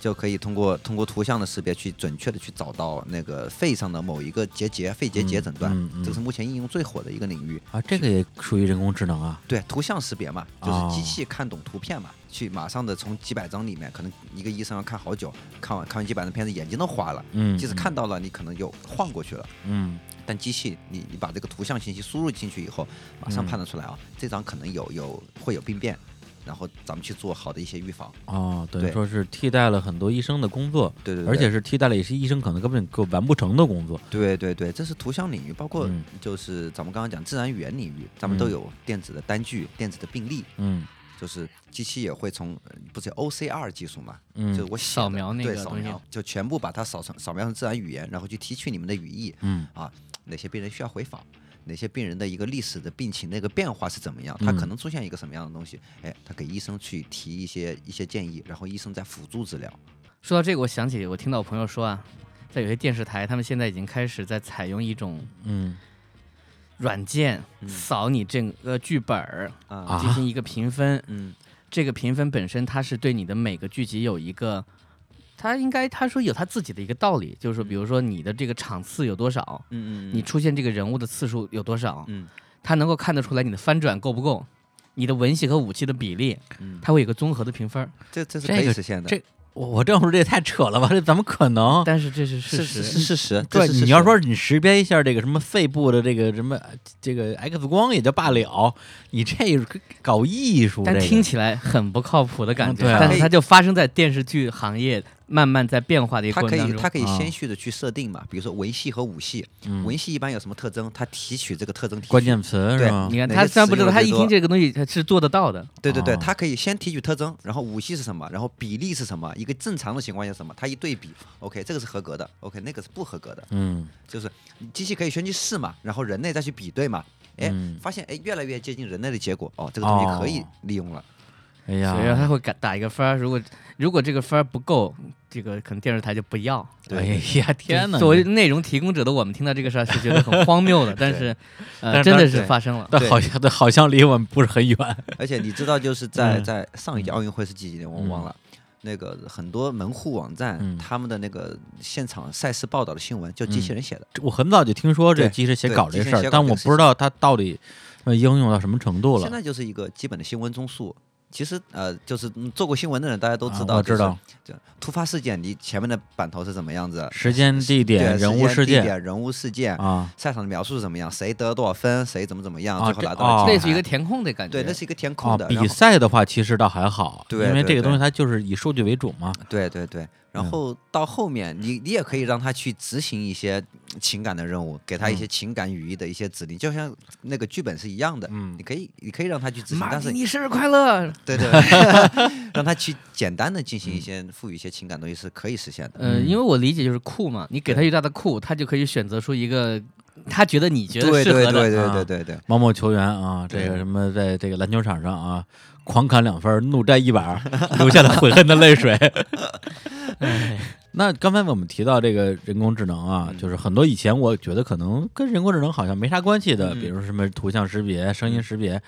Speaker 5: 就可以通过通过图像的识别去准确的去找到那个肺上的某一个结节肺结节诊断，
Speaker 1: 嗯嗯嗯
Speaker 5: 这个是目前应用最火的一个领域。
Speaker 1: 啊，这个也属于人工智能啊。
Speaker 5: 对，图像识别嘛，就是
Speaker 1: 哦
Speaker 5: 机器看懂图片嘛，去马上的从几百张里面，可能一个医生要看好久，看完看完几百张片子，眼睛都花了。
Speaker 1: 嗯，
Speaker 5: 即使看到了，你可能就晃过去了。
Speaker 1: 嗯，
Speaker 5: 但机器，你你把这个图像信息输入进去以后，马上
Speaker 1: 嗯
Speaker 5: 判断出来啊，这张可能有有会有病变，然后咱们去做好的一些预防。
Speaker 1: 嗯哦，等于
Speaker 5: 对
Speaker 1: 说是替代了很多医生的工作，
Speaker 5: 对对对，
Speaker 1: 而且是替代了一些医生可能根本就完不成的工作。
Speaker 5: 对对对，这是图像领域，包括
Speaker 1: 嗯
Speaker 5: 就是咱们刚刚讲自然语言领域，咱们都
Speaker 1: 嗯
Speaker 5: 有电子的单据、电子的病例，
Speaker 1: 嗯
Speaker 5: 就是机器也会从呃不是有 OCR 技术嘛，
Speaker 1: 嗯
Speaker 5: 就是我写
Speaker 4: 扫
Speaker 5: 的
Speaker 4: 描那
Speaker 5: 对
Speaker 4: 个
Speaker 5: 扫
Speaker 4: 东西
Speaker 5: 描，就全部把它扫成扫描成自然语言，然后去提取你们的语义，
Speaker 1: 嗯
Speaker 5: 啊，哪些病人需要回访。哪些病人的一个历史的病情的一个变化是怎么样？他可
Speaker 1: 嗯
Speaker 5: 能出现一个什么样的东西？哎，他给医生去提一些一些建议，然后医生再辅助治疗。
Speaker 4: 说到这个，我想起我听到我朋友说啊，在有些电视台，他们现在已经开始在采用一种
Speaker 1: 嗯
Speaker 4: 软件扫你整个剧本儿
Speaker 5: 啊，
Speaker 1: 啊
Speaker 4: 进行一个评分。
Speaker 5: 嗯，
Speaker 4: 这个评分本身它是对你的每个剧集有一个，它应该他说有他自己的一个道理，就是说，比如说你的这个场次有多少，
Speaker 5: 嗯
Speaker 4: 你出现这个人物的次数有多少，
Speaker 5: 嗯，
Speaker 4: 它能够看得出来你的翻转够不够，你的文戏和武器的比例，
Speaker 5: 嗯
Speaker 4: 它会有一个综合的评分儿。
Speaker 5: 这这是
Speaker 1: 这
Speaker 5: 可以
Speaker 1: 个
Speaker 5: 实现的，
Speaker 1: 这我我这样说这也太扯了吧？这怎么可能？
Speaker 4: 但是这是事
Speaker 5: 哦是
Speaker 4: 实，
Speaker 5: 是是事实。这
Speaker 1: 对，
Speaker 5: 是事
Speaker 1: 你要
Speaker 5: 实
Speaker 1: 说你识别一下这个什么肺部的这个什么这个 X 光也就罢了，你这搞艺术，
Speaker 4: 但
Speaker 1: 这个
Speaker 4: 听起来很不靠谱的感
Speaker 1: 嗯
Speaker 4: 觉。
Speaker 1: 对啊
Speaker 4: 但是它就发生在电视剧行业慢慢在变化的一个
Speaker 5: 它
Speaker 4: 过
Speaker 5: 可
Speaker 4: 程当
Speaker 5: 以，
Speaker 4: 中。
Speaker 5: 它可以
Speaker 1: 啊
Speaker 5: 先序的去设定嘛，比如说文戏和武戏，
Speaker 1: 嗯
Speaker 5: 文戏一般有什么特征，它提取这个特征提取
Speaker 1: 关，键词是
Speaker 5: 对
Speaker 1: 吗
Speaker 4: 你？看，
Speaker 5: 哪
Speaker 4: 他
Speaker 5: 个
Speaker 4: 虽然
Speaker 5: 词
Speaker 4: 不知
Speaker 5: 用
Speaker 4: 道，他
Speaker 5: 得最
Speaker 4: 一听
Speaker 5: 多
Speaker 4: 这个东西，他是做得到的。
Speaker 5: 对对对，
Speaker 1: 哦
Speaker 5: 它可以先提取特征，然后武戏是什么，然后比例是什么，一个正常的情况下是什么，它一对比，OK，这个是合格的，OK，那个是不合格的，
Speaker 1: 嗯
Speaker 5: 就是机器可以先去试嘛，然后人类再去比对嘛，哎
Speaker 1: 嗯，
Speaker 5: 发现哎越来越接近人类的结果，哦，这个东西可以
Speaker 1: 哦
Speaker 5: 利用了，
Speaker 1: 哎
Speaker 4: 所以说
Speaker 1: 呀，
Speaker 4: 他会打打一个分儿，如果如果这个分儿不够，这个可能电视台就不要。
Speaker 1: 哎呀，天哪！
Speaker 4: 作为内容提供者的我们，听到这个事儿是觉得很荒谬
Speaker 5: [laughs]
Speaker 4: 的，但是呃，真的是
Speaker 5: 对
Speaker 4: 发生了。
Speaker 1: 但
Speaker 5: 对
Speaker 1: 好像但好像离我们不是很远。
Speaker 5: 而且你知道，就是在
Speaker 1: 嗯
Speaker 5: 在上一届奥运会是几几年我
Speaker 1: 嗯
Speaker 5: 忘了，那个很多门户网
Speaker 1: 嗯嗯
Speaker 5: 站他们的那个现场赛事报道的新闻，就机器人写的。
Speaker 1: 我很早就听说这
Speaker 5: 对
Speaker 1: 即时写
Speaker 5: 对
Speaker 1: 稿
Speaker 5: 即
Speaker 1: 这
Speaker 5: 时
Speaker 1: 事儿
Speaker 5: 写，稿
Speaker 1: 但
Speaker 5: 这
Speaker 1: 我
Speaker 5: 个事
Speaker 1: 不知道它到底呃应用到什么程度了。
Speaker 5: 现在就是一个基本的新闻综述。其实呃，就是嗯做过新闻的人大家都知道，
Speaker 1: 啊我知道，
Speaker 5: 就突发事件，你前面的版头是怎么样子，
Speaker 1: 时间、地点、
Speaker 5: 对
Speaker 1: 人物、
Speaker 5: 时
Speaker 1: 事
Speaker 5: 间地
Speaker 1: 件
Speaker 5: 点、人物事件，
Speaker 1: 啊，
Speaker 5: 赛场的描述是怎么样，谁得多少分，谁怎么怎么样，
Speaker 1: 啊
Speaker 5: 最后
Speaker 1: 这
Speaker 5: 拿到了
Speaker 1: 哦
Speaker 5: 金
Speaker 4: 类
Speaker 5: 牌
Speaker 4: 似于一个填空的感觉。
Speaker 5: 对，那是一个填
Speaker 1: 哦
Speaker 5: 空的，，然
Speaker 1: 比
Speaker 5: 后
Speaker 1: 赛的话其实倒还好，
Speaker 5: 对
Speaker 1: 因为这
Speaker 5: 对
Speaker 1: 个东西
Speaker 5: 对
Speaker 1: 它就是以数据为主嘛。
Speaker 5: 对对对，然
Speaker 1: 嗯
Speaker 5: 后到后面你你也可以让他去执行一些情感的任务，给他一些情感语义的一些指令，就像那个剧本是一样的。
Speaker 1: 嗯
Speaker 5: 你可以你可以让他去执行，
Speaker 4: 马
Speaker 5: 但是
Speaker 4: 迪，你生日快乐！
Speaker 5: 对对，对让他去简单的进行一些赋予一些情感东西是可以实现的。
Speaker 4: 呃，因为我理解就是酷嘛，你给他越大的酷，他就可以选择出一个他觉得你觉得
Speaker 5: 对
Speaker 4: 适
Speaker 5: 对
Speaker 4: 合的
Speaker 5: 对。对
Speaker 1: 啊
Speaker 5: 对对对，
Speaker 1: 某某球员啊，
Speaker 5: 对
Speaker 1: 这个什么，在这个篮球场上啊，狂砍两分，怒摘一板， [laughs] 流下了悔恨的泪水。
Speaker 5: 哎
Speaker 1: [laughs] 那刚才我们提到这个人工智能
Speaker 5: 嗯
Speaker 1: 啊，就是很多以前我觉得可能跟人工智能好像没啥关系
Speaker 5: 嗯
Speaker 1: 的，比如什么图像识别、声音识别，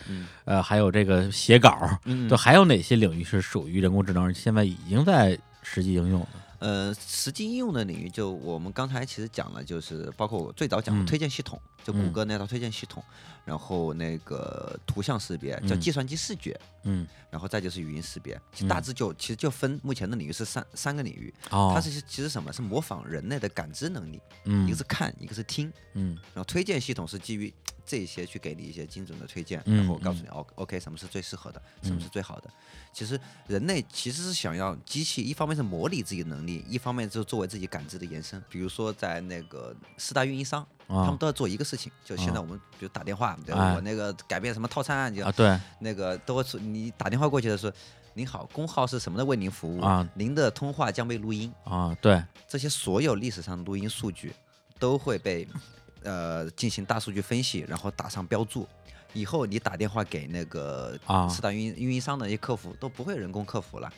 Speaker 1: 呃，还有这个写稿，
Speaker 5: 嗯
Speaker 1: 就还有哪些领域是属于人工智能现在已经在实际应用的？
Speaker 5: 呃，实际应用的领域，就我们刚才其实讲了，就是包括我最早讲
Speaker 1: 嗯
Speaker 5: 的推荐系统，就谷
Speaker 1: 嗯
Speaker 5: 歌那套推荐系统，然后那个图像识别叫
Speaker 1: 嗯
Speaker 5: 计算机视觉，
Speaker 1: 嗯，
Speaker 5: 然后再就是语音识别，
Speaker 1: 嗯
Speaker 5: 其实大致就、其实就分目前的领域是三三个领域，
Speaker 1: 哦，
Speaker 5: 它是其实什么是模仿人类的感知能力，
Speaker 1: 嗯
Speaker 5: 一个是看，一个是听，
Speaker 1: 嗯
Speaker 5: 然后推荐系统是基于这些去给你一些精准的推荐，
Speaker 1: 嗯
Speaker 5: 然后告诉你哦，OK，什么是最适合的，什么是最好的。其实人类其实是想要机器，一方面是模拟自己的能力，一方面就作为自己感知的延伸。比如说在那个四大运营商，他
Speaker 1: 啊
Speaker 5: 们都要做一个事情，就现在我们比如打电话，对
Speaker 1: 哎
Speaker 5: 我那个改变什么套餐啊，你就
Speaker 1: 啊对
Speaker 5: 那个都会说你打电话过去的时候，您好，工号是什么的为您服务
Speaker 1: 啊，
Speaker 5: 您的通话将被录音。
Speaker 1: 啊对，
Speaker 5: 这些所有历史上的录音数据都会被 [laughs] 呃进行大数据分析，然后打上标注。以后你打电话给那个
Speaker 1: 啊
Speaker 5: 四大运营运营商的一些客服都不会人工客服了，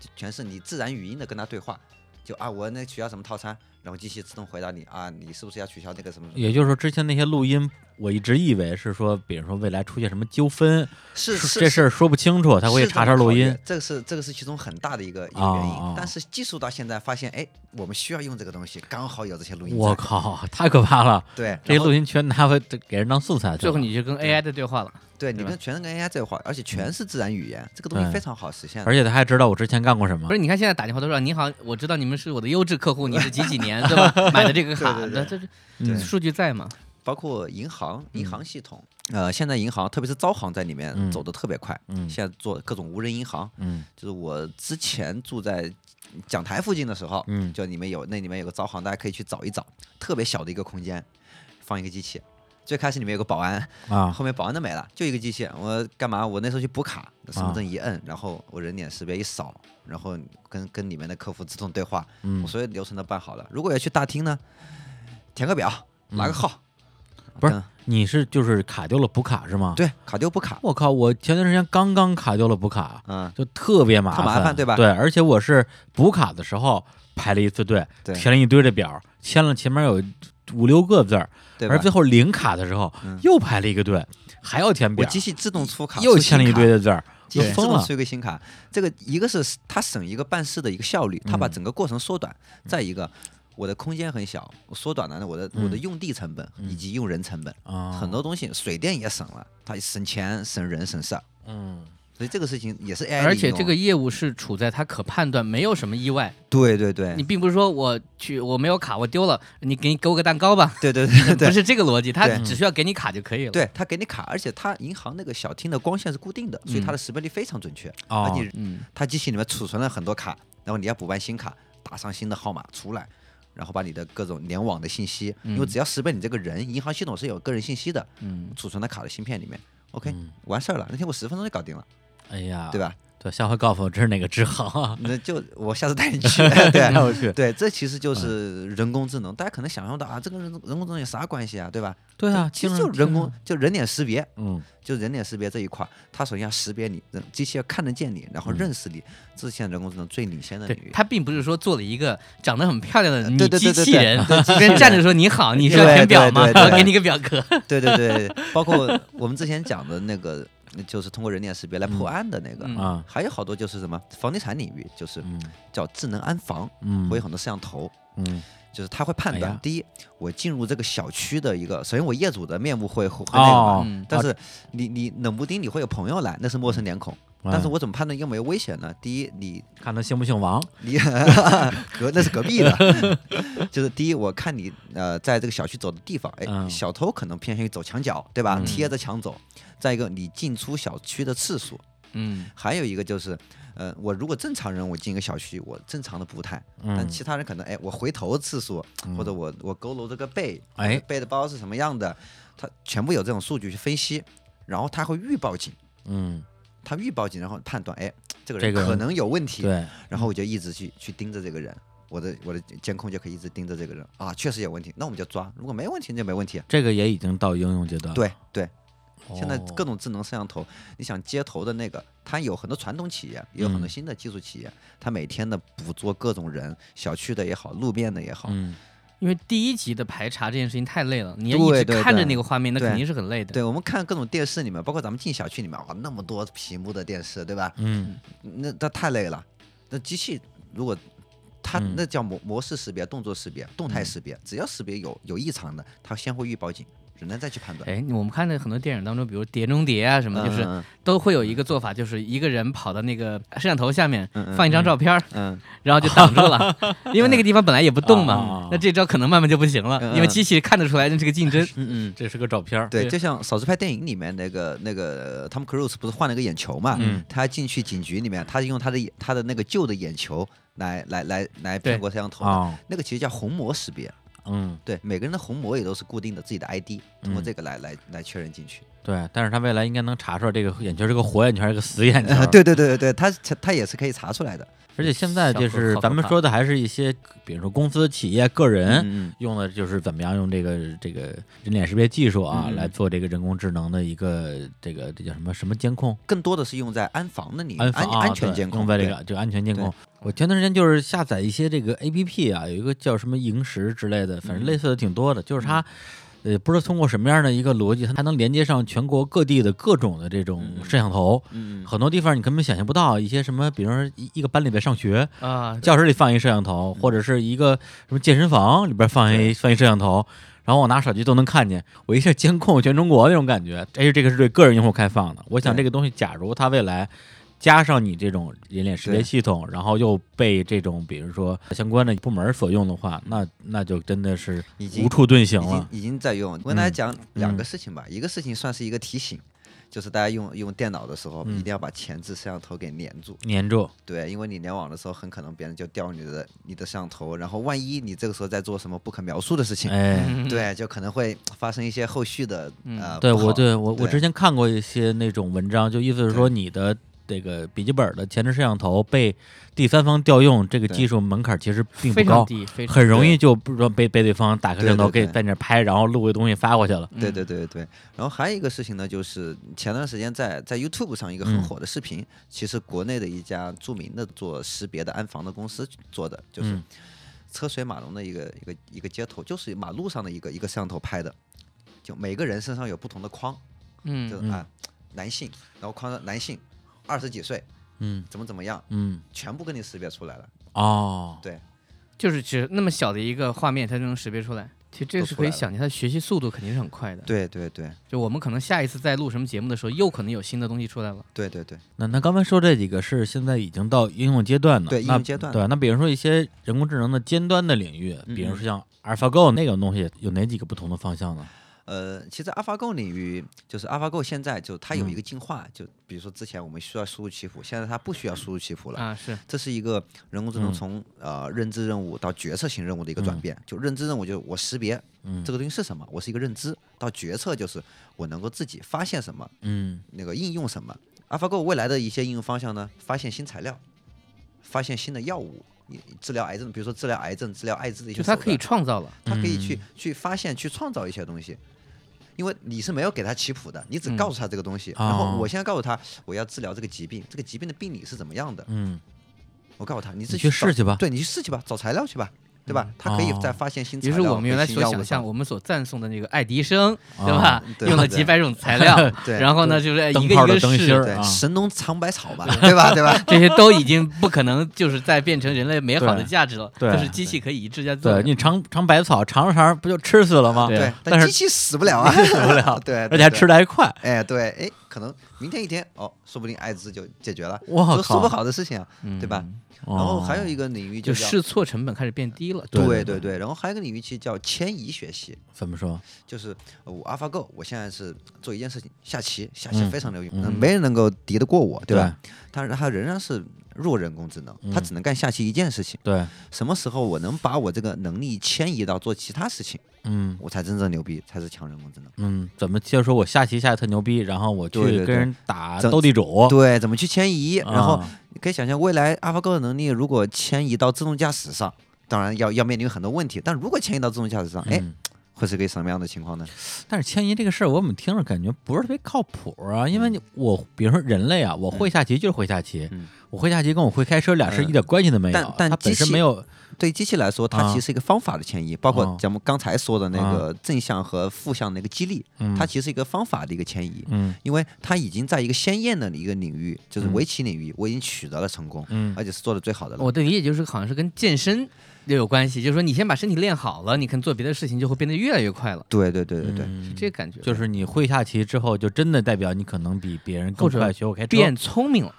Speaker 5: 就全是你自然语音的跟他对话。就啊，我那取消什么套餐，然后机器自动回答你啊，你是不是要取消那个什么什么？
Speaker 1: 也就是说之前那些录音，我一直以为是说，比如说未来出现什么纠纷，
Speaker 5: 是是
Speaker 1: 这事儿说不清楚，他会
Speaker 5: 是这
Speaker 1: 查
Speaker 5: 么
Speaker 1: 查录
Speaker 5: 考虑
Speaker 1: 音，
Speaker 5: 这个是这个是其中很大的一个一个
Speaker 1: 啊
Speaker 5: 原因。
Speaker 1: 啊
Speaker 5: 但是技术到现在发现，哎，我们需要用这个东西，刚好有这些录音。
Speaker 1: 我！靠，太可怕了！
Speaker 5: 对，
Speaker 1: 这些
Speaker 5: 然后
Speaker 1: 录音全拿回给人当素材去了，
Speaker 4: 最后你就跟 AI 的对话了，
Speaker 5: 对你
Speaker 4: 对吧
Speaker 5: 跟全是跟 AI 这块儿，而且全是自然语言，这个东
Speaker 1: 嗯对
Speaker 5: 西非常好实现的。
Speaker 1: 而且他还知道我之前干过什么
Speaker 4: 不是？你看现在打电话都说你好，我知道你们是我的优质客户，你是几几年对
Speaker 5: [laughs]
Speaker 4: 吧？买的这个卡，
Speaker 5: 对
Speaker 4: 那这
Speaker 5: 对
Speaker 4: 这
Speaker 1: 嗯
Speaker 4: 数据在嘛？
Speaker 5: 包括银行、银行系统，呃，现在银行特别是招行在里面
Speaker 1: 嗯
Speaker 5: 走的特别快，
Speaker 1: 嗯
Speaker 5: 现在做各种无人银行，
Speaker 1: 嗯
Speaker 5: 就是我之前住在讲台附近的时候，
Speaker 1: 嗯
Speaker 5: 就里面有那里面有个招行，大家可以去找一找，特别小的一个空间，放一个机器。最开始里面有个保安，
Speaker 1: 啊
Speaker 5: 后面保安都没了，就一个机器。我干嘛？我那时候去补卡，
Speaker 1: 啊
Speaker 5: 身份证一摁，然后我人脸识别一扫，然后跟跟里面的客服自动对话，
Speaker 1: 嗯
Speaker 5: 我，所有流程都办好了。如果要去大厅呢，填个表，拿个
Speaker 1: 嗯
Speaker 5: 号。
Speaker 1: 不是
Speaker 5: 嗯
Speaker 1: 你是就是卡丢了补卡是吗？，
Speaker 5: 对，卡丢不卡，
Speaker 1: 我靠，我前段时间刚刚卡丢了补卡，
Speaker 5: 嗯，
Speaker 1: 就特别麻
Speaker 5: 特麻烦对吧
Speaker 1: 对，而且我是补卡的时候排了一次队，
Speaker 5: 对
Speaker 1: 填了一堆的表，签了前面有五六个字儿，
Speaker 5: 对吧
Speaker 1: 而最？后领卡的时候
Speaker 5: 嗯
Speaker 1: 又排了一个队，还要填
Speaker 5: 我
Speaker 1: 表，
Speaker 5: 机器自动出卡，
Speaker 1: 又
Speaker 5: 出
Speaker 1: 签
Speaker 5: 新
Speaker 1: 了一
Speaker 5: 卡
Speaker 1: 堆，的字儿，
Speaker 5: 机
Speaker 1: 又
Speaker 5: 器自
Speaker 1: 疯
Speaker 5: 动
Speaker 1: 了
Speaker 5: 出一个新卡。这个一个是它省一个办事的一个效率，它把
Speaker 1: 嗯
Speaker 5: 整个过程缩短。再一个，我的空间很小，我缩短了呢我的我的
Speaker 1: 嗯
Speaker 5: 用地成本以
Speaker 1: 嗯
Speaker 5: 及用人成本，
Speaker 1: 啊！
Speaker 5: 很
Speaker 4: 哦
Speaker 5: 多东西水电也省了，它省钱、省人、省事儿。
Speaker 1: 嗯，
Speaker 5: 所以这个事情也是 AI，的
Speaker 4: 而且
Speaker 5: 应用啊
Speaker 4: 这个业务是处在它可判断，没有什么意外。
Speaker 5: 对对对
Speaker 4: 你并不是说我去我没有卡我丢了，你给你给我个蛋糕吧，
Speaker 5: 对对 [laughs] 对
Speaker 4: 不
Speaker 5: 对
Speaker 4: 是这个逻辑，它
Speaker 5: 对
Speaker 4: 只需要给你卡就可以了。
Speaker 5: 对，它给你卡，而且它银行那个小厅的光线是固定的，所以它的识别率非常准确。
Speaker 1: 哦
Speaker 5: 而且
Speaker 4: 嗯，
Speaker 5: 它机器里面储存了很多卡，然后你要补办新卡，打上新的号码出来，然后把你的各种联网的信息，因为只要识别你这个人，银行系统是有个人信息的，
Speaker 4: 嗯，
Speaker 5: 储存在卡的芯片里面。OK，、完事儿了。那天我十分钟就搞定了，
Speaker 1: 哎
Speaker 4: 啊
Speaker 1: 呀，
Speaker 5: 对？吧？
Speaker 1: 对，下回告诉我这是哪个支行啊？
Speaker 5: 那就我下次带你去。
Speaker 4: [laughs]
Speaker 1: 带
Speaker 5: 对
Speaker 1: 我去。
Speaker 5: 对，这其实
Speaker 1: 嗯
Speaker 5: 就是人工智能。大家可能想象到啊，这跟人人工智能有啥关系啊？对吧？
Speaker 1: 对啊，
Speaker 5: 其实
Speaker 1: 经
Speaker 5: 就
Speaker 1: 常
Speaker 5: 人工，就人脸识别，
Speaker 1: 嗯
Speaker 5: 就人脸识别这一块，它首先要识别你，人机器要看得见你，然
Speaker 1: 嗯
Speaker 5: 后认识你，这是现在人工智能最领先的领
Speaker 4: 对，
Speaker 5: 域。
Speaker 4: 它并不是说做了一个长得很漂亮的
Speaker 5: 呃
Speaker 4: 女
Speaker 5: 嗯对对
Speaker 4: 机
Speaker 5: 对对
Speaker 4: 器
Speaker 5: 对
Speaker 4: 人，跟站着说你
Speaker 5: [laughs]
Speaker 4: 好，你是要
Speaker 5: 对
Speaker 4: 填表
Speaker 5: 对
Speaker 4: 吗？
Speaker 5: 对对
Speaker 4: 我给
Speaker 5: 对
Speaker 4: 你个表格。
Speaker 5: 对
Speaker 1: [laughs]
Speaker 5: 对对，对包括我们之前讲的那个，就是通过人脸识别来破案的那个，
Speaker 4: 嗯
Speaker 1: 啊
Speaker 5: 还有好多就是什么房地产领域，就是
Speaker 1: 嗯
Speaker 5: 叫智能安防，
Speaker 1: 嗯，
Speaker 5: 会有很多摄像头，
Speaker 1: 嗯
Speaker 5: 就是它会判
Speaker 1: 哎
Speaker 5: 断
Speaker 1: 呀，
Speaker 5: 第一，我进入这个小区的一个，首先我业主的面部会会会那个
Speaker 1: 哦
Speaker 5: 嘛，
Speaker 4: 嗯
Speaker 5: 但是你你冷不丁你会有朋友来，那是陌生脸孔，但是
Speaker 1: [laughs] 嗯
Speaker 5: 我怎么判断有没有危险呢？第一，你
Speaker 1: 看他姓不姓王 [laughs]
Speaker 5: 你隔那是隔壁的， [laughs] 就是第一，我看你呃在这个小区走的地方，哎，
Speaker 1: 嗯
Speaker 5: 小偷可能偏向于走墙角，对吧？
Speaker 1: 嗯
Speaker 5: 贴着墙走。再一个，你进出小区的次数，
Speaker 4: 嗯，
Speaker 5: 还有一个就是，呃，我如果正常人我进一个小区，我正常的步态，但
Speaker 1: 嗯
Speaker 5: 其他人可能哎，我回头次数，或者我我佝偻这个背，
Speaker 1: 哎
Speaker 5: 背的包是什么样的，它全部有这种数据去分析，然后它会预报警，
Speaker 1: 嗯，
Speaker 5: 它预报警，然后判断哎，这个
Speaker 1: 这
Speaker 5: 人
Speaker 1: 个人
Speaker 5: 可能有问题，
Speaker 1: 对，
Speaker 5: 然后我就一直去去盯着这个人，我的我的监控就可以一直盯着这个人啊，确实有问题，那我们就抓，如果没问题那就没问题。
Speaker 1: 这个也已经到应用阶段了。
Speaker 5: 对对，现在
Speaker 1: 啊哦
Speaker 5: 各种智能摄像头，你想街头的那个，它有很多传统企业，也有很多
Speaker 1: 嗯
Speaker 5: 新的技术企业，它每天的捕捉各种人，小区的也好，路边的也好，
Speaker 1: 嗯
Speaker 4: 因为第一集的排查这件事情太累了，你要一
Speaker 5: 对
Speaker 4: 直
Speaker 5: 对
Speaker 4: 看着
Speaker 5: 对
Speaker 4: 那个画面，那
Speaker 5: 对
Speaker 4: 肯定是很累的。
Speaker 5: 对我们看各种电视里面，包括咱们进小区里面，哇，那么多屏幕的电视，对吧？
Speaker 1: 嗯
Speaker 5: 那它太累了，那机器如果。它
Speaker 1: 嗯
Speaker 5: 那叫模模式识别、动作识别、动态识别，只要识别有有异常的，它先会预报警，人家再去判断。
Speaker 4: 哎，我们看的很多电影当中，比如《碟中谍》啊什么，就是
Speaker 5: 嗯
Speaker 4: 都会有一个做法，就是一个人跑到那个摄像头下面
Speaker 5: 嗯嗯
Speaker 4: 放一张照片儿，
Speaker 5: 嗯，
Speaker 4: 然后就挡住
Speaker 1: [laughs]
Speaker 4: 了，因为那个地方本来也不动
Speaker 1: 啊啊啊
Speaker 4: 嘛。那这招可能慢慢就不行
Speaker 5: 嗯
Speaker 4: 了，
Speaker 5: 嗯
Speaker 4: 因为机器看得出来这是个竞争。
Speaker 1: 嗯嗯，这是个照片儿，
Speaker 5: 对，就像《少数派》电影里面那个那个汤姆·克鲁斯不是换了个眼球嘛？
Speaker 1: 嗯
Speaker 5: 他进去警局里面，他用他的眼他的那个旧的眼球来来来来
Speaker 4: 对
Speaker 5: 骗过摄像头的，
Speaker 1: 啊，
Speaker 5: 那个其实叫虹膜识别。
Speaker 1: 嗯，
Speaker 5: 对，每个人的虹膜也都是固定的自己的 ID，通过
Speaker 1: 嗯
Speaker 5: 这个来来来确认进去。
Speaker 1: 对，但是他未来应该能查出来这个眼球是个活眼球还是个死
Speaker 5: [laughs]
Speaker 1: 眼球。，
Speaker 5: 对对对对对，他他也是可以查出来的。
Speaker 1: 而且现在就
Speaker 4: 小
Speaker 1: 是
Speaker 4: 猴好可怕
Speaker 1: 咱们说的还是一些，比如说公司、企业、个人。
Speaker 5: 嗯
Speaker 1: 用的就是怎么样用这个这个人脸识别技术啊，
Speaker 5: 嗯
Speaker 1: 来做这个人工智能的一个这个这叫什么什么监控？
Speaker 5: 更多的是用在安防的领域，
Speaker 1: 安
Speaker 5: 安
Speaker 1: 防啊
Speaker 5: 安全
Speaker 1: 对
Speaker 5: 监控
Speaker 1: 用在这
Speaker 5: 对
Speaker 1: 个这个安全监控
Speaker 5: 对。
Speaker 1: 我前段时间就是下载一些这个 A P P 啊，有一个叫什么萤石之类的，
Speaker 5: 嗯
Speaker 1: 反正类似的挺多的，就是它。呃，不知道通过什么样的一个逻辑，它能连接上全国各地的各种的这种摄像头，
Speaker 5: 嗯，
Speaker 1: 很多地方你根本想象不到一些什么，比如说一一个班里边上学，
Speaker 4: 啊，
Speaker 1: 教室里放一摄像头，或者是一个什么健身房里边放一放一摄像头，然后我拿手机都能看见，我一下监控全中国那种感觉。哎，这个是对个人用户开放的。我想
Speaker 5: 对
Speaker 1: 这个东西，假如它未来加上你这种人脸识别
Speaker 5: 对
Speaker 1: 系统，然后又被这种比如说相关的部门所用的话，那那就真的是
Speaker 5: 已经
Speaker 1: 无处遁形
Speaker 5: 已
Speaker 1: 了
Speaker 5: 经。已经在用。我跟大家
Speaker 1: 嗯
Speaker 5: 讲两
Speaker 1: 嗯
Speaker 5: 个事情吧，一个事情算是一个提醒，就是大家用用电脑的时候，
Speaker 1: 嗯
Speaker 5: 一定要把前置摄像头给粘住。
Speaker 1: 粘住，
Speaker 5: 对，因为你联网的时候，很可能别人就调你的你的摄像头，然后万一你这个时候在做什么不可描述的事情，
Speaker 1: 哎，
Speaker 4: 嗯
Speaker 5: 对，就可能会发生一些后续的呃。
Speaker 1: 嗯对
Speaker 5: 不好
Speaker 1: 我对我我
Speaker 5: 对
Speaker 1: 之前看过一些那种文章，就意思是说你的。这个笔记本的前置摄像头被第三方调用，这个
Speaker 5: 对
Speaker 1: 技术门槛其实并不
Speaker 4: 非
Speaker 1: 高
Speaker 4: 常，低，非常
Speaker 1: 很容易就不知道被被对方打开摄像头给
Speaker 5: 对对对
Speaker 1: 在那拍，然后录个东西发过去了。
Speaker 5: 对对对对对，然后还有一个事情呢，就是前段时间在在 YouTube 上一个很
Speaker 1: 嗯
Speaker 5: 火的视频，其实国内的一家著名的做识别的安防的公司做的，就是
Speaker 1: 嗯
Speaker 5: 车水马龙的一个一个一个街头，就是马路上的一个一个摄像头拍的，就每个人身上有不同的框，就
Speaker 4: 嗯，
Speaker 5: 是啊、男性，然后框上男性二十几岁
Speaker 1: 嗯
Speaker 5: 怎么怎么样，
Speaker 1: 嗯，
Speaker 5: 全部给你识别出来了，
Speaker 1: 哦，
Speaker 5: 对，
Speaker 4: 就是只那么小的一个画面，它就能识别出来。其实这个是可以想见，它学习速度肯定是很快的。
Speaker 5: 对对对
Speaker 4: 就我们可能下一次再录什么节目的时候，又可能有新的东西出来了。
Speaker 5: 对对对，
Speaker 1: 那那刚才说这几个是现在已经到应用阶段了，
Speaker 5: 对
Speaker 1: 那
Speaker 5: 应用阶段嗯
Speaker 1: 对，那比如说一些人工智能的尖端的领域，比如说像 AlphaGo 那种东西，有哪几个不同的方向呢？
Speaker 5: 呃，其实 AlphaGo 领域就是 AlphaGo 现在就它有一个
Speaker 4: 嗯
Speaker 5: 进化，就比如说之前我们需要输入棋谱，现在它不需要输入棋谱了。
Speaker 4: 啊，嗯是
Speaker 5: 这是一个人工智能从、呃认知任务到决策型任务的一个
Speaker 4: 嗯
Speaker 5: 转变。就认知任务就是我识别、
Speaker 1: 嗯
Speaker 5: 这个东西是什么，我是一个认知；到决策就是我能够自己发现什么，
Speaker 1: 嗯，
Speaker 5: 那个应用什么。AlphaGo 未来的一些应用方向呢，发现新材料，发现新的药物，你治疗癌症，比如说治疗癌症、治疗艾滋的一
Speaker 4: 就
Speaker 5: 些手段。
Speaker 4: 它可以创造了。
Speaker 5: 他可以去、去发现、去创造一些东西。因为你是没有给他棋谱的，你只告诉他这个东西，
Speaker 1: 哦
Speaker 5: 然后我现在告诉他我要治疗这个疾病，这个疾病的病理是怎么样的，
Speaker 1: 嗯，
Speaker 5: 我告诉他你
Speaker 1: 你
Speaker 5: 自己
Speaker 1: 去试
Speaker 5: 找
Speaker 1: 去吧
Speaker 5: 对你去试去吧，找材料去吧，对吧？他可以再发现新材
Speaker 4: 也哦
Speaker 5: 料，
Speaker 4: 是我们原来
Speaker 5: 新
Speaker 4: 所
Speaker 5: 药物
Speaker 4: 想象，
Speaker 5: 上
Speaker 4: 我们所赞颂的那个爱迪生，
Speaker 1: 啊
Speaker 4: 对吧？
Speaker 5: 对
Speaker 4: 用了
Speaker 5: 对
Speaker 4: 几百种
Speaker 1: [laughs]
Speaker 4: 材料，
Speaker 5: 对
Speaker 4: 然后呢，就是
Speaker 1: 灯
Speaker 4: 一个
Speaker 1: 泡
Speaker 4: 一
Speaker 1: 的
Speaker 4: 个
Speaker 1: 灯芯
Speaker 4: 试，
Speaker 1: 儿
Speaker 5: 对
Speaker 1: 啊
Speaker 5: 神农尝百草吧，对吧？
Speaker 4: [laughs]
Speaker 5: 对吧？
Speaker 4: 这些都已经不可能就是再变成人类美好的价值了，
Speaker 1: 对
Speaker 4: 就是机器可以一致加作
Speaker 1: 对
Speaker 4: 用。
Speaker 1: 你尝尝百草，尝着尝着不就吃死了吗？
Speaker 4: 对
Speaker 1: 啊但
Speaker 5: 但
Speaker 1: 是 [laughs]
Speaker 5: 机器死不了啊，死不了， [laughs] 对，
Speaker 1: 而且还
Speaker 5: 对
Speaker 1: 吃的还快，
Speaker 5: 哎，对，哎，可能明天一天，哦，说不定艾滋就解决了，
Speaker 1: 我
Speaker 5: 都说
Speaker 1: 靠
Speaker 5: 不好的事情啊，对吧？
Speaker 1: 哦
Speaker 5: 然后还有一个领域
Speaker 4: 就
Speaker 5: 叫
Speaker 4: 试错成本开始变低了，
Speaker 1: 对对
Speaker 5: 对对对，然后还有一个领域其实叫迁移学习，
Speaker 1: 怎么说？
Speaker 5: 就是呃我 AlphaGo，我现在是做一件事情，下棋，下棋
Speaker 1: 嗯
Speaker 5: 非常牛逼，
Speaker 1: 嗯
Speaker 5: 嗯没人能够敌得过我，对吧？但是它仍然是弱人工智能，
Speaker 1: 嗯
Speaker 5: 它只能干下棋一件事情。
Speaker 1: 对，
Speaker 5: 什么时候我能把我这个能力迁移到做其他事情，
Speaker 1: 嗯
Speaker 5: 我才真正牛逼，才是强人工智能。
Speaker 1: 嗯，怎么就是说我下棋下的特牛逼，然后我去
Speaker 5: 对对对
Speaker 1: 跟人打
Speaker 5: 怎
Speaker 1: 斗地主，
Speaker 5: 对，怎么去迁移？然
Speaker 1: 哦
Speaker 5: 后
Speaker 1: 啊
Speaker 5: 你可以想象，未来 AlphaGo 的能力如果迁移到自动驾驶上，当然要要面临很多问题，但如果迁移到自动驾驶上，哎、
Speaker 1: 嗯
Speaker 5: 会是个什么样的情况呢？
Speaker 1: 但是迁移这个事儿，我怎么听着
Speaker 5: 嗯
Speaker 1: 感觉不是特别靠谱啊？因为你我比如说人类啊，我会下棋就是会下棋，
Speaker 5: 嗯
Speaker 1: 我会下棋跟我会开车俩事一点关系都没有，
Speaker 5: 但但
Speaker 1: 它本身
Speaker 5: 机器
Speaker 1: 没有
Speaker 5: 对于机器来说，它
Speaker 1: 啊
Speaker 5: 其实是一个方法的迁移，包
Speaker 1: 哦
Speaker 5: 括咱们刚才说的那个正向和负向那个激励，它其实是一个方法的一个迁移。
Speaker 1: 嗯
Speaker 5: 因为它已经在一个鲜艳的一个领域，就是
Speaker 1: 嗯
Speaker 5: 围棋领域，我已经取得了成功，
Speaker 1: 嗯
Speaker 5: 而且是做的最好的了。
Speaker 4: 我的理解就是，好像是跟健身也有关系，就是说你先把身体练好了，你可能做别的事情就会变得越来越快了，
Speaker 5: 对对对对对，
Speaker 1: 嗯
Speaker 4: 这个感觉
Speaker 1: 就是你会下棋之后，就真的代表你可能比别人更
Speaker 4: 或者
Speaker 1: 快学会开车。
Speaker 4: 变聪明了。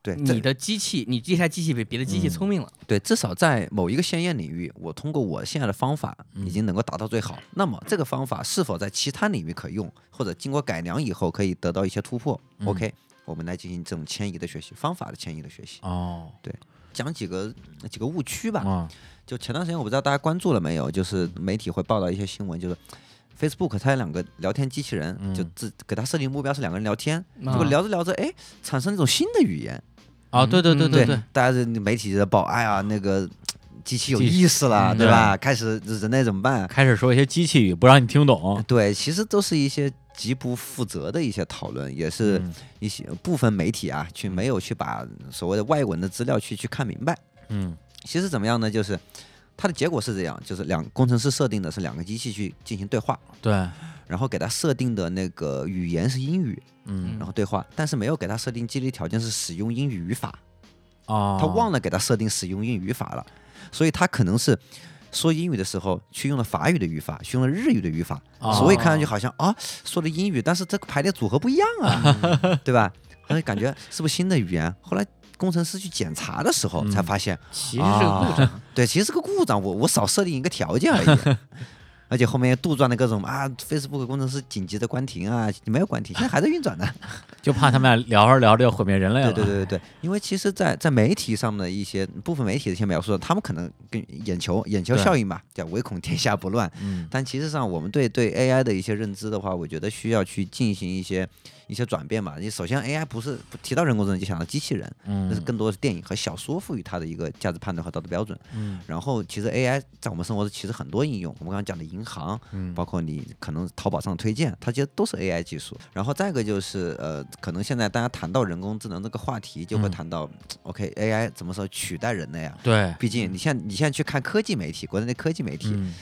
Speaker 5: 对，这
Speaker 4: 你的机器，你这台机器比别的机器
Speaker 1: 嗯
Speaker 4: 聪明了，
Speaker 5: 对，至少在某一个鲜艳领域，我通过我现在的方法已
Speaker 1: 嗯
Speaker 5: 经能够达到最好。那么这个方法是否在其他领域可用，或者经过改良以后可以得到一些突破、o
Speaker 1: 嗯
Speaker 5: k 我们来进行这种迁移的学习，方法的迁移的学习。
Speaker 1: 哦
Speaker 5: 讲几个几个误区吧。
Speaker 1: 啊
Speaker 5: 就前段时间我不知道大家关注了没有，就是媒体会报道一些新闻，就是 Facebook 它有两个聊天机器人，就
Speaker 1: 嗯
Speaker 5: 自给它设定目标是两个人聊天，结
Speaker 4: 啊
Speaker 5: 果聊着聊着，哎，产生一种新的语言。
Speaker 1: 哦，对对对
Speaker 4: 嗯
Speaker 1: 对对
Speaker 5: 对，，大家这媒体就在报，哎呀，那个机器有
Speaker 1: 机器
Speaker 5: 意思了，
Speaker 1: 嗯
Speaker 5: 对吧？开始人类怎么办？
Speaker 1: 开始说一些机器语，不让你听懂。
Speaker 5: 对，其实都是一些极不负责的一些讨论，也是
Speaker 1: 嗯
Speaker 5: 一些部分媒体啊，去没有去把所谓的外文的资料去去看明白。
Speaker 1: 嗯
Speaker 5: 其实怎么样呢？就是它的结果是这样，就是两工程师设定的是两个机器去进行对话，
Speaker 1: 对，啊
Speaker 5: 然后给它设定的那个语言是英语，
Speaker 1: 嗯
Speaker 5: 然后对话，但是没有给它设定激励条件是使用英语语法。
Speaker 1: 哦，
Speaker 5: 他忘了给他设定使用英语语法了，所以他可能是说英语的时候去用了法语的语法，去用了日语的语法，
Speaker 1: 哦
Speaker 5: 所以看上去好像啊说的英语，但是这个排列组合不一样
Speaker 1: [laughs]
Speaker 5: 啊，对吧？ [laughs] 好像感觉是不是新的语言？后来工程师去检查的时候
Speaker 1: 嗯
Speaker 5: 才发现，
Speaker 4: 其实是个故障。
Speaker 5: 啊 [laughs] 对，其实是个故障，我我少设定一个条件而已。 [laughs] 而且后面又杜撰了各种啊，Facebook 工程师紧急的关停啊，没有关停，现在还在运
Speaker 4: [laughs]
Speaker 5: 转呢。
Speaker 1: 就怕他们俩聊着聊着要毁灭人类了。
Speaker 5: 对对对对对，因为其实在，在媒体上面的一些部分媒体的一些描述，他们可能跟眼球眼球
Speaker 1: 对
Speaker 5: 效应嘛，叫唯恐天下不乱。
Speaker 1: 嗯
Speaker 5: 但其实上，我们对对 AI 的一些认知的话，我觉得需要去进行一些一些转变吧。你首先，AI 不是提到人工智能就想到机器人，那是
Speaker 1: 嗯
Speaker 5: 更多的是电影和小说赋予它的一个价值判断和道德标准。
Speaker 1: 嗯，
Speaker 5: 然后其实 AI 在我们生活中其实很多应用，我们刚刚讲的银行，
Speaker 1: 嗯
Speaker 5: 包括你可能淘宝上的推荐，它其实都是 AI 技术。然后再一个就是呃，可能现在大家谈到人工智能这个话题，就会
Speaker 1: 嗯
Speaker 5: 谈到、OK，AI 怎么说取代人类啊？
Speaker 1: 对，
Speaker 5: 毕竟你现在你现在去看科技媒体，国内的科技媒体、
Speaker 1: 嗯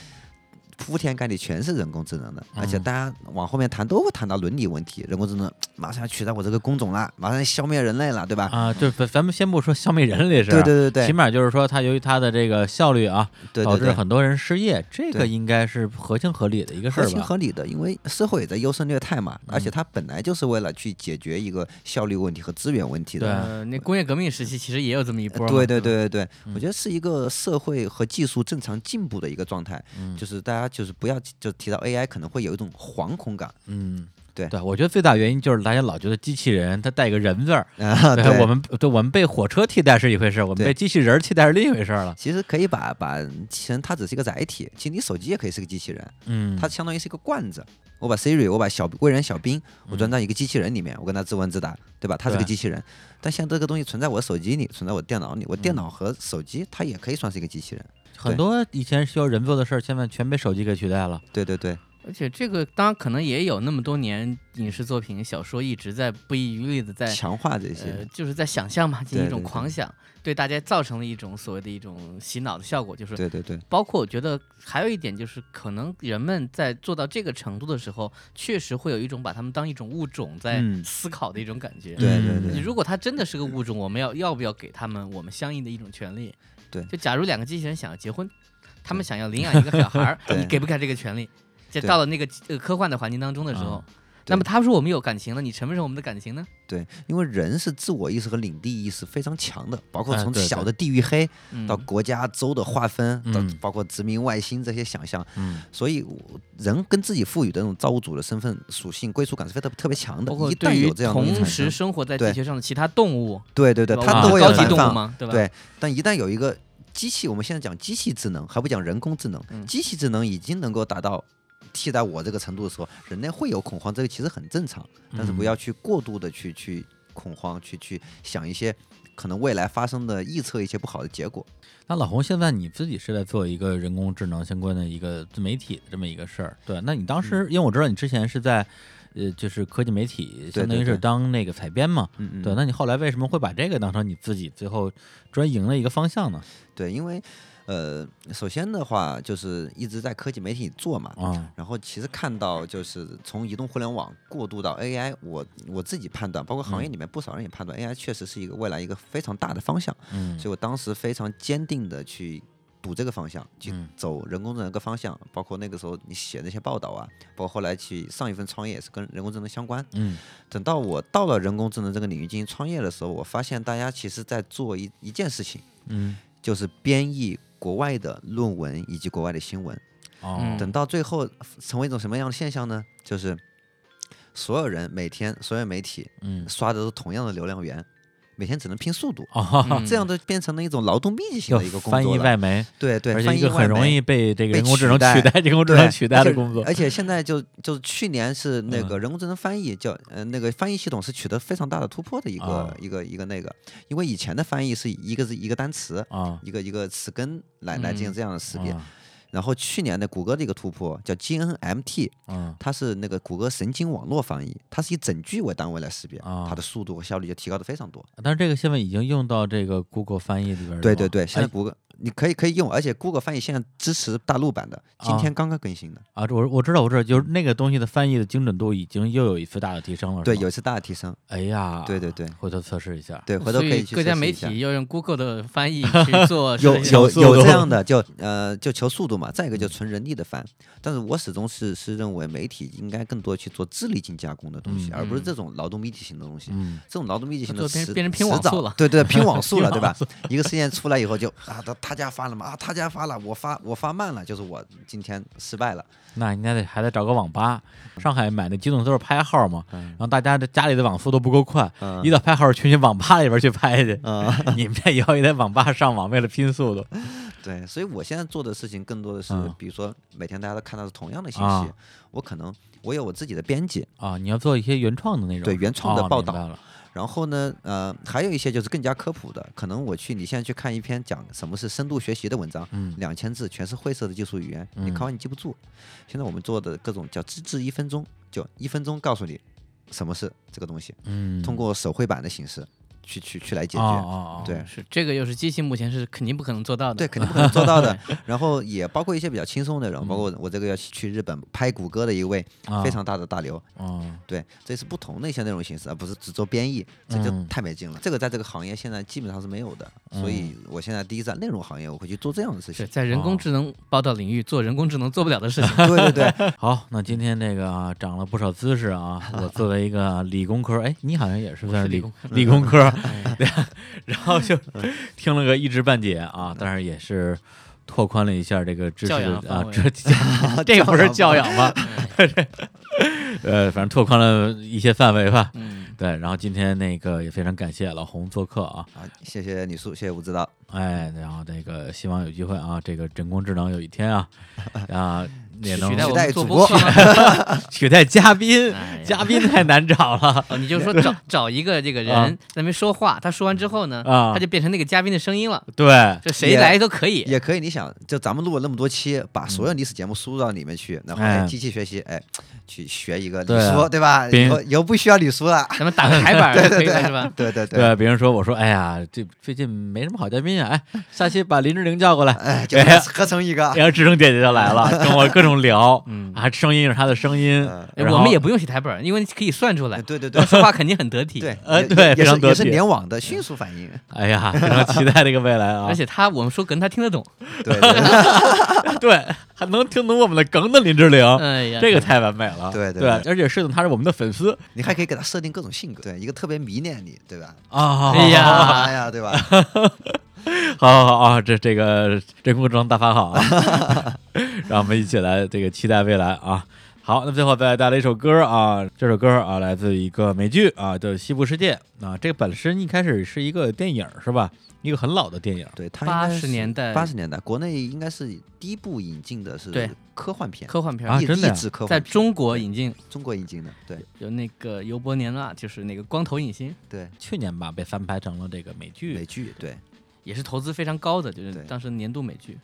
Speaker 5: 铺天盖地全是人工智能的，而且
Speaker 1: 嗯
Speaker 5: 大家往后面谈都会谈到伦理问题，人工智能马上要取代我这个工种啦，马上要消灭人类了，对吧？
Speaker 1: 啊，就咱咱们先不说消灭人类这事
Speaker 5: 对
Speaker 1: 儿，啊
Speaker 5: 对对对
Speaker 1: 起码就是说它由于它的这个效率啊，
Speaker 5: 对
Speaker 1: 导
Speaker 5: 对
Speaker 1: 致
Speaker 5: 对。
Speaker 1: 很多人失业，这个
Speaker 5: 对
Speaker 1: 应该是合情合理的一个事
Speaker 5: 合
Speaker 1: 儿
Speaker 5: 情
Speaker 1: 吧？嗯
Speaker 5: 合理的，因为社会也在优胜劣汰嘛，而且它本来就是为了去解决一个效率问题和资源问题的。
Speaker 1: 对啊
Speaker 4: 呃，那工业革命时期其实也有这么一波嘛。
Speaker 1: 嗯
Speaker 5: 对对对对对，我觉得是一个社会和技术正常进步的一个状态，
Speaker 1: 嗯
Speaker 5: 就是大家就是不要就提到 AI 可能会有一种惶恐
Speaker 1: [laughs]
Speaker 5: 感
Speaker 1: 嗯，
Speaker 5: 对
Speaker 1: 对，我觉得最大原因就是大家老觉得机器人它带一个人字儿，
Speaker 5: 啊。
Speaker 1: 我们对我们被火车替代是一回事，我们
Speaker 5: 对
Speaker 1: 被机器人儿替代是另一回事儿了。
Speaker 5: 其实可以把把机器人它只是一个载体，其实你手机也可以是个机器人，
Speaker 1: 嗯，
Speaker 5: 它相当于是一个罐子。我把 Siri，我把小微软小冰，我装到一个机器人里面，我跟它自问自答，对吧？它是个
Speaker 1: 嗯对
Speaker 5: 机器人，但现在这个东西存在我手机里，存在我电脑里，我电
Speaker 1: 嗯
Speaker 5: 脑和手机它也可以算是一个机器人。
Speaker 1: 很多以前需要人做的事儿，现在全被手机给取代了。
Speaker 5: 对对对，
Speaker 4: 而且这个当然可能也有那么多年影视作品、小说一直在不遗余力的在
Speaker 5: 强化这
Speaker 4: 呃
Speaker 5: 些，，
Speaker 4: 就是在想象嘛，进行一
Speaker 5: 对
Speaker 4: 种
Speaker 5: 对对
Speaker 4: 狂想，对大家造成了一种所谓的一种洗脑的效果，
Speaker 1: 呃
Speaker 4: 就是
Speaker 5: 对对对，
Speaker 4: 包括我觉得还有一点就是，可能人们在做到这个程度的时候，确实会有一种把他们当一种物种在
Speaker 1: 嗯
Speaker 4: 思考的一种感觉。
Speaker 5: 对对
Speaker 1: 嗯
Speaker 4: 你
Speaker 5: 对
Speaker 4: 如果它真的是个物种，我们要要不要给他们我们相应的一种权利？
Speaker 5: 对，
Speaker 4: 就假如两个机器人想要结婚，他们想要领养一个小孩儿
Speaker 5: [laughs] 对
Speaker 4: 你给不给他这个权利？就
Speaker 5: 对嗯
Speaker 4: 到了那个呃科幻的环境当中的时候
Speaker 1: 啊，
Speaker 4: 那么他说我们有感情了，你承不承认我们的感情呢？
Speaker 5: 对，因为人是自我意识和领地意识非常强的，包括
Speaker 1: 哎
Speaker 5: 从
Speaker 1: 对
Speaker 5: 小
Speaker 1: 对
Speaker 5: 的地域黑
Speaker 4: 嗯
Speaker 5: 到国家州的划分，到
Speaker 1: 嗯
Speaker 5: 包括殖民外星这些想象，
Speaker 1: 嗯，
Speaker 5: 所以我人跟自己赋予的那种造物主的身份属性归属感是非常特别强的
Speaker 4: 包。括
Speaker 5: 一旦
Speaker 4: 对于
Speaker 5: 有这样的东西
Speaker 4: 同
Speaker 5: 产
Speaker 4: 时
Speaker 5: 生，
Speaker 4: 生活在
Speaker 5: 对
Speaker 4: 地球上的其他动物，
Speaker 5: 对对对，
Speaker 4: 吧
Speaker 5: 它
Speaker 4: 我们
Speaker 5: 都会
Speaker 4: 是高
Speaker 5: 有
Speaker 4: 级
Speaker 5: 反
Speaker 4: 动物
Speaker 5: 抗。
Speaker 4: 嘛，对吧？
Speaker 5: 对，但一旦有一个机器，我们现在讲机器智能，还不讲人工智能，
Speaker 4: 嗯
Speaker 5: 机器智能已经能够达到。替代我这个程度的时候，人类会有恐慌，这个其实很正常，
Speaker 4: 嗯
Speaker 5: 但是不要去过度的去去恐慌，去去想一些可能未来发生的预测一些不好的结果。
Speaker 1: 那老红，现在你自己是在做一个人
Speaker 5: 嗯
Speaker 1: 工智能相关的一个自媒体的这么一个事儿，对？那你当时，因为我知道你之前是在呃，就是科技媒体，
Speaker 5: 对
Speaker 1: 相当于
Speaker 5: 对
Speaker 1: 是
Speaker 5: 对
Speaker 1: 当那个采编嘛。
Speaker 5: 嗯嗯
Speaker 1: 对，那你后来为什么会把这个当成你自己最后专营的一个方向呢？
Speaker 5: 对，因为呃，首先的话就是一直在科技媒体做嘛， [laughs]
Speaker 1: 啊，
Speaker 5: 然后其实看到就是从移动互联网过渡到 AI，我我自己判断，包括行
Speaker 1: 嗯
Speaker 5: 业里面不少人也判断、AI 确实是一个未来一个非常大的方向，
Speaker 1: 嗯
Speaker 5: 所以我当时非常坚定的去。赌这个方向，去
Speaker 1: 嗯
Speaker 5: 走人工智能个方向，包括那个时候你写那些报道啊，包括后来去上一份创业也是跟人工智能相关。
Speaker 1: 嗯
Speaker 5: 等到我到了人工智能这个领域进行创业的时候，我发现大家其实在做一一件事情，
Speaker 1: 嗯，
Speaker 5: 就是编译国外的论文以及国外的新闻。
Speaker 1: 哦，
Speaker 5: 等到最后呃成为一种什么样的现象呢？就是所有人每天所有媒体
Speaker 1: 嗯，
Speaker 5: 刷的都同样的流量源，每天只能拼速度，啊
Speaker 1: 哦， [laughs]
Speaker 4: 嗯
Speaker 5: 这样都变成了一种劳动密集型
Speaker 1: 要
Speaker 5: 的一个工
Speaker 1: 翻
Speaker 5: 作
Speaker 1: 译
Speaker 5: 了
Speaker 1: 外媒，
Speaker 5: 对对，
Speaker 1: 而且
Speaker 5: 翻
Speaker 1: 一
Speaker 5: 译
Speaker 1: 个
Speaker 5: 外
Speaker 1: 很容
Speaker 5: 媒
Speaker 1: 易被这个
Speaker 5: 被
Speaker 1: 人工智
Speaker 5: 取
Speaker 1: 能取
Speaker 5: 代
Speaker 1: 代、
Speaker 5: [laughs]
Speaker 1: 人工智
Speaker 5: 对
Speaker 1: 能取代
Speaker 5: 而且
Speaker 1: 的工作。
Speaker 5: 而且现在就就是去年是那
Speaker 1: 嗯
Speaker 5: 个人工智能翻译叫呃那个翻译系统是取得非常大的突破的一个、
Speaker 1: 哦
Speaker 5: 一个一个那个，因为以前的翻译是一个是一个单词。
Speaker 1: 啊，
Speaker 5: 一个一个词根来来进行这样的识别，
Speaker 1: 啊
Speaker 5: 然后去年的谷歌的一个突破叫 GNMT，
Speaker 1: 啊
Speaker 5: 它是那个谷歌神经网络翻译，它是以整句为单位来识别，
Speaker 1: 啊
Speaker 5: 它的速度和效率就提高的非常多。
Speaker 1: 但是这个现在已经用到这个 Google 翻译里边儿了吗。
Speaker 5: 对对对，现
Speaker 1: 哎
Speaker 5: 在谷歌、你可以可以用，而且 Google 翻译现在支持大陆版的，今
Speaker 1: 啊
Speaker 5: 天刚刚更新的，
Speaker 1: 啊，这我我知道，我知道，就是那个东西的翻译的精准度已经又有一次大的提升
Speaker 4: 啊
Speaker 1: 了。是
Speaker 5: 对，
Speaker 1: 吗
Speaker 5: 有一次大的提升，
Speaker 1: 哎呀，
Speaker 5: 对对对
Speaker 1: 回头测试一下。
Speaker 5: 对，回头
Speaker 4: 所
Speaker 5: 可
Speaker 4: 以
Speaker 5: 去
Speaker 4: 各家
Speaker 5: 测试
Speaker 4: 媒
Speaker 5: 一下
Speaker 4: 体要用 Google 的翻
Speaker 5: [laughs]
Speaker 4: 译去做 [laughs]
Speaker 5: 有
Speaker 4: 事情
Speaker 5: 有
Speaker 1: 速度
Speaker 5: 有这样的，就呃就求速度嘛，再一
Speaker 4: 嗯
Speaker 5: 个就纯人力的翻。但是我始终是是认为媒体应该更多去做智力性加工的东西，
Speaker 1: 嗯
Speaker 5: 而不是
Speaker 4: 嗯
Speaker 5: 这种劳动密集型的东西。
Speaker 1: 嗯
Speaker 5: 这种劳动密集型的
Speaker 4: 做变
Speaker 5: 迟
Speaker 4: 变成拼
Speaker 5: 迟
Speaker 4: 网
Speaker 5: 早
Speaker 4: 速了
Speaker 5: 对对，拼
Speaker 4: [laughs]
Speaker 5: 网速了，对吧？一个事件出来以后就啊，他他家发了嘛，啊他家发了，我发我发慢了，就是我今天失败了。
Speaker 1: 那应该得还得找个网吧，
Speaker 5: 嗯
Speaker 1: 上海买那机动都是拍号嘛，然后大家这家里的网速都不够快，
Speaker 5: 嗯
Speaker 1: 一到拍号去去网吧里边去拍去。
Speaker 5: 啊、
Speaker 1: 你们这以后也得网吧上网，为了拼速度。
Speaker 5: 对，所以我现在做的事情更多的是，
Speaker 1: 嗯
Speaker 5: 比如说每天大家都看到的同样的信息，
Speaker 1: 啊
Speaker 5: 我可能我有我自己的编辑，
Speaker 1: 啊，你要做一些原创的那种，
Speaker 5: 对原创的
Speaker 1: 哦
Speaker 5: 报道
Speaker 1: 明白了
Speaker 5: 然后呢，呃，还有一些就是更加科普的，可能我去你现在去看一篇讲什么是深度学习的文章，
Speaker 1: 嗯
Speaker 5: 两千字全是晦涩的技术语言，你
Speaker 1: 嗯
Speaker 5: 看完你记不住。现在我们做的各种叫资质一分钟，就一分钟告诉你什么是这个东西，
Speaker 1: 嗯，
Speaker 5: 通过手绘版的形式去去去来解决。
Speaker 1: 哦哦哦，
Speaker 5: 对
Speaker 4: 是这个又是机器目前是肯定不可能做到的。
Speaker 5: 对，肯定不可能做到
Speaker 1: [laughs]
Speaker 5: 的。然后也包括一些比较轻松的内容，包括我这个要去日本拍谷歌的一位
Speaker 1: 嗯啊
Speaker 5: 非常大的大牛，
Speaker 1: 哦，
Speaker 5: 对，这是不同的一些内容形式，而不是只做编译，这就
Speaker 1: 嗯
Speaker 5: 太没劲了。这个在这个行业现在基本上是没有的，所以
Speaker 1: 嗯
Speaker 5: 我现在第一在内容行业，我会去做这样的事
Speaker 4: 是
Speaker 5: 情。
Speaker 4: 在人工智能报道领域做人工智能做不了的事
Speaker 5: [laughs]
Speaker 4: 情。
Speaker 5: 对对对，
Speaker 1: 好，那今天这个啊，长了不少姿势
Speaker 4: [laughs]
Speaker 1: 啊。我作为一个理工科，哎，你好像也是算是理工理工科， [laughs] 对
Speaker 4: [laughs]
Speaker 1: 啊然后就听了个一知半解啊，但是也是拓宽了一下这个知识
Speaker 4: 嗯教养
Speaker 1: 的啊
Speaker 4: 范，围
Speaker 1: 这
Speaker 4: [laughs]
Speaker 1: 这不是教养
Speaker 5: 哎
Speaker 1: 吗？呃，反正拓宽了一些范围吧。
Speaker 4: 嗯，
Speaker 1: 对，然后今天那个也非常感谢老洪做客啊，
Speaker 5: 好，谢谢李叔，谢谢吴指导，
Speaker 1: 哎，然后那个希望有机会啊，这个人工智能有一天
Speaker 4: [laughs]
Speaker 1: 啊，啊也能
Speaker 4: 取代我
Speaker 5: 取代
Speaker 4: 们做
Speaker 5: 主
Speaker 4: 播客
Speaker 5: 播 [laughs]
Speaker 4: 吗。
Speaker 1: 取代嘉宾
Speaker 4: 哎呀，
Speaker 1: 嘉宾太难找
Speaker 4: [laughs]
Speaker 1: 了
Speaker 4: 哦，你就说找找一个这个
Speaker 1: 啊
Speaker 4: 人在那边说话，他说完之后呢，
Speaker 1: 啊
Speaker 4: 他就变成那个嘉宾的声音了，
Speaker 1: 对，
Speaker 4: 就谁
Speaker 5: 也
Speaker 4: 来都可以。
Speaker 5: 也可以。你想，就咱们录了那么多期，把所有历史节目输入到里面去，然后
Speaker 1: 哎
Speaker 5: 哎机器学习，哎，去学一个李
Speaker 1: 对啊
Speaker 5: 叔，对吧？
Speaker 1: 别
Speaker 5: 以后以后不需要李叔了。
Speaker 4: 咱们打个台板儿就可以了，是吧？
Speaker 5: [laughs] 对对
Speaker 1: 对，别人说我说，哎呀，这最近没什么好嘉宾啊，哎，下期把林志玲叫过来，
Speaker 5: 哎，就
Speaker 1: 哎呀
Speaker 5: 合成
Speaker 1: [laughs]
Speaker 5: 一个。
Speaker 1: 然后志成姐姐就来了，跟我各种
Speaker 5: [laughs]
Speaker 1: 聊，
Speaker 4: 嗯
Speaker 1: 啊，声音是她的声音，
Speaker 5: 嗯
Speaker 4: 哎
Speaker 1: 然后
Speaker 4: 我们也不用写台本儿，因为可以算出来。 [laughs]
Speaker 5: 对对对
Speaker 4: 说话肯定很得体。
Speaker 5: 对，也
Speaker 1: 呃对
Speaker 5: 也
Speaker 1: 非
Speaker 5: 也
Speaker 1: 常
Speaker 5: 是
Speaker 1: 得
Speaker 5: 也是
Speaker 1: 体
Speaker 5: 联网的迅速反应，
Speaker 1: 哎呀，非常期待这个未来啊，
Speaker 4: 而且他我们说梗他听得懂。
Speaker 5: 对对
Speaker 1: 对，还能听懂我们的梗的林志玲，
Speaker 4: 哎呀，
Speaker 1: 这个太完美了，
Speaker 5: 对
Speaker 1: 对
Speaker 5: 对对
Speaker 1: 而且是的，她是我们的粉丝
Speaker 5: 你还可以给他设定各种性格，对，一个特别迷恋你，对吧？
Speaker 1: 啊，
Speaker 4: 哎呀啊
Speaker 5: 哎呀，对吧？
Speaker 1: [laughs] 好好好啊，这这个人工智能大法好啊， [laughs] 让我们一起来这个期待未来啊。好，那最后再带来一首歌啊，这首歌啊来自一个美剧啊，叫《西部世界》啊，这个本身一开始是一个电影是吧？一个很老的电影，
Speaker 5: 对，他
Speaker 4: 80年代
Speaker 5: 八十年代，国内应该是第一部引进的是
Speaker 4: 对
Speaker 5: 科幻片，
Speaker 4: 科幻片儿
Speaker 1: 啊
Speaker 5: 励
Speaker 1: 真的呀
Speaker 5: 励志科幻
Speaker 4: 在
Speaker 5: 片，
Speaker 4: 中国引进
Speaker 5: 中国引进的，对
Speaker 4: 有那个尤啊伯年娜，就是那个光头影星，
Speaker 5: 对，
Speaker 1: 去年吧被翻拍成了这个美剧
Speaker 5: 美剧，对，
Speaker 4: 也是投资非常高的，就是
Speaker 5: 对
Speaker 4: 当时年度美剧。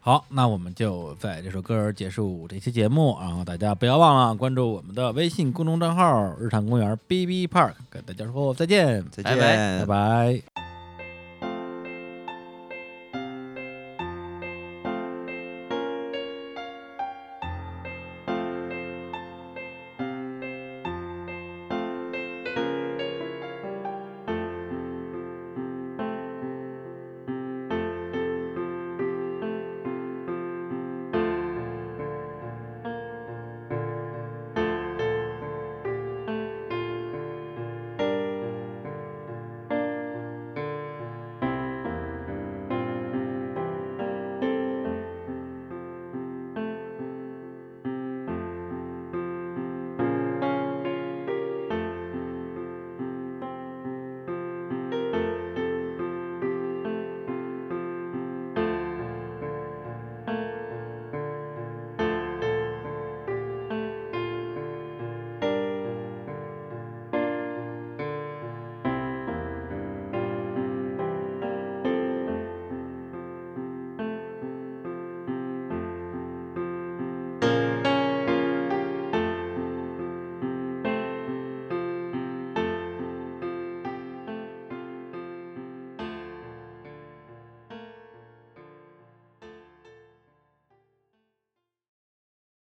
Speaker 1: 好，那我们就在这首歌儿结束这期节目，然后大家不要忘了关注我们的微信公众账号“日坛公园 B B Park”，跟大家说再见，
Speaker 5: 再
Speaker 4: 拜
Speaker 1: 嗯拜
Speaker 4: 拜
Speaker 5: 见，
Speaker 1: 拜。